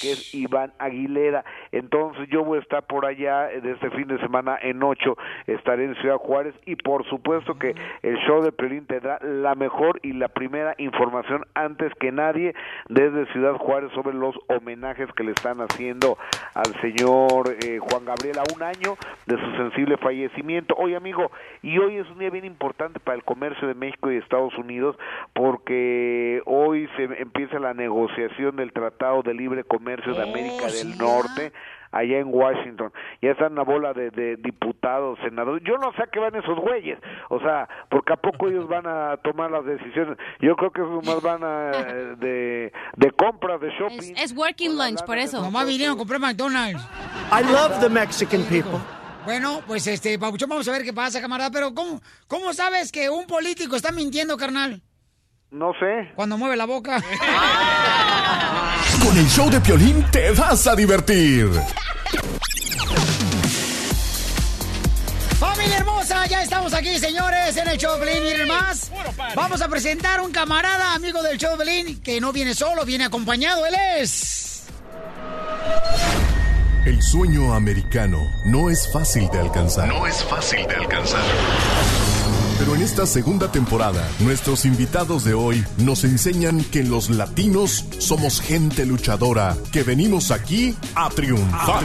que es Iván Aguilera. Entonces yo voy a estar por allá eh, de este fin de semana en ocho, estaré en Ciudad Juárez y por supuesto que el show de Piolín tendrá la mejor y la primera información antes que nadie desde Ciudad Juárez sobre los homenajes que le están haciendo al señor eh, Juan Gabriel a un año de su sensible fallecimiento. Oye amigo, y hoy es un día bien importante para el comercio de México y Estados Unidos porque hoy se empieza la negociación del Tratado de Libre Comercio de América del Norte allá en Washington. Ya están una bola de, de diputados, senadores. Yo no sé a qué van esos güeyes. O sea, porque a poco ellos van a tomar las decisiones. Yo creo que esos más van a, eh, de, de compras, de shopping. Es working lunch, por eso. Mamá vinieron a comprar McDonald's. I love the Mexican people. Bueno, pues este, Pabuchón, vamos a ver qué pasa, camarada. Pero, ¿cómo, cómo sabes que un político está mintiendo, carnal? No sé. Cuando mueve la boca. Con el show de Piolín te vas a divertir. ¡Familia hermosa! Ya estamos aquí, señores, en el show de Pelín. Miren más. Vamos a presentar un camarada, amigo del show de Pelín, que no viene solo, viene acompañado. Él es. El sueño americano no es fácil de alcanzar. No es fácil de alcanzar. Pero en esta segunda temporada, nuestros invitados de hoy nos enseñan que los latinos somos gente luchadora, que venimos aquí a triunfar.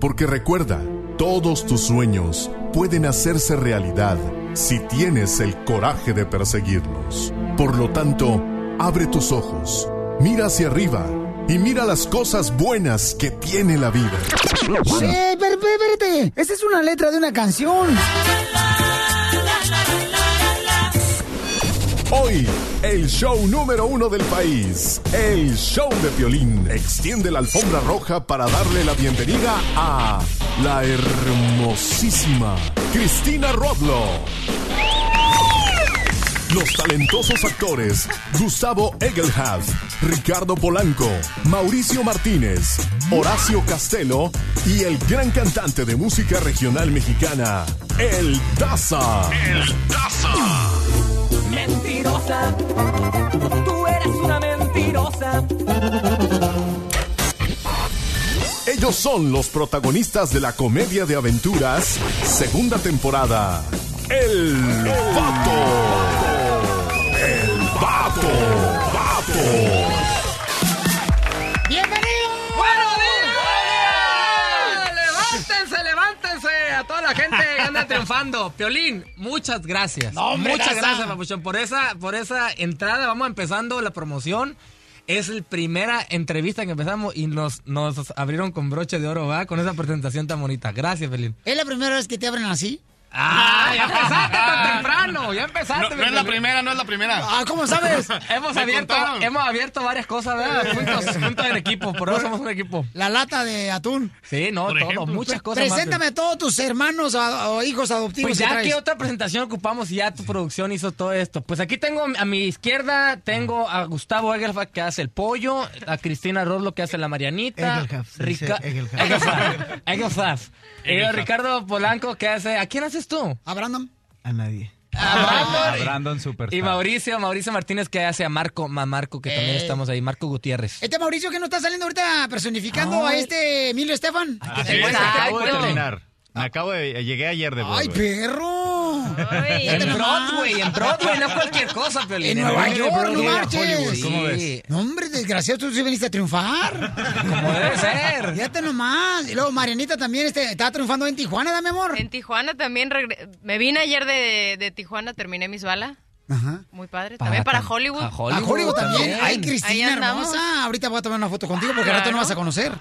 Porque recuerda, todos tus sueños pueden hacerse realidad si tienes el coraje de perseguirlos. Por lo tanto, abre tus ojos, mira hacia arriba y mira las cosas buenas que tiene la vida. ¡Eh, pero, pero, espérate! Esa es una letra de una canción. Hoy, el show número uno del país, el show de violín, extiende la alfombra roja para darle la bienvenida a la hermosísima Cristina Rodlo. Los talentosos actores Gustavo Egelhaz, Ricardo Polanco, Mauricio Martínez, Horacio Castelo y el gran cantante de música regional mexicana, El Daza. Mentirosa. Tú Ellos son los protagonistas de la comedia de aventuras, segunda temporada. El vato. El vato. Vato. ¡Bienvenidos! ¡Buenos días! ¡Levántense, levántense! A toda la gente que anda triunfando. Piolín, muchas gracias. No, hombre, muchas gasa. gracias, Papuchón, por esa, por esa entrada. Vamos empezando la promoción. Es la primera entrevista que empezamos y nos, nos abrieron con broche de oro, ¿va? Con esa presentación tan bonita. Gracias, Piolín. ¿Es la primera vez que te abren así? ¡Ah! ¡Ya empezaste tan temprano! ¡Ya empezaste! No- no es la primera, no es la primera. Ah, ¿cómo sabes? hemos, Me abierto, contaron. hemos abierto varias cosas, ¿verdad? Ah, Juntos, juntos en equipo, por ahora somos un equipo. La lata de atún. Sí, no, todo, muchas cosas más. Preséntame a todos tus hermanos a- o hijos adoptivos. Pues que ya, traes. ¿qué otra presentación ocupamos si ya tu producción hizo todo esto? Pues aquí tengo a mi izquierda, tengo a Gustavo Egelfa que hace el pollo, a Cristina Roslo que hace la Marianita, Egelhaf, se dice Rica- Egelhaf. Egelhaf, Egelhaf. y a Egelhaf. Ricardo Polanco que hace... ¿A quién haces tú? A Brandon. A nadie. A Brandon Super. Y Mauricio, Mauricio Martínez que hace a Marco, a Marco que también Ey. estamos ahí, Marco Gutiérrez. Este Mauricio que no está saliendo ahorita personificando a este Emilio Estefan. Así es, acabo de terminar. Me acabo de. Llegué ayer de Broadway. ¡Ay, perro! Ay, Fíjate en nomás. Broadway, en Broadway, no cualquier cosa, Piolín. En Nueva En York, no Broadway, en Hollywood, marches. ¿cómo ves? No, hombre, desgraciado, tú sí viniste a triunfar. Como debe ser. Fíjate nomás. Y luego Marianita también este, está triunfando en Tijuana, dame amor. En Tijuana también regre- me vine ayer de, de Tijuana, terminé mis balas. Ajá. Muy padre. También para Hollywood. A Hollywood, también. Ay, Ahí Cristina andamos. hermosa. Ahorita voy a tomar una foto contigo porque al rato no Claro. vas a conocer.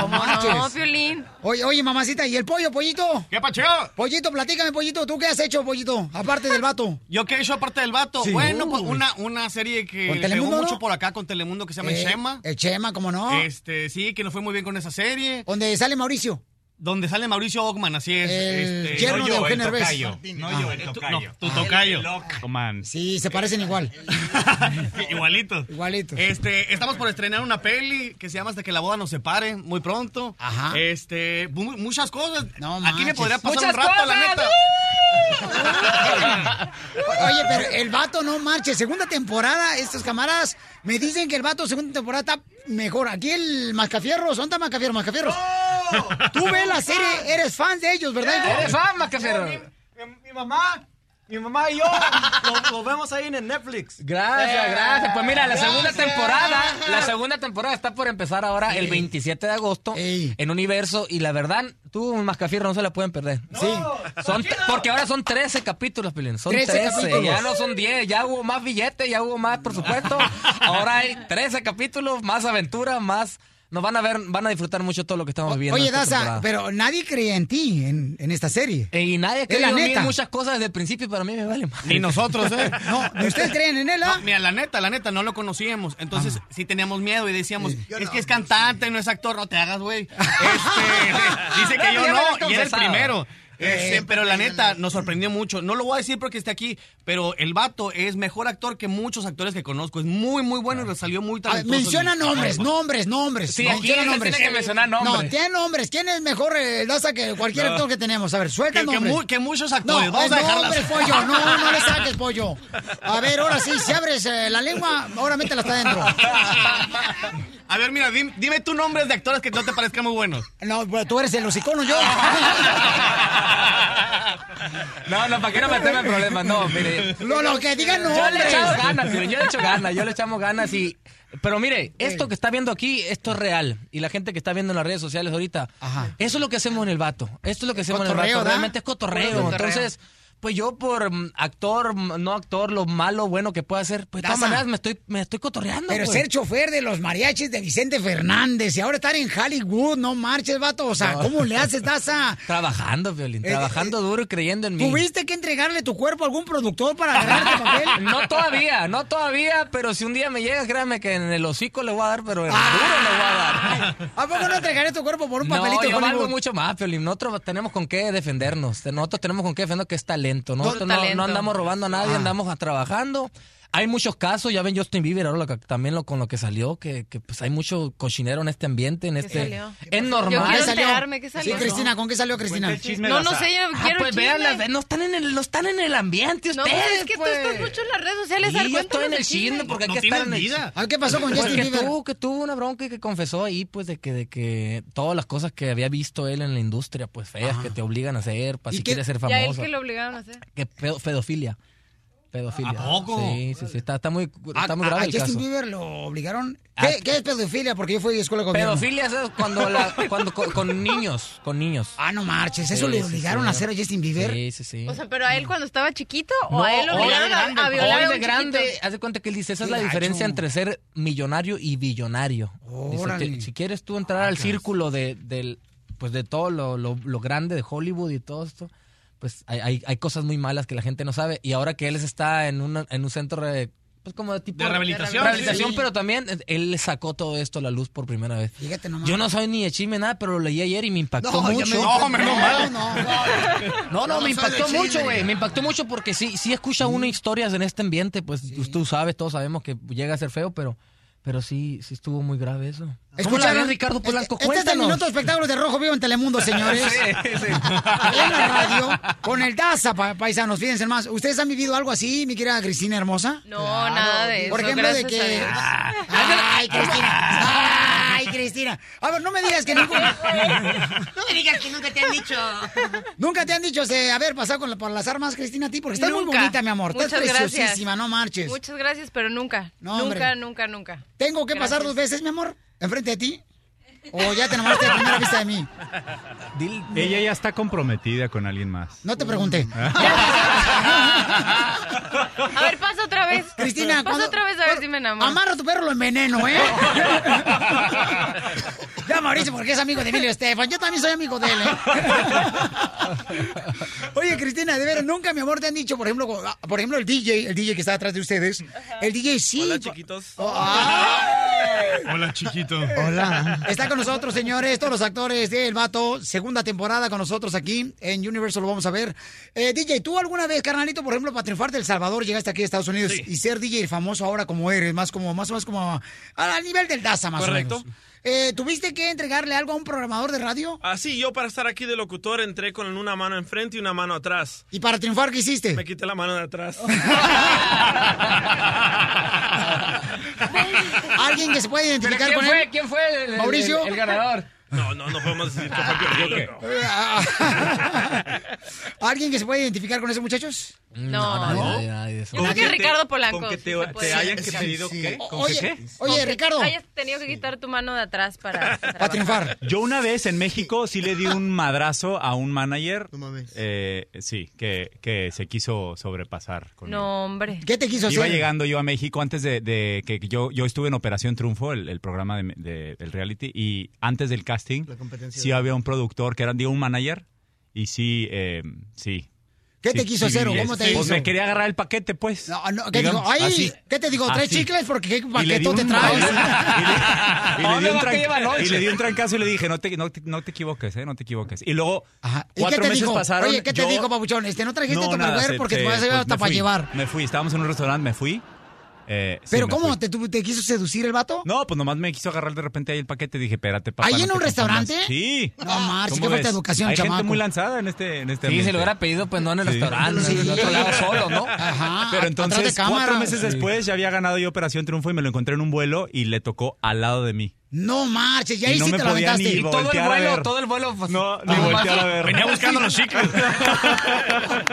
¿Cómo no, manches. Piolín? Oye, oye, mamacita, ¿y el pollo, pollito? ¿Qué pacheo? Pollito, platícame, pollito. ¿Tú qué has hecho, pollito? Aparte del vato. ¿Yo qué he hecho aparte del vato? Sí. Bueno, pues Uy. una, una serie que ¿Con le pegó Telemundo, no? mucho por acá con Telemundo que se llama Eh, El Chema. El Chema, ¿cómo no? Este, sí, que nos fue muy bien con esa serie. ¿Dónde sale Mauricio? Donde sale Mauricio Ogman, así es. El este, yerno de Eugenio el Derbez. tocayo. Ah. No yo, el tocayo. Ah. tu tocayo. Sí, se parecen igual. Igualitos. Igualitos. Este, estamos por estrenar una peli que se llama Hasta que la boda nos separe, muy pronto. Ajá. Este, mu- muchas cosas. Aquí me manches. podría pasar Muchas un rato, la cosas. neta. Oye, pero el vato no marche. Segunda temporada, estos camaradas me dicen que el vato segunda temporada está mejor. Aquí el Mascafierros, ¿dónde está Mascafierros? Mascafierros. Tú ves la serie, eres fan de ellos, ¿verdad? hijo? ¡Ah! Eres fan, Mascafierros. Mi mamá, mi mamá y yo lo, lo vemos ahí en el Netflix. Gracias, Eh, gracias. Pues mira, la gracias. segunda temporada, la segunda temporada está por empezar ahora el 27 de agosto en Universo y la verdad, tú Mascafierro no se la pueden perder. Sí. Son t- porque ahora son 13 capítulos, Pilín. Son 13 13, capítulos. ya no son 10, ya hubo más billetes, ya hubo más, por supuesto. Ahora hay 13 capítulos, más aventuras, más nos van a ver, van a disfrutar mucho todo lo que estamos viviendo. Oye, esta Daza, temporada. pero nadie cree en ti en, en esta serie. Eh, y nadie Es la Creo en mí neta. muchas cosas desde el principio y para mí me vale más. Ni nosotros, ¿eh? No, ni ustedes creen en él, ah? No, mira, la neta, la neta, no lo conocíamos. Entonces, sí teníamos miedo y decíamos, es que es cantante, no es actor, no te hagas, güey. Este, dice que Bueno, ya yo me lo has no, y era el confesado. primero. Este, Eh, pero la neta, nos sorprendió mucho. No lo voy a decir porque está aquí, pero el vato es mejor actor que muchos actores que conozco. Es muy, muy bueno y salió muy A ver, talentoso. Ah, menciona pues, nombres, nombres, nombres. Sí, aquí menciona él tiene que mencionar nombres. No, tiene nombres. ¿Quién es mejor, eh, Daza, que cualquier No. actor que tenemos? A ver, suelta Que- que nombres. mu- que muchos actores, No, vamos eh, a dejarlas. nombres, pollo. No, no le saques, pollo. A ver, ahora sí, si abres eh, la lengua, ahora métela hasta adentro. A ver, mira, dime, dime tú nombres de actores que no te parezcan muy buenos. No, bueno, tú eres el hocicón, ¿no? yo. No, no, para qué no meterme en problemas, no, mire. Lo, lo que digan Yo le he nombres. echado ganas, tío, yo le he hecho ganas, yo le echamos ganas y... Pero mire, esto que está viendo aquí, esto es real. Y la gente que está viendo en las redes sociales ahorita, eso es lo que hacemos en el vato. Esto es lo que hacemos en el cotorreo, vato. ¿da? Realmente es cotorreo. Puro cotorreo. Entonces, pues yo por mm, actor, mm, no actor, lo malo, bueno que pueda hacer, pues de todas Daza. maneras me estoy, me estoy Ah, cotorreando. Pero pues. ser chofer de los mariachis de Vicente Fernández y ahora estar en Hollywood, no marches, vato. O sea, No. ¿cómo le haces, Daza? Trabajando, Violín, Eh, trabajando duro y creyendo en mí. ¿Tuviste que entregarle tu cuerpo a algún productor para agarrarte papel? No todavía, no todavía, pero si un día me llega, créame que en el hocico le voy a dar, pero en el duro le voy a dar. ¿A poco no entregarías tu cuerpo por Ah, un papelito No, de yo Hollywood? valgo mucho más, Piolín. Nosotros tenemos con qué defendernos. Nosotros tenemos con qué defendernos que es talento. Nosotros no, talento. no andamos robando a nadie, Ah. andamos a- trabajando, hay muchos casos, ya ven Justin Bieber ahora lo que- también lo, con lo que salió, que, que, pues hay mucho cochinero en este ambiente, en este... salió? Es normal. Yo quiero enterarme, ¿qué salió? Sí, Cristina, ¿con qué salió Cristina? Cuenta el chisme, No, no Gaza. sé, yo Ah, quiero pues, chisme. vean las- no están en el, no están en el ambiente pues, No, pues, ustedes, es que tú pues. estás mucho en las redes sociales. a ver, Sí, yo estoy cuéntanos en el el chisme porque hay No que tienen estar en el vida. chisme. Ah, ¿qué pasó con Pues Justin que Bieber? Tuvo, que tuvo una bronca y que confesó ahí, pues, de que, de que todas las cosas que había visto él en la industria, pues, feas, Ah. que te obligan a hacer, Pues para si quieres ser Y a él famoso. que lo obligaron a hacer. Que pedo- pedofilia. Pedofilia. ¿A poco? Sí, sí, sí, está, está muy, está muy A- grave a el Ah, Justin caso. Bieber lo obligaron. Ah, ¿Qué, qué es pedofilia? Porque yo fui a escuela de gobierno. Pedofilia es cuando, la- cuando con, con niños, con niños. Ah, no marches, ¿eso le obligaron a hacer a Justin Bieber? Sí, sí, sí. O sea, pero a él cuando estaba chiquito o No, a él lo hoy de obligaron a, grande, a violar hoy a de un grande, chiquito. haz de cuenta que él dice, esa es Qué la diferencia gacho. entre ser millonario y billonario. Dice, Órale. "Te- si quieres tú entrar Ah, al círculo de, del, pues de todo lo, lo- lo grande de Hollywood y todo esto, pues hay, hay, hay cosas muy malas que la gente no sabe. Y ahora que él está en, una- en un centro de... Pues como de tipo... De rehabilitación, rehabilitación, sí. pero también él sacó todo esto a la luz por primera vez. Fíjate Yo no soy ni de chisme nada, pero lo leí ayer y me impactó No, ya mucho. me- No, menos mal. No, No, no, me No soy de impactó chisme. mucho, güey. Me impactó mucho porque sí, sí escucha uno Mm. historias en este ambiente, pues tú, tú sabes, todos sabemos que llega a ser feo, pero, pero sí, sí estuvo muy grave Ah. eso. ¿Cómo la Escucharon- ves, Ricardo Polanco? Este es el Cuéntanos. minuto de espectáculos de Rojo Vivo en Telemundo, señores. Sí, sí. En la radio, con el Daza, pa- paisanos. Fíjense más, ¿ustedes han vivido algo así, mi querida Cristina hermosa? No, nada de eso. Por ejemplo, de gracias que. Ah, a Dios. Ay, Cristina. Ay, Cristina. A ver, no me digas que nunca. No me digas que nunca te han dicho. Nunca te han dicho este, haber pasado con la- por las armas, Cristina, a ti, porque estás muy Nunca. bonita, mi amor. Estás Muchas gracias. preciosísima, no marches. Muchas gracias, pero nunca. No, hombre. nunca, nunca, nunca. ¿Tengo que pasar dos veces, mi amor? ¿Enfrente de ti? ¿O ya te enamoraste a primera vista de mí? Ella ya está comprometida con alguien más. No te pregunté. A ver, pasa otra vez. Cristina, pasa cuando- otra vez a ver si me enamoro. Amarra a tu perro lo enveneno, ¿eh? ya, Mauricio, porque es amigo de Emilio Estefan. Yo también soy amigo de él, ¿eh? Oye, Cristina, de veras, nunca, mi amor, te han dicho, por ejemplo, co- por ejemplo, el DJ, el DJ que está atrás de ustedes. El DJ sí. Hola, chiquitos. Hola, chiquito. Hola. Está con nosotros, señores, todos los actores de El Vato, segunda temporada con nosotros aquí en Universal, lo vamos a ver. Eh, DJ, ¿tú alguna vez, carnalito, por ejemplo, para triunfar del Salvador, llegaste aquí a Estados Unidos y ser DJ famoso ahora como eres, más como más o menos como a- al nivel del DASA, más o Correcto. menos? Eh, ¿Tuviste que entregarle algo a un programador de radio? Así, yo para estar aquí de locutor entré con una mano enfrente y una mano atrás. ¿Y para triunfar qué hiciste? Oh. Me quité la mano de atrás. ¿Alguien que se puede identificar quién con fue? él? ¿Quién fue el- el- el- ¿Mauricio? el ganador? No, no, no podemos decir que Ah, fue Piolín, no. ¿Alguien que se puede identificar con esos muchachos? No, ¿No? nadie, nadie. Yo creo que Ricardo Polanco. sí se puede. Oye, oye, Ricardo. Hayas tenido que quitar tu mano de atrás para. Para triunfar. Yo una vez en México sí le di un madrazo a un manager. eh, sí, que, que se quiso sobrepasar con No, hombre. ¿Qué te Iba llegando yo a México antes de, de que yo, yo estuve en Operación Triunfo, el, el programa de, de- del reality, y antes del casting, competencia sí de- había un productor que era, digo, un manager, y sí, eh, sí. ¿Qué Sí, te quiso sí, hacer o vi cómo eso. te Pues hizo? me quería agarrar el paquete, pues. No, no, ¿Qué, dijo? Digamos, Ay, así. ¿Qué te digo? ¿Tres Así. chicles? Porque qué Y le di paqueto te un- traes. Y le, di ¿Dónde un vas a tran- llevar noche? y le di un trancazo y le dije, no te, no te, no te equivoques, ¿eh? No te equivoques. Y luego, ¿Y qué cuatro te meses dijo? pasaron. Oye, ¿qué te yo- dijo, papuchón? Este, no trajiste tu nada, perver se- porque te se- vas a llevar pues, hasta me para fui, llevar. Me fui, estábamos en un restaurante, me fui. eh, sí, ¿Pero me cómo? fui. ¿Te, tu- ¿Te quiso seducir el vato? No, pues nomás me quiso agarrar de repente ahí el paquete. Dije, espérate, papá. ¿Ahí no en te un confundas". restaurante? Sí. No, ¿Cómo Marcio, qué falta de ves? educación, Hay chamaco. gente muy lanzada en este, en este Sí, ambiente. se lo hubiera pedido, pues no en el Sí. Ah, restaurante, en otro lado solo, ¿no? Ajá. Pero atrás entonces, de cámara. cuatro meses Sí. después, ya había ganado yo Operación Triunfo y me lo encontré en un vuelo y le tocó al lado de mí. No marches, ya Y ahí no sí me te podía levantaste. ni Y todo el voltear a vuelo, ver. todo el vuelo. pues, Ah, no, ni voltear a ver. Venía buscando los chicles.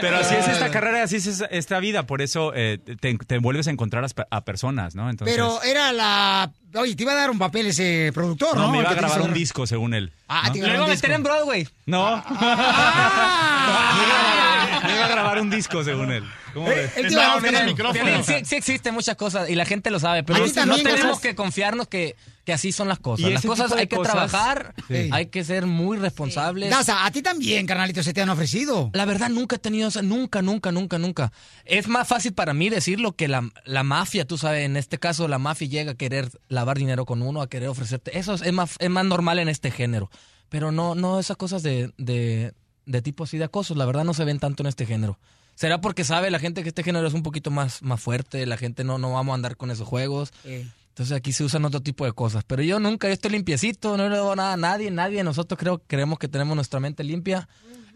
Pero así es esta carrera, y así es esa- esta vida. Por eso eh, te, te vuelves a encontrar a, a personas, ¿no? Entonces, Pero era la. Oye, te iba a dar un papel ese productor, ¿no? me El iba a que te grabar hizo- un disco, según él. Ah, ¿no? te iba a grabar un disco. Broadway. No. Ah. Me iba a grabar un disco, según él. ¿Cómo Eh, ves? él te iba a dar un micrófono. Piolín, sí, sí existen muchas cosas y la gente lo sabe, pero A no, ti también, no tenemos Gonzalo. que confiarnos que, que así son las cosas. Y Las ese cosas tipo de hay que cosas- trabajar, Sí. hay que ser muy responsables. Daza, a ti también, carnalito, se te han ofrecido. La verdad, nunca he tenido, esa- nunca, nunca, nunca, nunca. Es más fácil para mí decirlo que la, la mafia, tú sabes, en este caso la mafia llega a querer lavar dinero con uno, a querer ofrecerte. Eso es, es más, es más normal en este género. Pero no, no esas cosas de, de, de tipo así de acoso, la verdad no se ven tanto en este género. Será porque sabe la gente que este género es un poquito más, más fuerte, la gente no, no vamos a andar con esos juegos. Entonces aquí se usan otro tipo de cosas. Pero yo nunca, yo estoy limpiecito, no le doy nada a nadie, nadie de nosotros creo, creemos que tenemos nuestra mente limpia.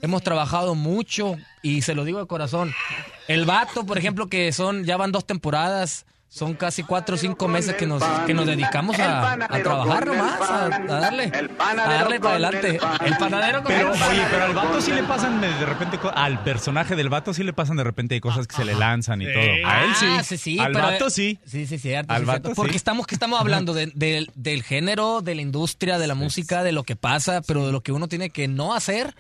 Hemos trabajado mucho y se lo digo de corazón. El vato, por ejemplo, que son, ya van dos temporadas, son casi cuatro o cinco meses que nos, que nos dedicamos a, a trabajar nomás, a, a darle, a darle para adelante. El panadero con Pero, el oye, pero al vato sí le pasan de, de repente, co- al personaje del vato sí le pasan de repente cosas que se le lanzan y Sí. todo. A él sí. Ah, sí, sí, al pero- vato sí. Sí, sí, cierto. Al sí, vato cierto. sí. Porque estamos, que estamos hablando de- del- del género, de la industria, de la música, de lo que pasa, pero de lo que uno tiene que no hacer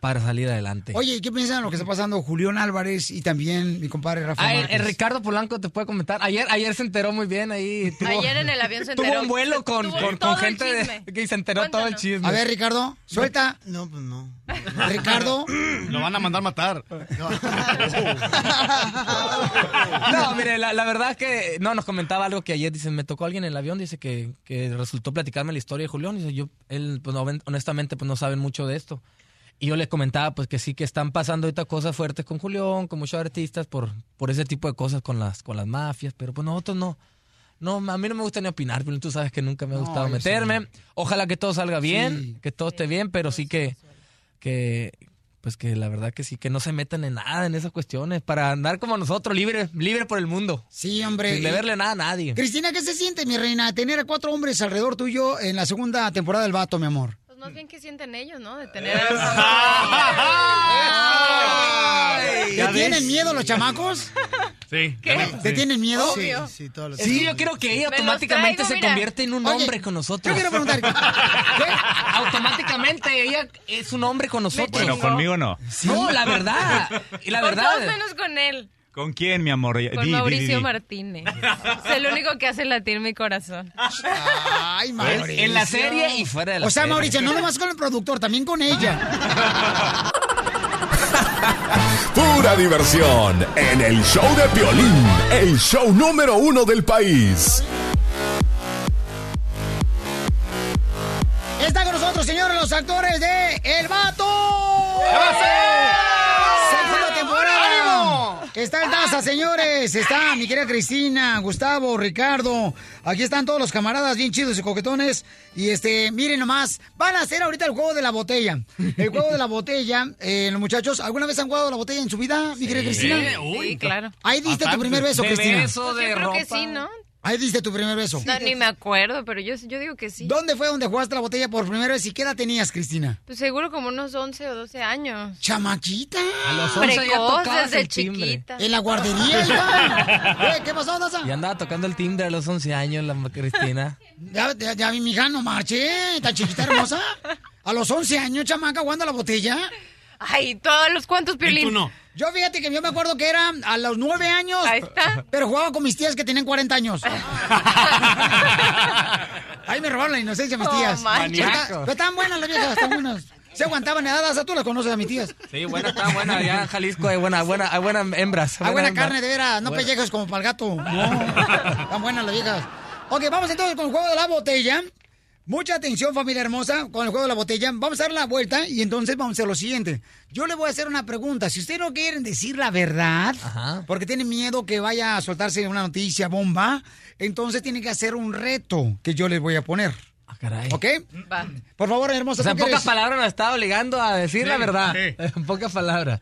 para salir adelante. Oye, ¿y qué piensan de lo que está pasando Julián Álvarez y también mi compadre Rafa Ah, el- Márquez? el Ricardo Polanco te puede comentar. Ayer, ayer se enteró muy bien ahí. tuvo- Ayer en el avión se Tuvo enteró. un vuelo con, Tuvo con- con todo el gente de- chisme. que se enteró todo el chisme. A ver, Ricardo, suelta. No, pues no. Ricardo. Lo van a mandar matar. No, mire, la, la verdad es que no, nos comentaba algo que ayer, dice, me tocó alguien en el avión, dice que, que resultó platicarme la historia de Julián, dice, yo, él, pues no, ven- honestamente, pues no saben mucho de esto. Y yo les comentaba, pues que sí, que están pasando ahorita cosas fuertes con Julián, con muchos artistas, por, por ese tipo de cosas con las, con las mafias, pero pues nosotros no. No, a mí no me gusta ni opinar, pero tú sabes que nunca me ha No, gustado yo sé. meterme. Ojalá que todo salga bien, Sí. que todo esté bien, pero sí que, que pues que la verdad que sí, que no se metan en nada en esas cuestiones, para andar como nosotros, libres, libres por el mundo. Sí, hombre. Sin deberle nada a nadie. Cristina, ¿qué se siente, mi reina, tener a cuatro hombres alrededor tuyo en la segunda temporada del vato, mi amor? Pues más bien que sienten ellos, ¿no? De tener a- ¿Te tienen miedo los chamacos? Sí. ¿Te tienen miedo? Obvio. Sí, sí, todos los Sí, yo quiero que ella Me los automáticamente traigo, se mira. convierte en un Oye, hombre con nosotros. yo quiero preguntar, automáticamente ella es un hombre con nosotros. Bueno, conmigo no. No, la verdad. Y la Con verdad. eh, todos menos con él. ¿Con quién, mi amor? Di, Con di, di, Mauricio di. Martínez. Es el único que hace latir mi corazón. Ay, Mauricio. En la serie y fuera de la O sea, serie. Mauricio, no nomás con el productor, también con ella. Pura diversión en el show de Piolín, el show número uno del país. Está con nosotros, señores, los actores de El Vato. Segunda temporada. Está el Taza, señores. Está mi querida Cristina, Gustavo, Ricardo. Aquí están todos los camaradas bien chidos y coquetones. Y este, miren nomás, van a hacer ahorita el juego de la botella. El juego de la botella, eh, los muchachos, ¿alguna vez han jugado la botella en su vida, mi querida Cristina? Sí, claro. Ahí diste tu primer beso, De Cristina. beso, de Yo creo que ropa. sí, ¿no? Ahí diste tu primer beso. No, ni me acuerdo, pero yo, yo digo que sí. ¿Dónde fue donde jugaste la botella por primera vez y qué edad tenías, Cristina? Pues seguro como unos 11 o 12 años. Chamaquita. A los 11 ya Precoz, tocabas desde el timbre. chiquita. En la guardería, hija. Güey, ¿Qué pasó, Daza? Y andaba tocando el timbre a los 11 años, la Cristina. Ya, ya, ya vi, mija, no marche. Tan chiquita hermosa. A los 11 años, chamaca, jugando a la botella. Ay, todos los cuantos, Piolín. tú no? Yo fíjate que yo me acuerdo que era a los 9 años. Ahí está. Pero jugaba con mis tías que tenían 40 años. Ahí me robaron la inocencia mis Oh, tías. manches. Pero está- pero estaban buenas las viejas, estaban buenas. Se aguantaban edad, Daza, tú las conoces a mis tías. Sí, bueno, está buena. Allá en Jalisco hay buena, buena, hay buenas hembras. Ah, buena hembra. carne, de veras. No Buena. pellejas como para el gato. Tan buenas las viejas. Ok, vamos entonces con el juego de la botella. Mucha atención, familia hermosa, con el juego de la botella. Vamos a dar la vuelta y entonces vamos a hacer lo siguiente. Yo le voy a hacer una pregunta. Si ustedes no quieren decir la verdad, porque tienen miedo que vaya a soltarse una noticia bomba, entonces tienen que hacer un reto que yo les voy a poner. Ah, caray. ¿Ok? Por favor, O hermosa. sea, en ¿tú pocas quieres? palabras nos está obligando a decir Sí, la verdad. sí. En pocas palabras.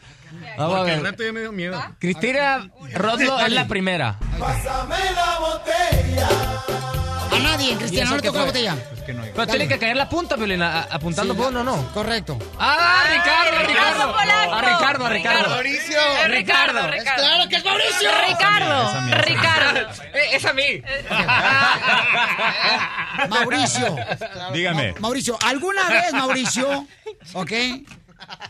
Vamos a Porque el ver. rato ya me dio miedo. Cristina Rodlo es la primera. Pásame la botella. A nadie, ¿Y Cristiano, eso no le qué tocó la fue? botella. Pero tiene que caer la punta, Violina, apuntando Sí, vos, ¿no? no? Correcto. ¡Ah, Ay, Ricardo, Ricardo Ricardo! Polanco. ¡A Ricardo, a Ricardo! Mauricio. ¡Es Ricardo, ¡Ricardo! Ricardo. Es claro que es Mauricio. ¡Ricardo! Esa mía, esa mía, esa mía. ¡Ricardo! Eh, ¡Es a mí! Mauricio. Dígame. Ma- Mauricio, ¿alguna vez, Mauricio? ¿Ok?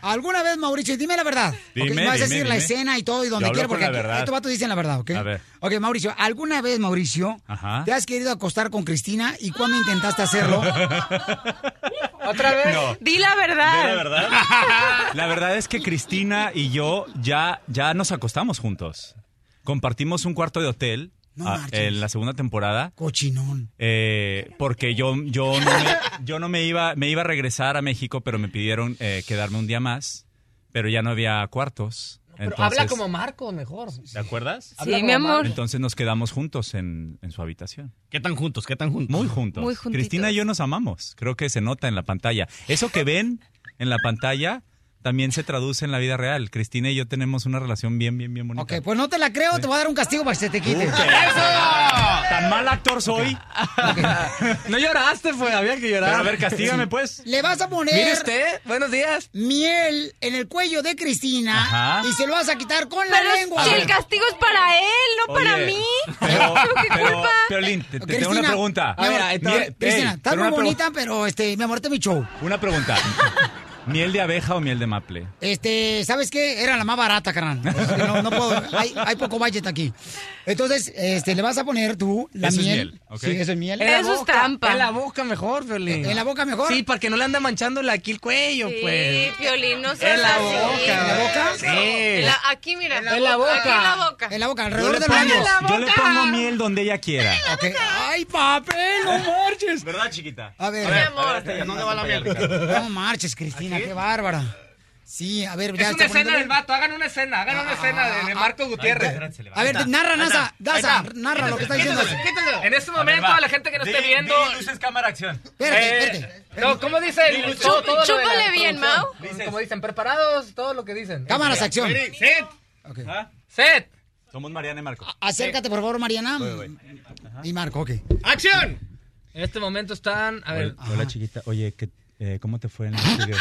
¿Alguna vez, Mauricio? Dime la verdad. ¿ok? Dime, Me vas a dime, decir la dime. escena y todo y Yo donde hablo quiera, con porque la aquí- verdad. estos vatos dicen la verdad, ¿ok? A ver. Ok, Mauricio, ¿alguna vez, Mauricio, Ajá. te has querido acostar con Cristina y cuándo intentaste hacerlo? ¿Otra vez? No. Di la verdad. Di la verdad. La verdad es que Cristina y yo ya, ya nos acostamos juntos. Compartimos un cuarto de hotel No ah, marches. en la segunda temporada. Cochinón. Eh, porque yo, yo, no me, yo no me iba, me iba a regresar a México, pero me pidieron eh, quedarme un día más, pero ya no había cuartos. Pero Entonces- habla como Marco, mejor. ¿Te acuerdas? Habla como Marco. Entonces nos quedamos juntos en, en su habitación. ¿Qué tan juntos? ¿Qué tan juntos? Muy juntos. Muy juntitos. Cristina y yo nos amamos. Creo que se nota en la pantalla. Eso que ven en la pantalla también se traduce en la vida real. Cristina y yo tenemos una relación bien, bien, bien bonita. Ok, pues no te la creo, te voy a dar un castigo para que se te quite. Tan mal actor soy. No lloraste, fue, había que llorar. Pero a ver, castígame, pues. Le vas a poner. Mire usted, buenos días. Miel en el cuello de Cristina Ajá. y se lo vas a quitar con Pero la es lengua. que el castigo es para él, no Oye, para mí. Pero, ¿Qué pero, culpa? Piolín, te, te tengo Cristina, una pregunta. mi amor, Miel- Cristina, Ey, estás eh, pero muy una pregu- bonita, pero este, mi amor, te mi show. Una pregunta. ¿Miel de abeja o miel de maple? Este, ¿sabes qué? Era la más barata, carnal. Es que No, no puedo, hay, hay poco budget aquí. Entonces, este, le vas a poner tú la Eso es miel. miel, ok. Sí, eso es miel. En la boca, En la boca mejor, Piolín. ¿En la boca mejor? Sí, para que no le ande manchándole aquí el cuello, pues. Piolín, no En seas la así. boca. ¿En la boca? Sí. En la- aquí, mira. En la boca. Aquí en la boca. En la boca, Yo le, alrededor del pongo, labio. yo le pongo miel donde ella quiera. ¡Ay, papel! ¡No marches! ¿Verdad, chiquita? A ver, A ver, Mi amor. a ver, hasta allá, ¿dónde va la miel? No marches, Cristina, qué bárbara. Sí, a ver, ya Es está una escena poniéndole- del vato, hagan una escena, hagan una escena de, de Marco Gutiérrez. A ver, narra, Nasa, Daza, narra lo que está diciendo. En este momento, va. a la gente que nos Di- esté viendo. di luces, cámara, acción. Espérate, ¿Cómo dice Di el luces. todo- todo lo de Chúpale la bien, producción? Mau. Dices- Como dicen, preparados, todo lo que dicen. Cámaras, acción. Set. ¿Ah? Set. Somos Mariana y Marco. Acércate, por favor, Mariana. Y Marco, ok. ¡Acción! En este momento están. A ver. Hola, chiquita. Oye, ¿qué- eh, ¿cómo te fue en el estudio?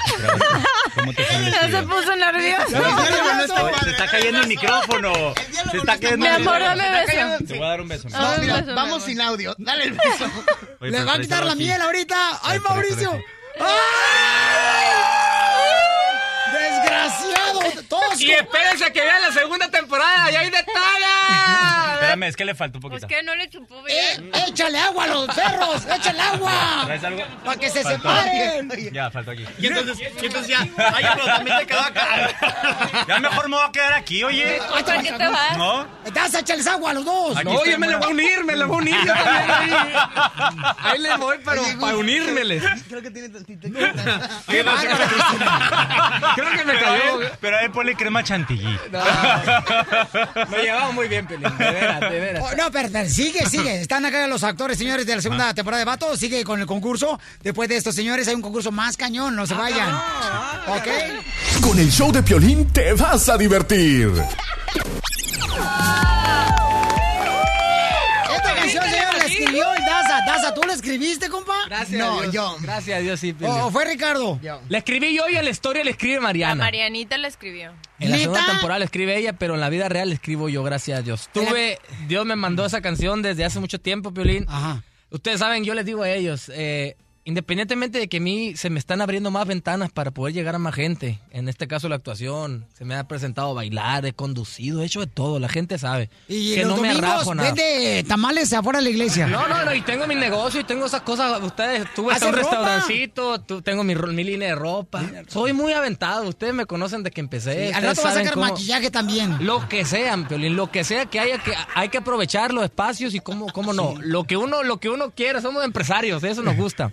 ¿Cómo te fue en el Ya estudio? se puso nervioso. Se está cayendo el micrófono. Se está cayendo Mi el amor, micrófono. Se dame está beso. cayendo- Te voy a dar un beso. mi amor. Ah, mira, beso, vamos mi sin audio. Dale el beso. Oye, Le pero va a tráetelo quitar la aquí. miel ahorita. ¡Ay, Tráetelo, Mauricio! tráetelo. ¡Desgraciado! Todos Y espérense a que vean la segunda temporada. ¡Y hay detalles! Espérame, es que le faltó un poquito. no le chupó Eh. ¡Échale agua a los perros! ¡Échale agua! ¿Traes algo? ¡Para que se Faltó. separen! Ya, faltó aquí. Y entonces, y entonces ya, ay, pero también te quedó acá. Ya mejor me voy a quedar aquí, oye. ¿Para qué te vas? ¿No? ¡Daza, échales agua a los dos! Aquí No, estoy yo me la voy a unir, Pues me la voy a unir yo también ahí. Ahí le voy para, para unírmeles. Creo que tiene tantito. Qué bárbaro, Cristina. Creo que me Pero a cayó. él- Pero a él ponle crema chantilly. Me llevaba muy bien, Pelín. De veras, de veras. Oh, no, perdón, sigue, sigue. Están acá los actores, señores, de la Ah. segunda temporada de Vato. Sigue con el concurso. Después de esto, señores, hay un concurso más cañón. Ah, No se vayan. ¿Ok? Con el show de Piolín te vas a divertir. Esta canción, señor, la escribió el Daza. Daza, ¿tú la escribiste, compa? Gracias No, a Dios. yo. Gracias a Dios, sí, Pelín. ¿O, o Oh, fue Ricardo? La escribí yo y a la historia la escribe Mariana. Marianita la escribió. En la segunda temporada la escribe ella, pero en la vida real la escribo yo, gracias a Dios. Tuve, Dios me mandó esa canción desde hace mucho tiempo, Piolín. Ustedes saben, yo les digo a ellos, eh, independientemente de que a mí se me están abriendo más ventanas para poder llegar a más gente, en este caso la actuación, se me ha presentado bailar, he conducido, he hecho de todo, la gente sabe. Y que los no me domingos arrajo nada. vende tamales afuera de la iglesia. No, no, no, y tengo mi negocio y tengo esas cosas. Ustedes, tuve hasta un ¿Haces ropa? restaurancito, tu- tengo mi, ro- mi línea de ropa. Soy muy aventado, ustedes me conocen desde que empecé. Sí, al ustedes rato va a saben sacar cómo- maquillaje también. Lo que sean, Piolín, lo que sea que haya que hay que aprovechar los espacios y cómo, cómo no. Lo que uno, lo que uno quiere, somos empresarios, eso nos gusta.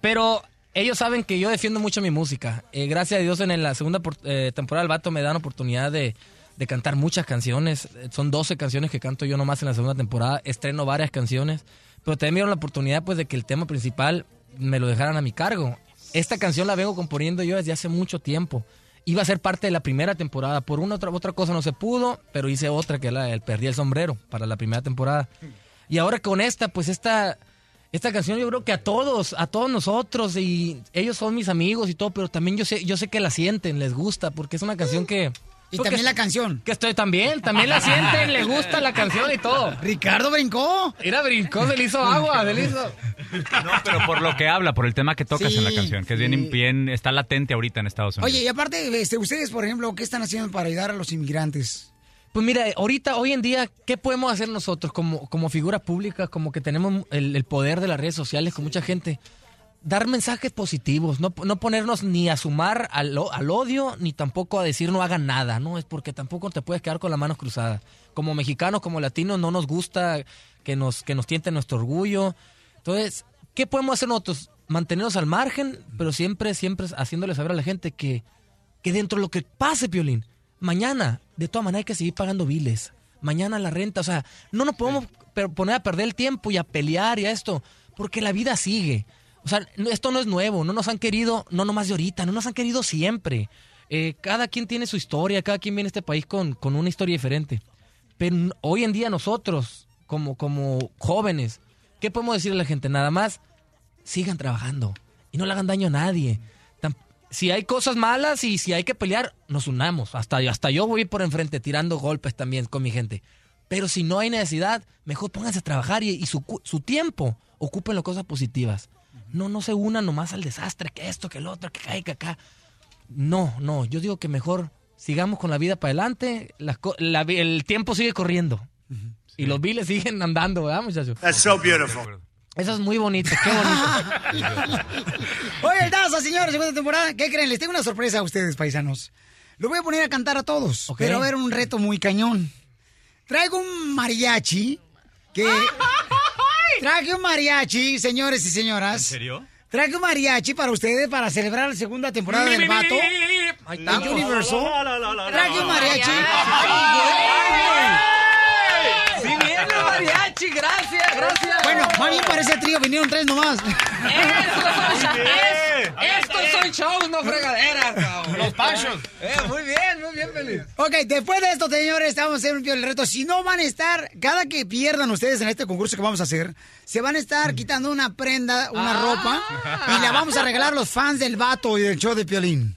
Pero ellos saben que yo defiendo mucho mi música. Eh, gracias a Dios en la segunda por- eh, temporada del Vato me dan oportunidad de, de cantar muchas canciones. Eh, Son 12 canciones que canto yo nomás en la segunda temporada. Estreno varias canciones. Pero también me dieron la oportunidad pues de que el tema principal me lo dejaran a mi cargo. Esta canción la vengo componiendo yo desde hace mucho tiempo. Iba a ser parte de la primera temporada. Por una otra, otra cosa no se pudo, pero hice otra que es la del Perdí el Sombrero para la primera temporada. Y ahora con esta, pues esta, esta canción yo creo que a todos, a todos nosotros, y ellos son mis amigos y todo, pero también yo sé, yo sé que la sienten, les gusta, porque es una canción que... Y también la canción. Que estoy también, también la sienten, les gusta la canción y todo. Ricardo brincó. Mira, brincó, se le hizo agua, se le hizo... No, pero por lo que habla, por el tema que tocas Sí, en la canción, que es bien, bien, está latente ahorita en Estados Unidos. Oye, y aparte, este, ustedes, por ejemplo, ¿qué están haciendo para ayudar a los inmigrantes? Pues mira, ahorita, hoy en día, ¿qué podemos hacer nosotros como, como figuras públicas, como que tenemos el, el poder de las redes sociales con mucha gente? Dar mensajes positivos, no, no ponernos ni a sumar al, o- al odio, ni tampoco a decir no hagan nada, ¿no? Es porque tampoco te puedes quedar con las manos cruzadas. Como mexicanos, como latinos, no nos gusta que nos, que nos tienten nuestro orgullo. Entonces, ¿qué podemos hacer nosotros? Mantenernos al margen, pero siempre, siempre haciéndole saber a la gente que que dentro de lo que pase, Piolín, mañana de todas maneras hay que seguir pagando biles. Mañana la renta, o sea, no nos podemos per- poner a perder el tiempo y a pelear y a esto, porque la vida sigue. O sea, no- esto no es nuevo, no nos han querido, no nomás de ahorita, no nos han querido siempre. Eh, cada quien tiene su historia, cada quien viene a este país con, con una historia diferente. Pero n- hoy en día nosotros, como, como jóvenes, ¿qué podemos decirle a la gente? Nada más, sigan trabajando y no le hagan daño a nadie. Tam- Si hay cosas malas y si hay que pelear, nos unamos. Hasta, hasta yo voy por enfrente tirando golpes también con mi gente. Pero si no hay necesidad, mejor pónganse a trabajar y, y su, cu- su tiempo ocupen las cosas positivas. No, no se unan nomás al desastre, que esto, que el otro, que cae, que acá. No, no, yo digo que mejor sigamos con la vida para adelante. las co- la vi- el tiempo sigue corriendo. Y los biles siguen andando, ¿verdad, muchachos? That's so beautiful. Eso es muy bonito, qué bonito. Oye, el Daza, señores, segunda temporada. ¿Qué creen? Les tengo una sorpresa a ustedes, paisanos. Lo voy a poner a cantar a todos, pero va a haber un reto muy cañón. Traigo un mariachi que... Traje un mariachi, señores y señoras. ¿En serio? Traje un mariachi para ustedes para celebrar la segunda temporada del Vato. En Universal. Traje un mariachi. ¡Sí viene el mariachi! ¡Gracias, gracias! Bueno, más bien para ese trío vinieron tres nomás. Esto soy show, no fregadera. Los pachos. muy bien, muy bien, feliz. Ok, después de esto, señores, vamos a hacer un pio el reto. Si no van a estar, cada que pierdan ustedes en este concurso que vamos a hacer, se van a Mm. estar quitando una prenda, Ah. una ropa, y la vamos a regalar a los fans del vato y del show de Piolín.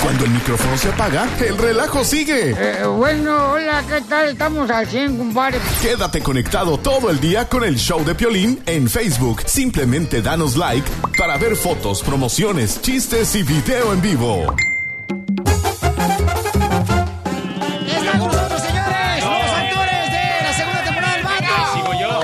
Cuando el micrófono se apaga, el relajo sigue. Eh, bueno, hola, ¿qué tal? Estamos al 100, compadre. Quédate conectado todo el día con el show de Piolín en Facebook. Simplemente danos like para ver fotos, promociones, chistes y video en vivo. Están con nosotros, señores, los actores de la segunda temporada del vato. Sigo yo.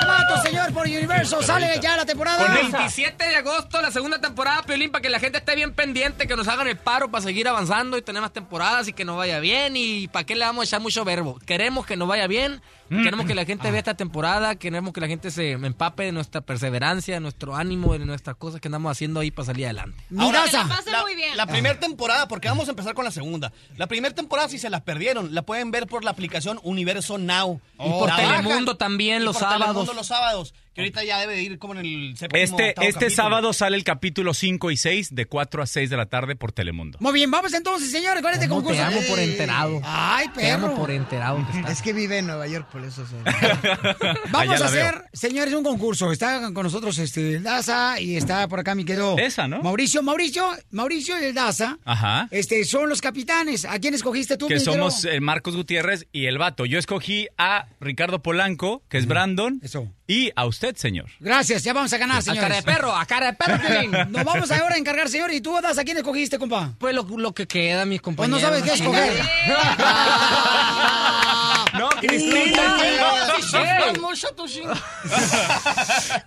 El vato, señor, por Universo, sale ya la temporada. Con 27 de agosto, la segunda temporada, Piolín, para que la gente esté bien pendiente, que nos hagan el paro para seguir avanzando y tener más temporadas y que nos vaya bien. ¿Y para qué le vamos a echar mucho verbo? Queremos que nos vaya bien, queremos Mm. que la gente Ah. vea esta temporada, queremos que la gente se empape de nuestra perseverancia, de nuestro ánimo, de nuestras cosas que andamos haciendo ahí para salir adelante. Ahora, la, la primera temporada, porque vamos a empezar con la segunda. La primera temporada, si se las perdieron, la pueden ver por la aplicación Universo Now. Y por La bajan. Telemundo también Y los por Telemundo sábados. los sábados, que ahorita ya debe ir como en el séptimo, Este, octavo este capítulo. sábado sale el capítulo 5 y 6 de 4 a 6 de la tarde por Telemundo. Muy bien, vamos entonces, señores, con este ¿Cómo concurso. te amo por enterado? Ay, perro. Te amo por enterado que Es que vive en Nueva York, por eso se... Vamos Allá a la veo. hacer, señores, un concurso. Está con nosotros este el Daza y está por acá mi querido Mauricio, Mauricio, Mauricio y el Daza. Ajá. Este son los capitanes. ¿A quién escogiste tú? Ah. que mi querido? somos eh, Marcos Gutiérrez y el vato. Yo escogí a Ricardo Polanco, que es Brandon, y a usted, señor. Gracias, ya vamos a ganar, A señores. cara de perro, a cara de perro, Piolín. Nos vamos ahora a encargar, señor. ¿Y tú, Daza, a quién escogiste, compa? Pues lo, lo que queda, mis Pues no compañeros. sabes qué escoger. No, eh, Cristina, Ey.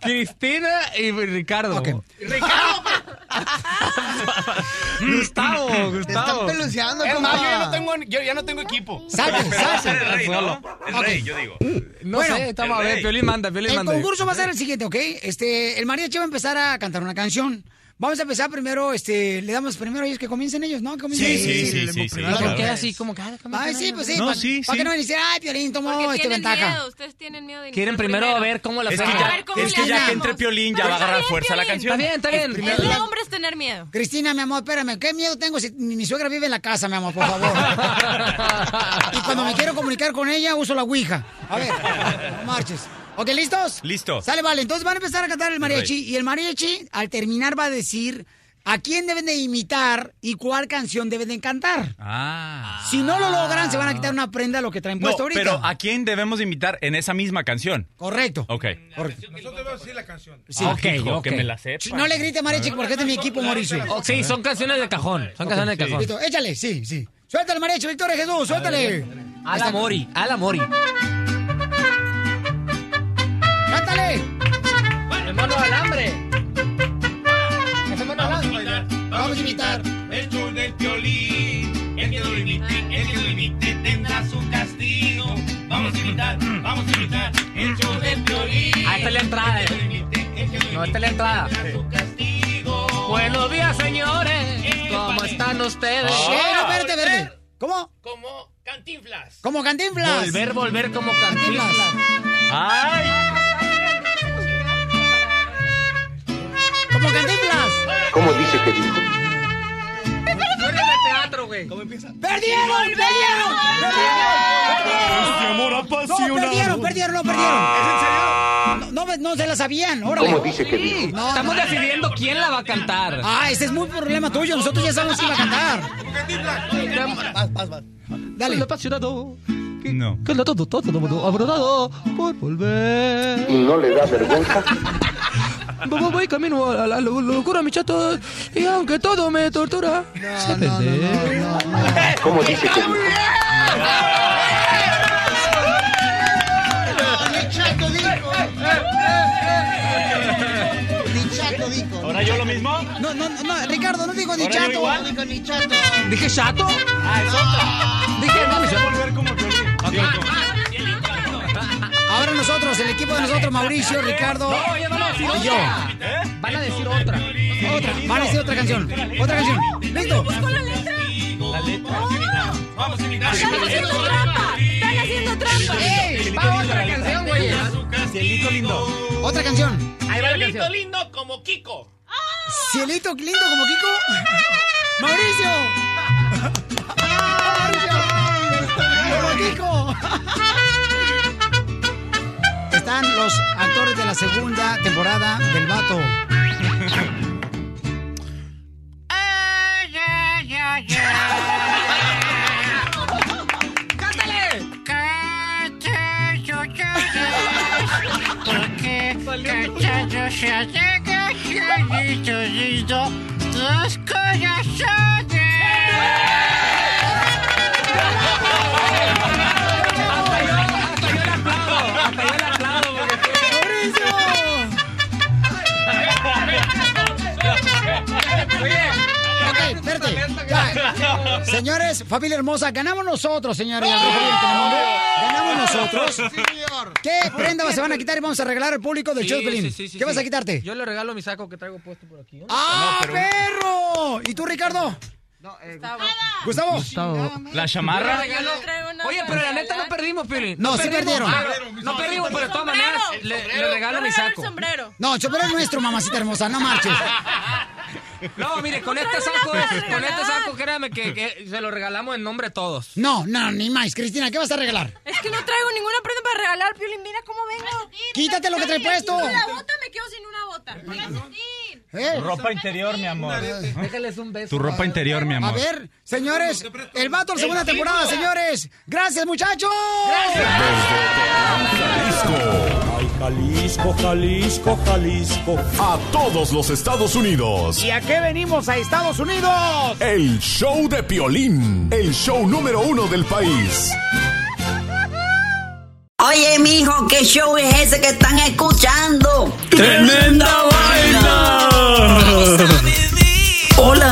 Cristina y Ricardo. Ricardo, Gustavo, Gustavo. Es más, yo ya no tengo, yo ya no tengo equipo. Salte, salte. El rey, ¿no? El rey, Ok. yo digo. No sé, estamos a ver, Piolín manda, Piolín el manda. concurso va a ser el siguiente, ¿ok? Este, el mariachi va a empezar a cantar una canción. Vamos a empezar primero, este, le damos primero a ellos que comiencen ellos, ¿no? Que comiencen Sí, ellos. sí, sí, sí, sí, Claro, claro. queda así como que... ah, déjame Ay, ver, sí, déjame pues ver. sí. para que no van a decir, ay, Piolín tomó Porque este tienen ventaja. miedo, ustedes tienen miedo de Quieren primero a ver cómo la Es que sacan. ya- A ver cómo es que le ya que hacemos. entre Piolín ya va a agarrar fuerza la canción. Está bien, está bien. Primero Es de las- hombres tener miedo. Cristina, mi amor, espérame, ¿qué miedo tengo si mi mi suegra vive en la casa, mi amor, por favor? y cuando me quiero comunicar con ella, uso la ouija. A ver, no marches. ¿Ok, listos? Listo. Sale, vale. Entonces van a empezar a cantar el mariachi. Y el mariachi, al terminar, va a decir a quién deben de imitar y cuál canción deben de cantar. Ah. Si no lo logran, se van a quitar una prenda lo que traen No, puesto ahorita. pero ¿a quién debemos invitar en esa misma canción? Correcto. Ok. Nosotros debemos decir la canción. Sí. Ah, hijo, que me la Sí, sepa. No le grite mariachi porque este es mi equipo, Mauricio. Oh, sí, son canciones de cajón. Son canciones de Listo, cajón. échale, sí, sí. Suéltale, mariachi, Victoria Jesús, suéltale. A la Mori, a la Mori. ¡Cántale! ¡Hermano alambre! Vamos a imitar, vamos a imitar. El show de violín. Vamos a imitar, vamos a imitar el show de Piolín. Ah, esta es la entrada. eh. No, esta es la entrada. Buenos días, señores. ¿Cómo están ustedes? Espera, espérate, espérate. ¿Cómo? Ah. Como Cantinflas. ¿Cómo cantinflas? Volver, volver como cantinflas. ¡Ay! ¿Cómo cantinflas? ¿Cómo dice que dijo? teatro, güey. ¿Cómo empieza? ¡Perdieron! ¡Perdieron! ¡Perdieron! Este amor apasionado. No, perdieron, perdieron, no, perdieron. ¿Es en serio? No, no, no se la sabían. Órale. ¿Cómo dice que dijo? No, Estamos no. decidiendo quién la va a cantar. Ah, ese es muy problema tuyo. Nosotros ya sabemos quién va a cantar. Dale. El apasionado. No. Que lo todo, todo, todo, abordado por volver. ¿Y no le da vergüenza? Voy, voy camino a la lo- locura, mi chato. Y aunque todo me tortura. No, no, ¿Cómo dice que dijo? Mi chato dijo. Eh, Ni chato dijo. ¿Ahora yo lo ¿Eh? mismo? No, no, no, Ricardo, no digo ni ¿Ahora yo chato. igual? No digo ni chato. ¿Dije chato? Ah, es otra. Dije, no, mi chato. Ah, Ahora nosotros, el equipo de nosotros, Mauricio, Ricardo. No, yo no, no, sí, y otra. yo. Van a decir otra. Otra, van a decir otra canción. Otra canción. ¿Listo? La letra. Vamos a imitar. Están haciendo trampa, Están haciendo trampa. Ey, va otra canción, güey. Cielito lindo. Otra canción. Ahí va la canción. Cielito lindo como Kiko. Cielito lindo como Kiko. Mauricio. Mauricio. Como Kiko. Están los actores de la segunda temporada del Vato. ¡Cántale! Porque cachacho se llega listo, listo, dos Ok, espérate. Ya. Señores, familia hermosa, ganamos nosotros, señores. del Rojo Vivo de Telemundo. ¡Oh! Ganamos nosotros. ¿Qué prenda se van a quitar y vamos a regalar al público del Sí, show de Pelín? sí, sí, sí, ¿Qué vas sí. a quitarte? Yo le regalo mi saco que traigo puesto por aquí. ¡Ah, perro! ¿Y tú, Ricardo? eh, Gustavo. La chamarra. Oye, pero la neta no perdimos, Pili. No, sí perdieron. Ah, No perdimos, pero de todas maneras le, le regalo mi saco. No, chopero es nuestro, mamacita hermosa, no marches. No, mire, con este saco, con este saco, créame que, que se lo regalamos en nombre de todos. No, no, ni más. Cristina, ¿qué vas a regalar? Es que no traigo ninguna prenda para regalar, Piolín. Mira cómo vengo. Quítate lo que traes puesto. Con la bota me quedo sin una bota. Ropa interior, mi amor. Déjales un beso. Tu ropa interior, mi amor. A ver, señores, el vato de la segunda El temporada, Chico. señores. Gracias, muchachos. Ay, Jalisco, Jalisco, Jalisco. A todos los Estados Unidos. ¿Y a qué venimos a Estados Unidos? El show de Piolín. El show número uno del país. Oye, mijo, ¿qué show es ese que están escuchando? ¡Tremenda vaina! Hola